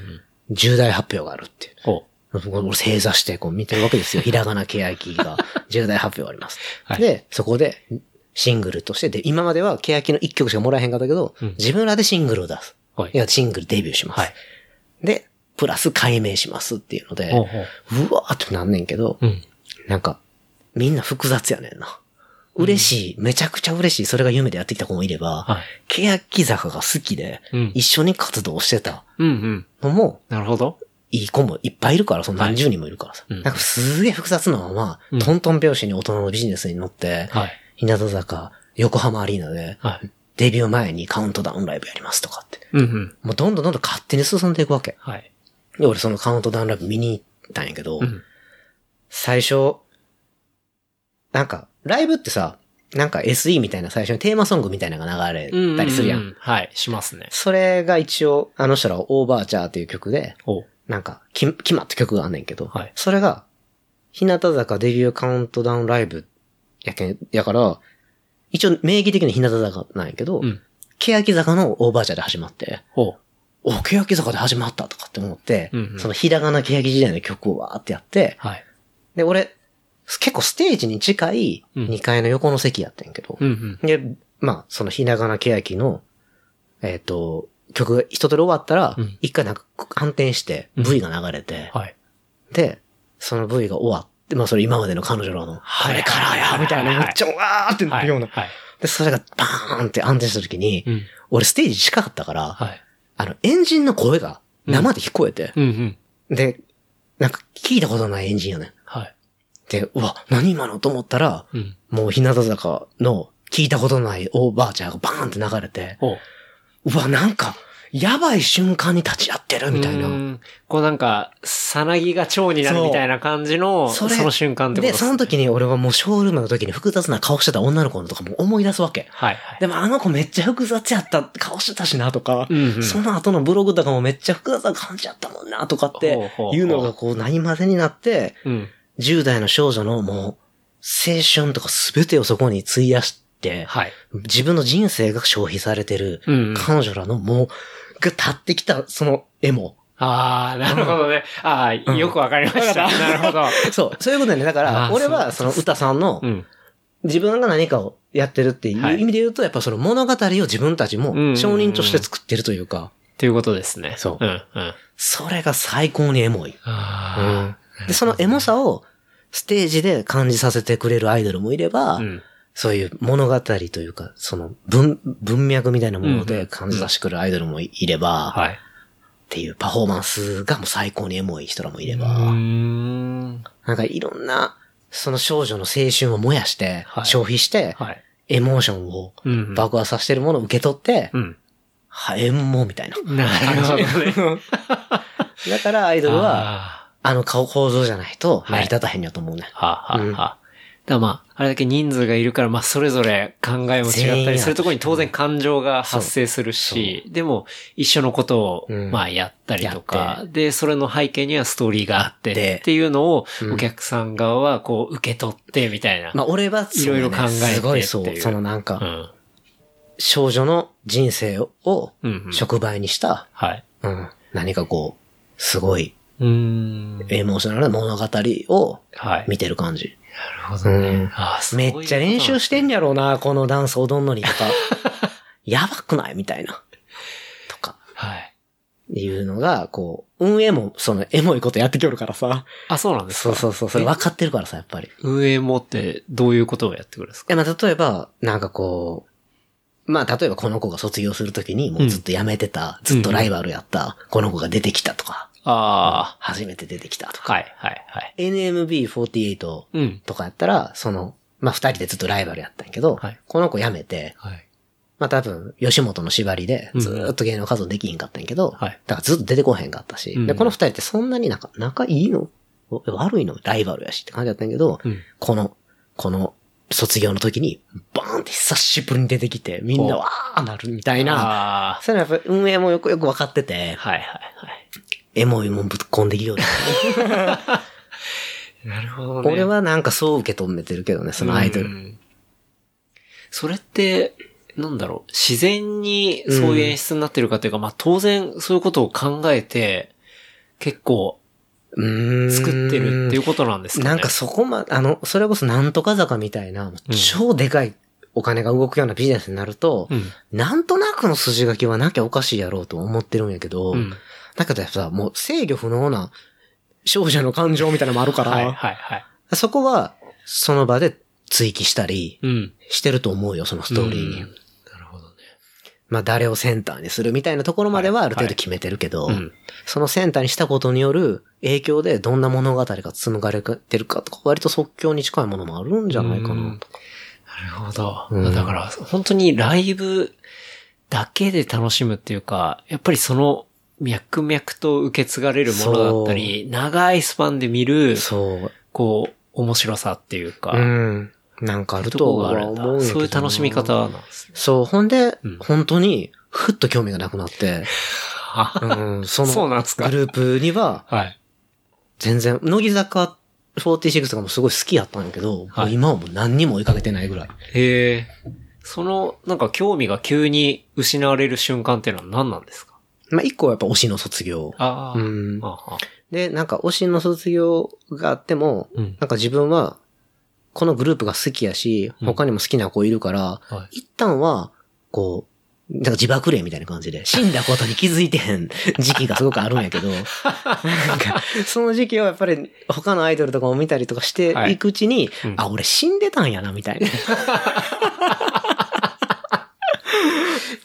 重大発表があるっていう。
ほ
俺正座してこう見てるわけ
(laughs)
ですよ。ひらがなけやきが重大発表があります。
はい
で、そこでシングルとして、で、今まではけやきの1曲しかもらえへんかったけど、
うん
自分らでシングルを出す。
う。はい。
いや、シングルデビューします。
はい
で、プラス解明しますっていうので、
ほうほう。
うわーってなんねんけど、
うん。
なんか、みんな複雑やねんな。嬉しい、めちゃくちゃ嬉しい、それが夢でやってきた子もいれば、
はい。
ケヤキ坂が好きで、
うん
一緒に活動してた
うんうん。
のも、
なるほど。
いい子もいっぱいいるから、その何十人もいるからさ。
はいうん
なんかすげえ複雑なまま、
うん
トントン拍子に大人のビジネスに乗って、
はい。
日向坂、横浜アリーナで、
はい。
デビュー前にカウントダウンライブやりますとかって。
うんうん。
もうどんどんどんどん勝手に進んでいくわけ。
はい。
で、俺そのカウントダウンライブ見に行ったんやけど、
うん。
最初、なんか、ライブってさ、なんか SE みたいな最初にテーマソングみたいなのが流れたりするやん。
うううはい。しますね。
それが一応、あの人らはオーバーチャーっていう曲で、
ほう。
なんか、き決まった曲があんねんけど、
はい
それが、日向坂デビューカウントダウンライブやけん、やから、一応名義的に日向坂なんやけど、
うん。
欅坂のオーバーチャーで始まって、
ほ
お、欅坂で始まったとかって思って、
うんうん
そのひらがな欅時代の曲をわーってやって、
う。はい。
で、俺、結構ステージに近い
うん
2階の横の席やってんけど、
うんうん。
で、まあ、そのひながなけやきの、えっ、と、曲が一通り終わったら
うん、
一回なんか反転して
うん
V が流れて、
はい。
で、その V が終わって、まあそれ今までの彼女らの、こ
はい
れからやみたいな、めっちゃわーってな
はい。
るような。
はい。
で、それがバーンって安定した時に
う、ん。
俺ステージ近かったから、
はい。
あの、エンジンの声が生で聞こえて、
うんうん。
で、なんか聞いたことないエンジンやねん。
はい。
で、うわ、何今のと思ったら、
うん。
もう日向坂の聞いたことないオーバーチャーがバーンって流れて、
ほう。
うわ、なんか、やばい瞬間に立ち会ってるみたいうな。
ん。こうなんか、さなぎが蝶になるみたいな感じの、そ
そうそれ
の瞬間ってこと
で、その。時に俺はもうショールームの時に複雑な顔してた女の子のとかも思い出すわけ。
はいはい。
でもあの子めっちゃ複雑やった顔してたしなとか、
うんうん
その後のブログとかもめっちゃ複雑な感じやったもんなとかって
ほうほうほう
いうのがこう何までになって、
うん。
10代の少女のもう青春とか全てをそこに費やして、
はい。
自分の人生が消費されてる、
うんうん
彼女らのもう、が立ってきた、その絵も。
ああ、なるほどね。ああ、よくわかりました。なるほど。
(laughs) そう、そういうことだね。だか
あ
ら、
ー
俺はその歌さんの
(laughs) う、ん。
自分が何かをやってるっていう
はい
意味で言うと、やっぱその物語を自分たち
うんうんう
も
ん
承認として作ってるというか、
ということですね。
そう
うんうん。
それが最高にエモい。
あ
で、そのエモさを、ステージで感じさせてくれるアイドルもいれば、
あ。うん。
そういう物語というか、その文、文脈みたいなもの
うんう
で
ん
感じさせてくるアイドルもいれば、
はい。
っていうパフォーマンスがもう最高にエモい人らもいれ
う
ば、
ーん。
なんかいろんな、その少女の青春を燃やして、
はい
消費して、
はい。
エモーションを
うん。
爆破させてるものを受け取って、
うん。
は、エンモみたいな。
なるほど (laughs) ね。
だからアイドルは、
あ
あの顔構造じゃないと
はい
成り立たへんやと思うね。
ーはあはあはあからまあ、あれだけ人数がいるから、まあ、それぞれ考えも
全
違っ
員
た
や
り
る
するところに当然感情が発生するし、でも、一緒のことを、
うん
まあ、やったりと
や
か、で、それの背景にはストーリーがあっ
あって
て、っていうのを
う、ん
お客さん側は、こう、受け取って、みたいな。
まあ俺はそうだね、
いろいろ考えてっていう
すごいそう。そのなん
う
か、
ん。
少女の人生を
うんうん
触媒にした、
はい。
うん何かこう、すごいう
ーん。
エモーショナルな物語を
はい。
見てる感じ。
なるほどね。ああ
めっちゃ練習
し、
してんやろうな、このダンス踊んのにとか。 (laughs) やばくないみたいな。とか。
はい。
いうのが、こう、運営も、その、エモいことやってきよるからさ。
あ、そうなんです
そう
か
そうそう、それ分かってるからさ、やっぱり。
運営もって、どういうことをやってくるんですか
え、まあ、例えば、なんかこう、まあ、例えばこの子が卒業するときに、もうずっと辞めてた、ずっとライバルやった、この子が出てきたとか、
あ
初めて出てきたと
あ。
か。
はい、はい、はい。
NMB48
うん。
とかやったら、その、まあ、二人でずっとライバルやったんやけど、
はい
この子辞めて、
はい。
まあ、多分、吉本の縛りで、ずーっと芸能活動できひんかったんやけど、
はい
だからずっと出てこへんかったし、
うん
で、この二人ってそんなになんか、仲いいのお悪いのライバルやしって感じだったんやけど、
うん。
この、この、卒業の時に、バーンって久しぶりに出てきて、みんな
お
わーなるみたいな、
ああ。
そういうのやっぱ運営もよくよく分かってて、
はい、はい、はい。
エモいもんぶっ込んでき
(laughs)
ようだね
なるほどね。
俺はなんかそう受け止めてるけどね、そのアイド
う
ル。
んそれって、なんだろう、自然にそういう演出になってるかというか、まあ当然そういうことを考えて、結構
うーん
作ってるっていうことなんですかね。
なんかそこま、あの、それこそなんとか坂みたいな、超でかいお金が動くようなビジネスになると、
うん。
なんとなくの筋書きはなきゃおかしいやろうと思ってるんやけど、
うん。
だけどやっぱもう制御不能な少女の感情みたいなのもあるから、
はい、はい、はい。
そこはその場で追記したり
うん。
してると思うよ、そのストーリーに。
うんなるほどね。
まあ誰をセンターにするみたいなところまではある程
はい
度決めてるけど、
うん。
そのセンターにしたことによる影響でどんな物語が紡がれてるかとか、割と即興に近いものもあるんじゃないかなとか。
なるほど。
うん
だから、本当にライブだけで楽しむっていうか、やっぱりその、脈々と受け継がれるものだったり、長いスパンで見る、
そう。
こう、面白さっていうか、
うん。なんかある
とことが
は
ある
思
ん
うん
だ
やけど。な
そういう楽しみ方なんですね。
そう、ほんで、
うん
本当に、ふっと興味がなくなって、
(laughs)
うん、 (laughs) そ
そう
の
なんです
グ
か
ループには、
はい。
全然、乃木坂46とかもすごい好きやったんやけど、
はい
もう今はもう何にも追いかけてないぐらい。
へえ。その、なんか興味が急に失われる瞬間っていうのは何なんですか
まあ、一個はやっぱ推しの卒業。
ああ。
うん
ああ
で、なんか推しの卒業があっても、
うん
なんか自分は、このグループが好きやし、
うん
他にも好きな子いるから、
はい
一旦は、こう、なんか自爆霊みたいな感じで、死んだことに気づいてへ
(laughs)
ん時期がすごくあるんやけど、なんか、その時期をやっぱり他のアイドルとかを見たりとかしていくうちに、
いうん
あ、俺死んでたんやな、みたいな。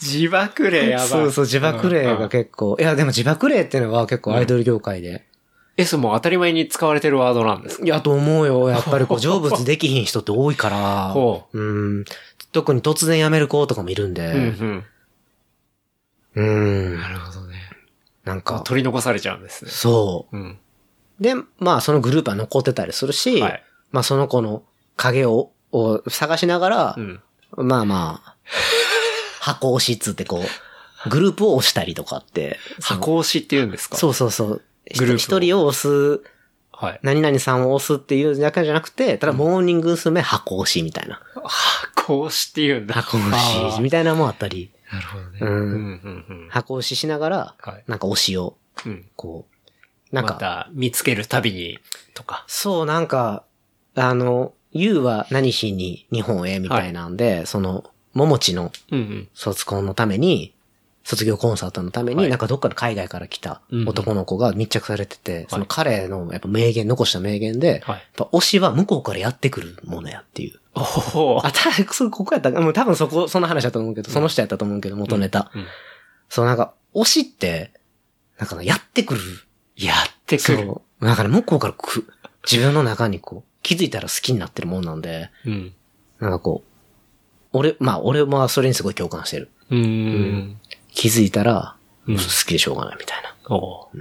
自爆霊やばい。
そうそう、自爆霊
うんう
が
ん
結構、いや、でも自爆霊っていうのは結構アイドル業界で、
え、それもう当たり前に使われてるワードなんですか
いや、と思うよ。やっぱ
(laughs)
りこう、成仏できひん人って多いから。
ほ
うん。特に突然辞める子とかもいるん
う。
で。
ん。
うん。
なるほどね。
なん
こう
か、
取り残されちゃうんですね。
そ
うん。
う。で、まあ、そのグループは残ってたりするし、
はい。
まあ、その子の影を、を探しながら
う、ん。
まあまあ、箱押しっつってこう、グループを押したりとかって。その
箱押しって言うんですかう。
そうそうそう。
グループを
一人を押す、
はい。
何々さんを押すっていうだけじゃなくて、ただモーニング娘。箱押しみたいな。
箱押しって言うんだ。
箱押しみたいな (laughs) のもあったり、
あーなるほどね。
うん
うんうんうん。
箱押ししながら、
はい。
なんか押しを、
うん。
こう、なん
ま
か、
た見つけるたびに、とか。
そう、なんか、あの、ゆうは何日に日本へみたいなんで、その、ももちの
うん
卒コンのために、卒業コンサートのために、
はい
なんかどっかの海外から来た
うんうん
男の子が密着されてて、その彼のやっぱ名言、残した名言で、
は
や
い。
っぱ推しは向こうからやってくるものやっていう。
おほ
あ、たそうここやったかもう多分そこ、その話だと思うけど、その人やったと思うけど、元ネタ。
うんうん
そう、なんか、推しって、なんかねやってくる
やってくる。
そう。だから向こうからく、自分の中にこう、気づいたら好きになってるもんなんで、
うん。
なんかこう、俺、まあ俺はそれにすごい共感してる。
うーん。
気づいたら、
うん
好きでしょうがないみたいな。
おう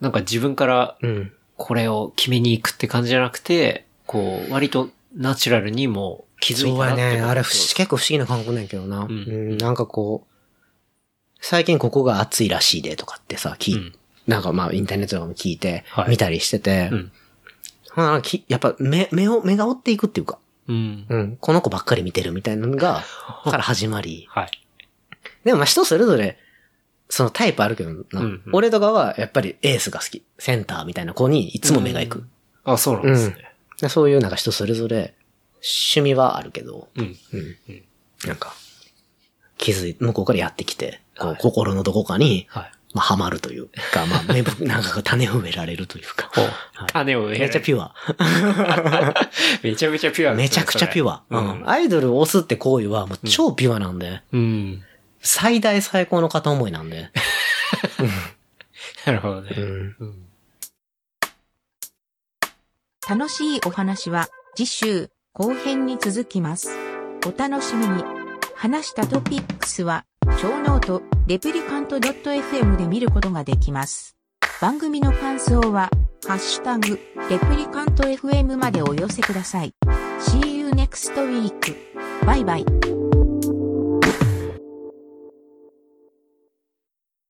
なんか自分から
うん。
これを決めに行くって感じじゃなくて、こう、割とナチュラルにもう気づい
そう
たな
や
って
ね。
こと
あれ不思結構不思議な感覚なんやけどな。
ん
うん、なんかこう、最近ここが暑いらしいでとかってさ、聞い
うん
なんかまあインターネットとかも聞いて、
はい
見たりしてて、
うん
ほんならきやっぱ目、目を、目が追っていくっていうか、
うん。
うん、この子ばっかり見てるみたいなの (laughs) が、から始まり。
はい。
でもまあ人それぞれ、そのタイプあるけどな、
うんうん
俺とかはやっぱりエースが好き。センターみたいな子にいつも目が行く。
うんあ、そうなんですね。
でそういうなんか人それぞれ趣味はあるけど、
うん。
うん。なんか、気づい、向こうからやってきて、こう
はい
心のどこかに、
はい。
まあ、はまるというか、まあ、芽吹 (laughs) なんかこう種を植えられるというか。はい
種を植え
めちゃ
ュ
ピュア。
ア。めちゃめちゃピュアですね
めちゃくちゃピュア。
それ
うん。アイドルを押すって行為はもう超ピュアなんで、
うん。
最大最高の片思いなん
(laughs)
で。
なるほどね。
ん。
うん
楽しいお話は次週後編に続きます。お楽しみに。話したトピックスは、超ノート、レプリカント .fm で見ることができます。番組の感想は、ハッシュタグ、レプリカント fm までお寄せください。See you next week. バイバイ。